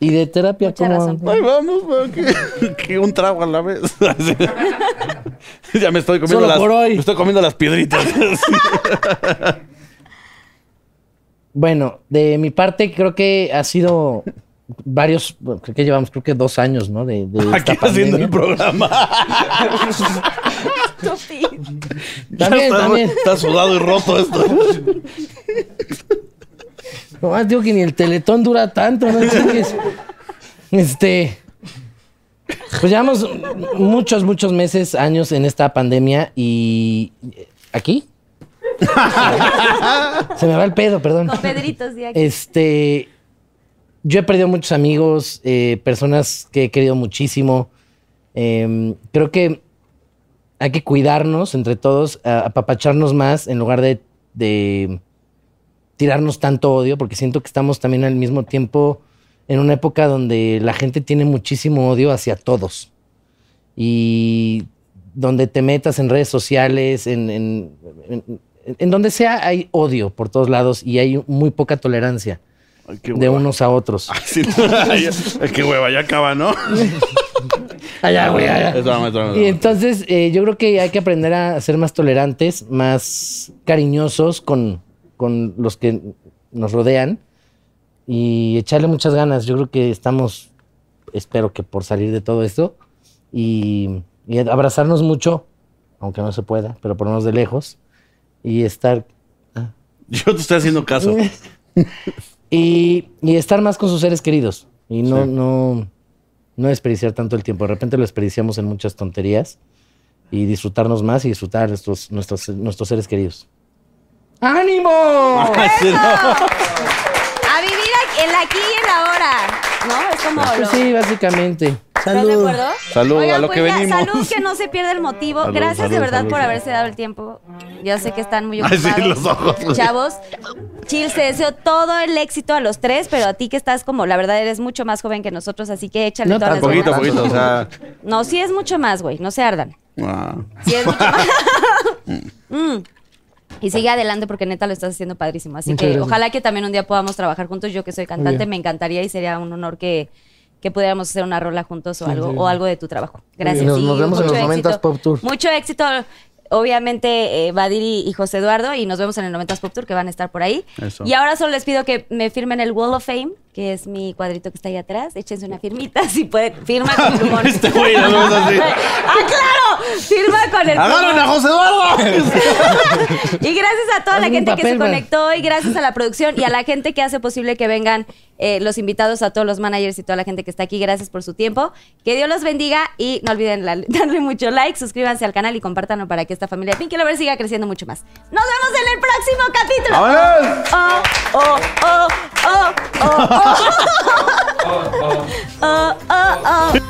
D: Y de terapia,
C: Mucha
D: ¿cómo?
C: razón.
E: Ay, vamos, va, que, que un trago a la vez. ya me estoy comiendo
D: Solo
E: las
D: por hoy.
E: me estoy comiendo las piedritas.
D: Bueno, de mi parte creo que ha sido varios, bueno, creo que llevamos creo que dos años, ¿no? De, de esta
E: Aquí haciendo el
D: pandemia.
E: programa.
C: Sofi.
D: También,
E: está,
D: también.
E: está sudado y roto esto.
D: Nomás digo que ni el teletón dura tanto, ¿no? Chingues. Este. Pues llevamos muchos, muchos meses, años en esta pandemia y. ¿Aquí? Se me va el pedo, perdón.
C: Con Pedritos de aquí.
D: Este. Yo he perdido muchos amigos, eh, personas que he querido muchísimo. Em, creo que hay que cuidarnos entre todos, a- apapacharnos más en lugar de, de tirarnos tanto odio, porque siento que estamos también al mismo tiempo en una época donde la gente tiene muchísimo odio hacia todos. Y donde te metas en redes sociales, en, en- en- en donde sea, hay odio por todos lados y hay muy poca tolerancia
E: Ay, qué
D: de
E: hueva.
D: unos a otros.
G: Ah,
E: Sí, ay, qué hueva, ya acaba, ¿no?
D: Allá, güey, allá.
E: Es drama, es drama, es
D: Y
E: drama.
D: entonces eh, yo creo que hay que aprender a ser más tolerantes, más cariñosos con, con los que nos rodean y echarle muchas ganas. Yo creo que estamos, espero que por salir de todo esto y, y abrazarnos mucho, aunque no se pueda, pero por lo menos de lejos y estar
E: Yo te estoy haciendo caso.
D: y, y estar más con sus seres queridos y no, no, no desperdiciar tanto el tiempo. De repente lo desperdiciamos en muchas tonterías y disfrutarnos más y disfrutar nuestros, nuestros, nuestros seres queridos. ¡Ánimo!
E: Sí, no.
C: A vivir aquí- el aquí y el ahora. ¿No? Es como
D: Pues
C: lo.
D: sí, básicamente.
C: ¿Estás de
I: Salud.
C: acuerdo?
E: Salud
C: Oigan,
E: a lo
C: pues
E: que
C: ya,
E: venimos.
C: Salud, que no se pierda el motivo.
E: Salud,
C: Gracias de
E: salud,
C: verdad
E: salud,
C: por
E: salud.
C: haberse dado el tiempo. Yo sé que están muy
E: Ay, sí,
C: ocupados.
E: los ojos.
C: Chavos, Chills, te deseo todo el éxito a los tres, pero a ti que estás como, la verdad, eres mucho más joven que nosotros, así que échale
D: No
C: todas las
D: tan
E: Poquito a
C: ganas.
E: poquito, o sea.
C: No, sí es mucho más, güey. No se ardan.
E: ah.
C: Sí es mucho más. Mm. Y sigue adelante porque neta lo estás haciendo padrísimo. Así
F: Muchas
C: que
F: gracias.
C: ojalá que también un día podamos trabajar juntos. Yo que soy cantante,
F: bien.
C: me encantaría y sería un honor que, que pudiéramos hacer una rola juntos o algo,
F: sí.
C: o algo de tu trabajo. Gracias.
D: bien. Nos-
C: y
D: nos vemos en
C: mucho
D: los 90s
C: éxito.
D: Pop Tour.
C: Mucho éxito, obviamente, eh, Badir y, y José Eduardo, y nos vemos en el 90s Pop Tour que van a estar por ahí.
E: Eso.
C: Y ahora solo les pido que me firmen el Wall of Fame, que es mi cuadrito que está ahí atrás. Échense una firmita si pueden. Firma con plumón.
E: Este güey, nos vemos así.
C: ¡Ah, claro! Firma con el
E: ¡Agarren a
C: plumón.
E: José Eduardo!
C: Y gracias a toda la
D: Hazme un
C: gente que se
D: papel, man.
C: conectó y gracias a la producción y a la gente que hace posible que vengan eh, los invitados, a todos los managers y toda la gente que está aquí. Gracias por su tiempo. Que Dios los bendiga y no olviden la- darle mucho like, suscríbanse al canal y compártanlo para que esta familia de Pinky Lovers siga creciendo mucho más. ¡Nos vemos en el próximo
E: ¡Vámonos!
C: capítulo! Oh, oh, oh, oh, oh, oh. Oh, oh, oh.